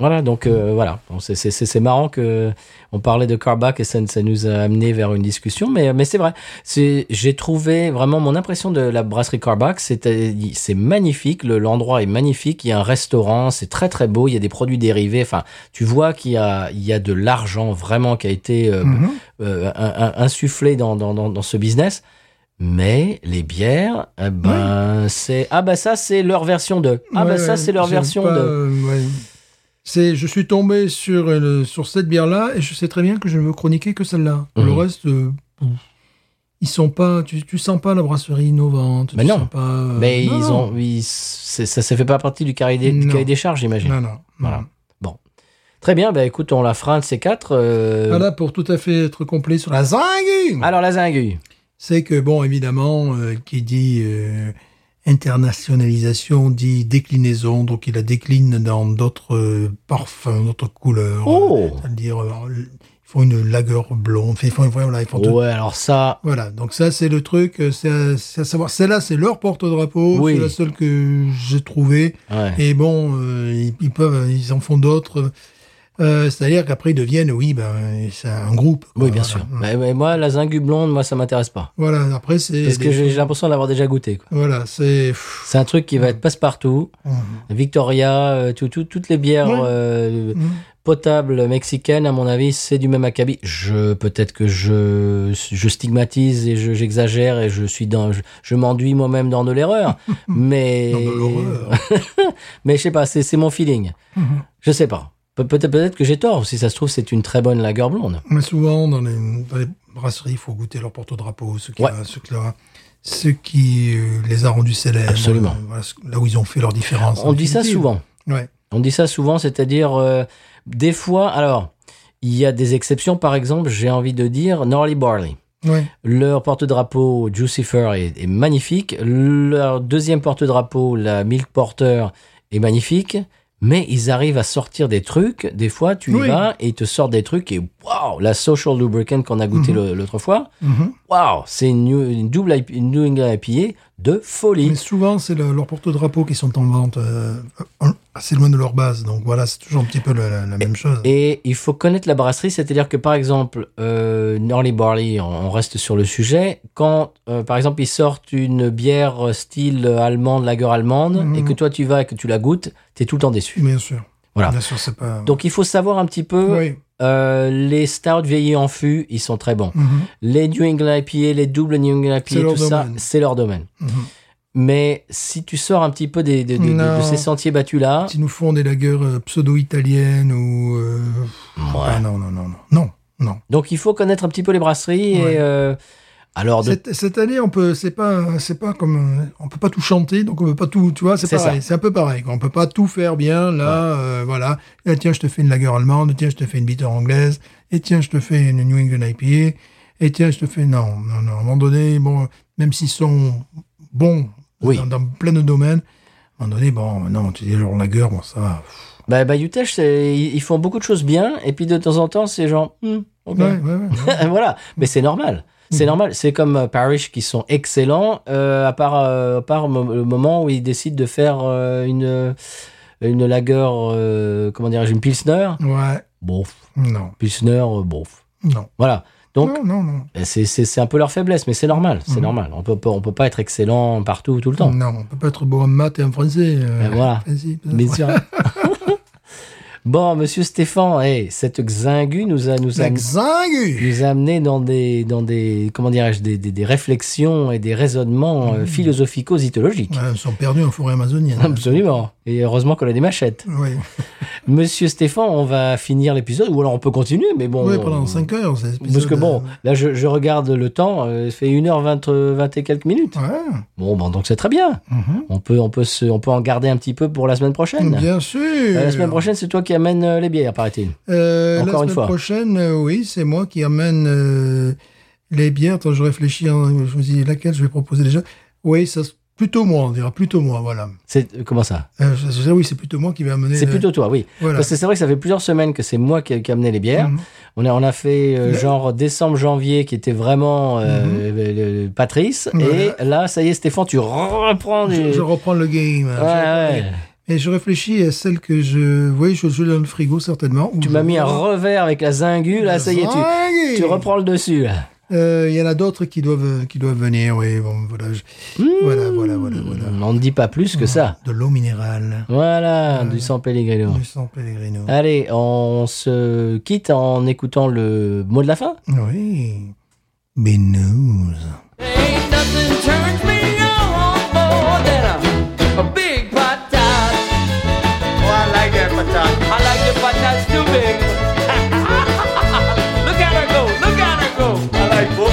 Speaker 1: Voilà, donc euh, voilà, Bon, c'est- c'est c'est- c'est marrant que on parlait de Carback et ça, ça nous a amené vers une discussion, mais, mais c'est vrai, C'est- j'ai trouvé vraiment mon impression de la brasserie Carback, c'était- c'est magnifique, Le- l'endroit est magnifique, il y a un restaurant, c'est très très beau, il y a des produits dérivés, enfin tu vois qu'il y, a- il y a de l'argent vraiment qui a été euh,
Speaker 2: Mhm.
Speaker 1: euh, un- un- insufflé dans, dans, dans, dans ce business, mais les bières, eh ben c'est, ah ben ça c'est leur version de, ah ben
Speaker 2: Ouais,
Speaker 1: ça c'est leur
Speaker 2: j'aime
Speaker 1: version
Speaker 2: pas,
Speaker 1: de...
Speaker 2: euh, ouais. C'est, je suis tombé sur, euh, le- sur cette bière-là et je sais très bien que je ne veux chroniquer que celle-là. Le
Speaker 1: Mhm.
Speaker 2: reste, euh, ils sont pas, tu, tu sens pas la brasserie innovante.
Speaker 1: Mais
Speaker 2: tu
Speaker 1: non.
Speaker 2: sens pas, euh,
Speaker 1: Mais
Speaker 2: non,
Speaker 1: ils
Speaker 2: non.
Speaker 1: ont, ils- c'est- ça ne fait pas partie du cahier des, du
Speaker 2: Non.
Speaker 1: cahier des charges, j'imagine.
Speaker 2: Non, non.
Speaker 1: Voilà. Très bien, bah écoute, on la fera un de ces quatre. euh,
Speaker 2: Voilà, pour tout à fait être complet sur la zingue,
Speaker 1: Alors la zingue.
Speaker 2: c'est que, bon, évidemment, euh, qui dit euh, internationalisation dit déclinaison, donc il la décline dans d'autres euh, parfums, d'autres couleurs.
Speaker 1: Oh
Speaker 2: C'est-à-dire, euh, ils font une lagueur blonde, enfin, ils font, voilà, ils font tout.
Speaker 1: Ouais, alors ça,
Speaker 2: Voilà, donc ça, c'est le truc, euh, c'est à, c'est à savoir, celle-là, c'est leur porte-drapeau,
Speaker 1: Oui.
Speaker 2: c'est la seule que j'ai trouvée.
Speaker 1: ouais.
Speaker 2: Et bon, euh, ils, ils peuvent, ils en font d'autres. Euh, C'est-à-dire qu'après ils deviennent, oui, ben, c'est un groupe. quoi.
Speaker 1: oui, bien
Speaker 2: Voilà.
Speaker 1: sûr. Mais, mais moi, la zingue blonde, moi, ça m'intéresse pas.
Speaker 2: Voilà, après c'est.
Speaker 1: Parce que
Speaker 2: des-
Speaker 1: j'ai j'ai l'impression d'avoir déjà goûté. quoi.
Speaker 2: Voilà, c'est. pff,
Speaker 1: C'est un truc qui
Speaker 2: Mm.
Speaker 1: va être passe-partout.
Speaker 2: hum,
Speaker 1: Victoria, euh, tout, tout- toutes les bières
Speaker 2: Ouais.
Speaker 1: euh,
Speaker 2: hum.
Speaker 1: potables mexicaines, à mon avis, c'est du même acabit. Je peut-être que je je stigmatise et je- j'exagère et je suis dans je, je m'enduis moi-même dans de l'erreur,
Speaker 2: (laughs)
Speaker 1: mais
Speaker 2: Dans de l'horreur.
Speaker 1: (laughs) mais je sais pas, c'est c'est mon feeling.
Speaker 2: Mhm.
Speaker 1: Je sais pas. Pe- peut-être peut-être que j'ai tort. Si ça se trouve, c'est une très bonne lager blonde.
Speaker 2: Mais souvent, dans les, dans les brasseries, il faut goûter leur porte-drapeau, ce qui,
Speaker 1: Ouais.
Speaker 2: a- ce qui, leur a- ce qui euh, les a rendus célèbres.
Speaker 1: Absolument.
Speaker 2: Euh, voilà, ce- là où ils ont fait leur différence.
Speaker 1: On dit ça souvent.
Speaker 2: Ouais.
Speaker 1: On dit ça souvent, c'est-à-dire euh, des fois. Alors, il y a des exceptions. Par exemple, j'ai envie de dire Norley Barley.
Speaker 2: Ouais.
Speaker 1: Leur porte-drapeau Jucifer est, est magnifique. Leur deuxième porte-drapeau, la Milk Porter, est magnifique. Mais ils arrivent à sortir des trucs. Des fois, tu y
Speaker 2: Oui.
Speaker 1: vas et ils te sortent des trucs et waouh, la Social Lubricant qu'on a goûté le- l'autre fois,
Speaker 2: Mhm.
Speaker 1: waouh, c'est une, new- une double IP, une New England IPA de
Speaker 2: Mais
Speaker 1: folie.
Speaker 2: souvent, c'est le- leurs porte-drapeaux qui sont en vente euh, en- assez loin de leur base. Donc voilà, c'est toujours un petit peu le- la, la même chose.
Speaker 1: Et il faut connaître la brasserie, c'est-à-dire que par exemple, euh, Norley Barley, on on reste sur le sujet, quand euh, par exemple ils sortent une bière euh, style euh, allemande, lager allemande,
Speaker 2: Mhm.
Speaker 1: et que toi tu vas et que tu la goûtes, t'es tout le temps déçu.
Speaker 2: Bien sûr.
Speaker 1: Voilà.
Speaker 2: Bien sûr, c'est pas.
Speaker 1: Donc il faut savoir un petit peu,
Speaker 2: oui.
Speaker 1: euh, les stouts vieillis en fût, ils sont très bons.
Speaker 2: Mhm.
Speaker 1: Les New England IPA, les doubles New England IPA,
Speaker 2: C'est leur
Speaker 1: tout ça,
Speaker 2: domaine.
Speaker 1: c'est leur domaine.
Speaker 2: Mhm.
Speaker 1: Mais si tu sors un petit peu des, des- des- de,
Speaker 2: Non.
Speaker 1: ces sentiers battus-là,
Speaker 2: Ils nous font des lagers euh, pseudo-italiennes ou. euh,
Speaker 1: Ouais.
Speaker 2: ah non, non, non, non. Non, non.
Speaker 1: donc il faut connaître un petit peu les brasseries.
Speaker 2: Ouais.
Speaker 1: Et, euh, Alors, de-
Speaker 2: Cette, cette année, on peut, c'est pas, c'est pas comme, euh, on peut pas tout chanter, donc on peut pas tout, tu vois, c'est
Speaker 1: C'est
Speaker 2: pareil, c'est un peu pareil. quoi. On peut pas tout faire bien. Là, euh, voilà. Là, tiens, je te fais une lager allemande. Tiens, je te fais une bitter anglaise. Et tiens, je te fais une New England IPA. Et tiens, je te fais non, non, non. À un moment donné, bon, même s'ils sont bons
Speaker 1: Oui.
Speaker 2: dans, dans plein de domaines, à un moment donné, bon, non, tu dis genre lager, bon, ça. va.
Speaker 1: bah, bah, Utah, c'est- ils ils font beaucoup de choses bien, et puis de temps en temps, c'est genre, Hmm, ok.
Speaker 2: Ouais, ouais, ouais.
Speaker 1: (laughs)
Speaker 2: Hmm.
Speaker 1: voilà, mais c'est normal. C'est normal. C'est comme euh, Parrish qui sont excellents, euh, à part, euh, à part mo- le moment où ils décident de faire euh, une, une lager, euh, comment dirais-je, une Pilsner.
Speaker 2: ouais.
Speaker 1: Bon,
Speaker 2: Non,
Speaker 1: Pilsner, euh, bon.
Speaker 2: non.
Speaker 1: Voilà. Donc,
Speaker 2: non, non, non.
Speaker 1: c'est- c'est c'est un peu leur faiblesse, mais c'est normal. C'est
Speaker 2: Mhm.
Speaker 1: normal. On peut, pas- on peut pas être excellent partout, tout le temps.
Speaker 2: Non, on peut pas être beau en maths et en français. euh,
Speaker 1: Ben voilà.
Speaker 2: principe.
Speaker 1: Bien sûr. (laughs) bon, monsieur Stéphane, hey, cette Xingu nous a, nous a,
Speaker 2: La xingue.
Speaker 1: nous a amené dans des, dans des, comment dirais-je, des, des- des réflexions et des raisonnements euh, philosophico-zytologiques.
Speaker 2: Mmh. Ouais, ils sont perdus en forêt amazonienne.
Speaker 1: (laughs) Absolument. Et heureusement qu'on a des machettes.
Speaker 2: Oui,
Speaker 1: Monsieur Stéphane, on va finir l'épisode, ou alors on peut continuer, mais bon.
Speaker 2: Ouais, pendant
Speaker 1: on-
Speaker 2: 5 heures. c'est épisode,
Speaker 1: Oh. Parce que bon,
Speaker 2: euh,
Speaker 1: là je, je regarde le temps, euh, ça fait 1h20 euh, 20 et quelques minutes.
Speaker 2: ouais.
Speaker 1: Bon, ben, donc c'est très bien.
Speaker 2: Mhm.
Speaker 1: On peut, on, peut se, on peut en garder un petit peu pour la semaine prochaine.
Speaker 2: Bien sûr.
Speaker 1: Euh, la semaine prochaine, c'est toi qui amènes euh, les bières, paraît-il.
Speaker 2: Euh, la
Speaker 1: encore une
Speaker 2: semaine
Speaker 1: fois.
Speaker 2: prochaine, euh, oui, c'est moi qui amène euh, les bières. Attends, je réfléchis. hein, je me dis laquelle je vais proposer déjà. Oui, ça, se- plutôt moi, on dira. Plutôt moi, voilà.
Speaker 1: C'est euh, comment ça
Speaker 2: Euh, je- je- oui, c'est plutôt moi qui vais amener.
Speaker 1: C'est
Speaker 2: le-
Speaker 1: plutôt toi, oui.
Speaker 2: Voilà.
Speaker 1: Parce que c'est vrai que ça fait plusieurs semaines que c'est moi qui, qui amenais les bières.
Speaker 2: Mhm.
Speaker 1: On a on a fait euh, genre décembre janvier qui était vraiment euh, le- le- le Patrice
Speaker 2: Mhm. Voilà.
Speaker 1: et là ça y est Stéphane, tu reprends du
Speaker 2: Je, je reprends le game.
Speaker 1: Ouais, ouais.
Speaker 2: Et je réfléchis à celle que je. Oui, je, je l'ai dans le frigo, certainement.
Speaker 1: Tu m'as mis un revers avec la zingu, là, ça y est, tu,
Speaker 2: tu,
Speaker 1: tu reprends le dessus. là.
Speaker 2: Euh, Il y en a d'autres qui doivent, qui doivent venir, oui. Bon, voilà, je- voilà, voilà, voilà, voilà.
Speaker 1: On ne dit pas plus que ça.
Speaker 2: De l'eau minérale,
Speaker 1: Voilà, du sang Pellegrino.
Speaker 2: du sang pellegrino.
Speaker 1: Allez, on se quitte en écoutant le mot de la fin.
Speaker 2: Oui. Binous.
Speaker 3: Ain't nothing turns me on more than a, a big patat. Oh, I like that patat. I like the patats too big. (laughs) look at her go, look at her go. I like both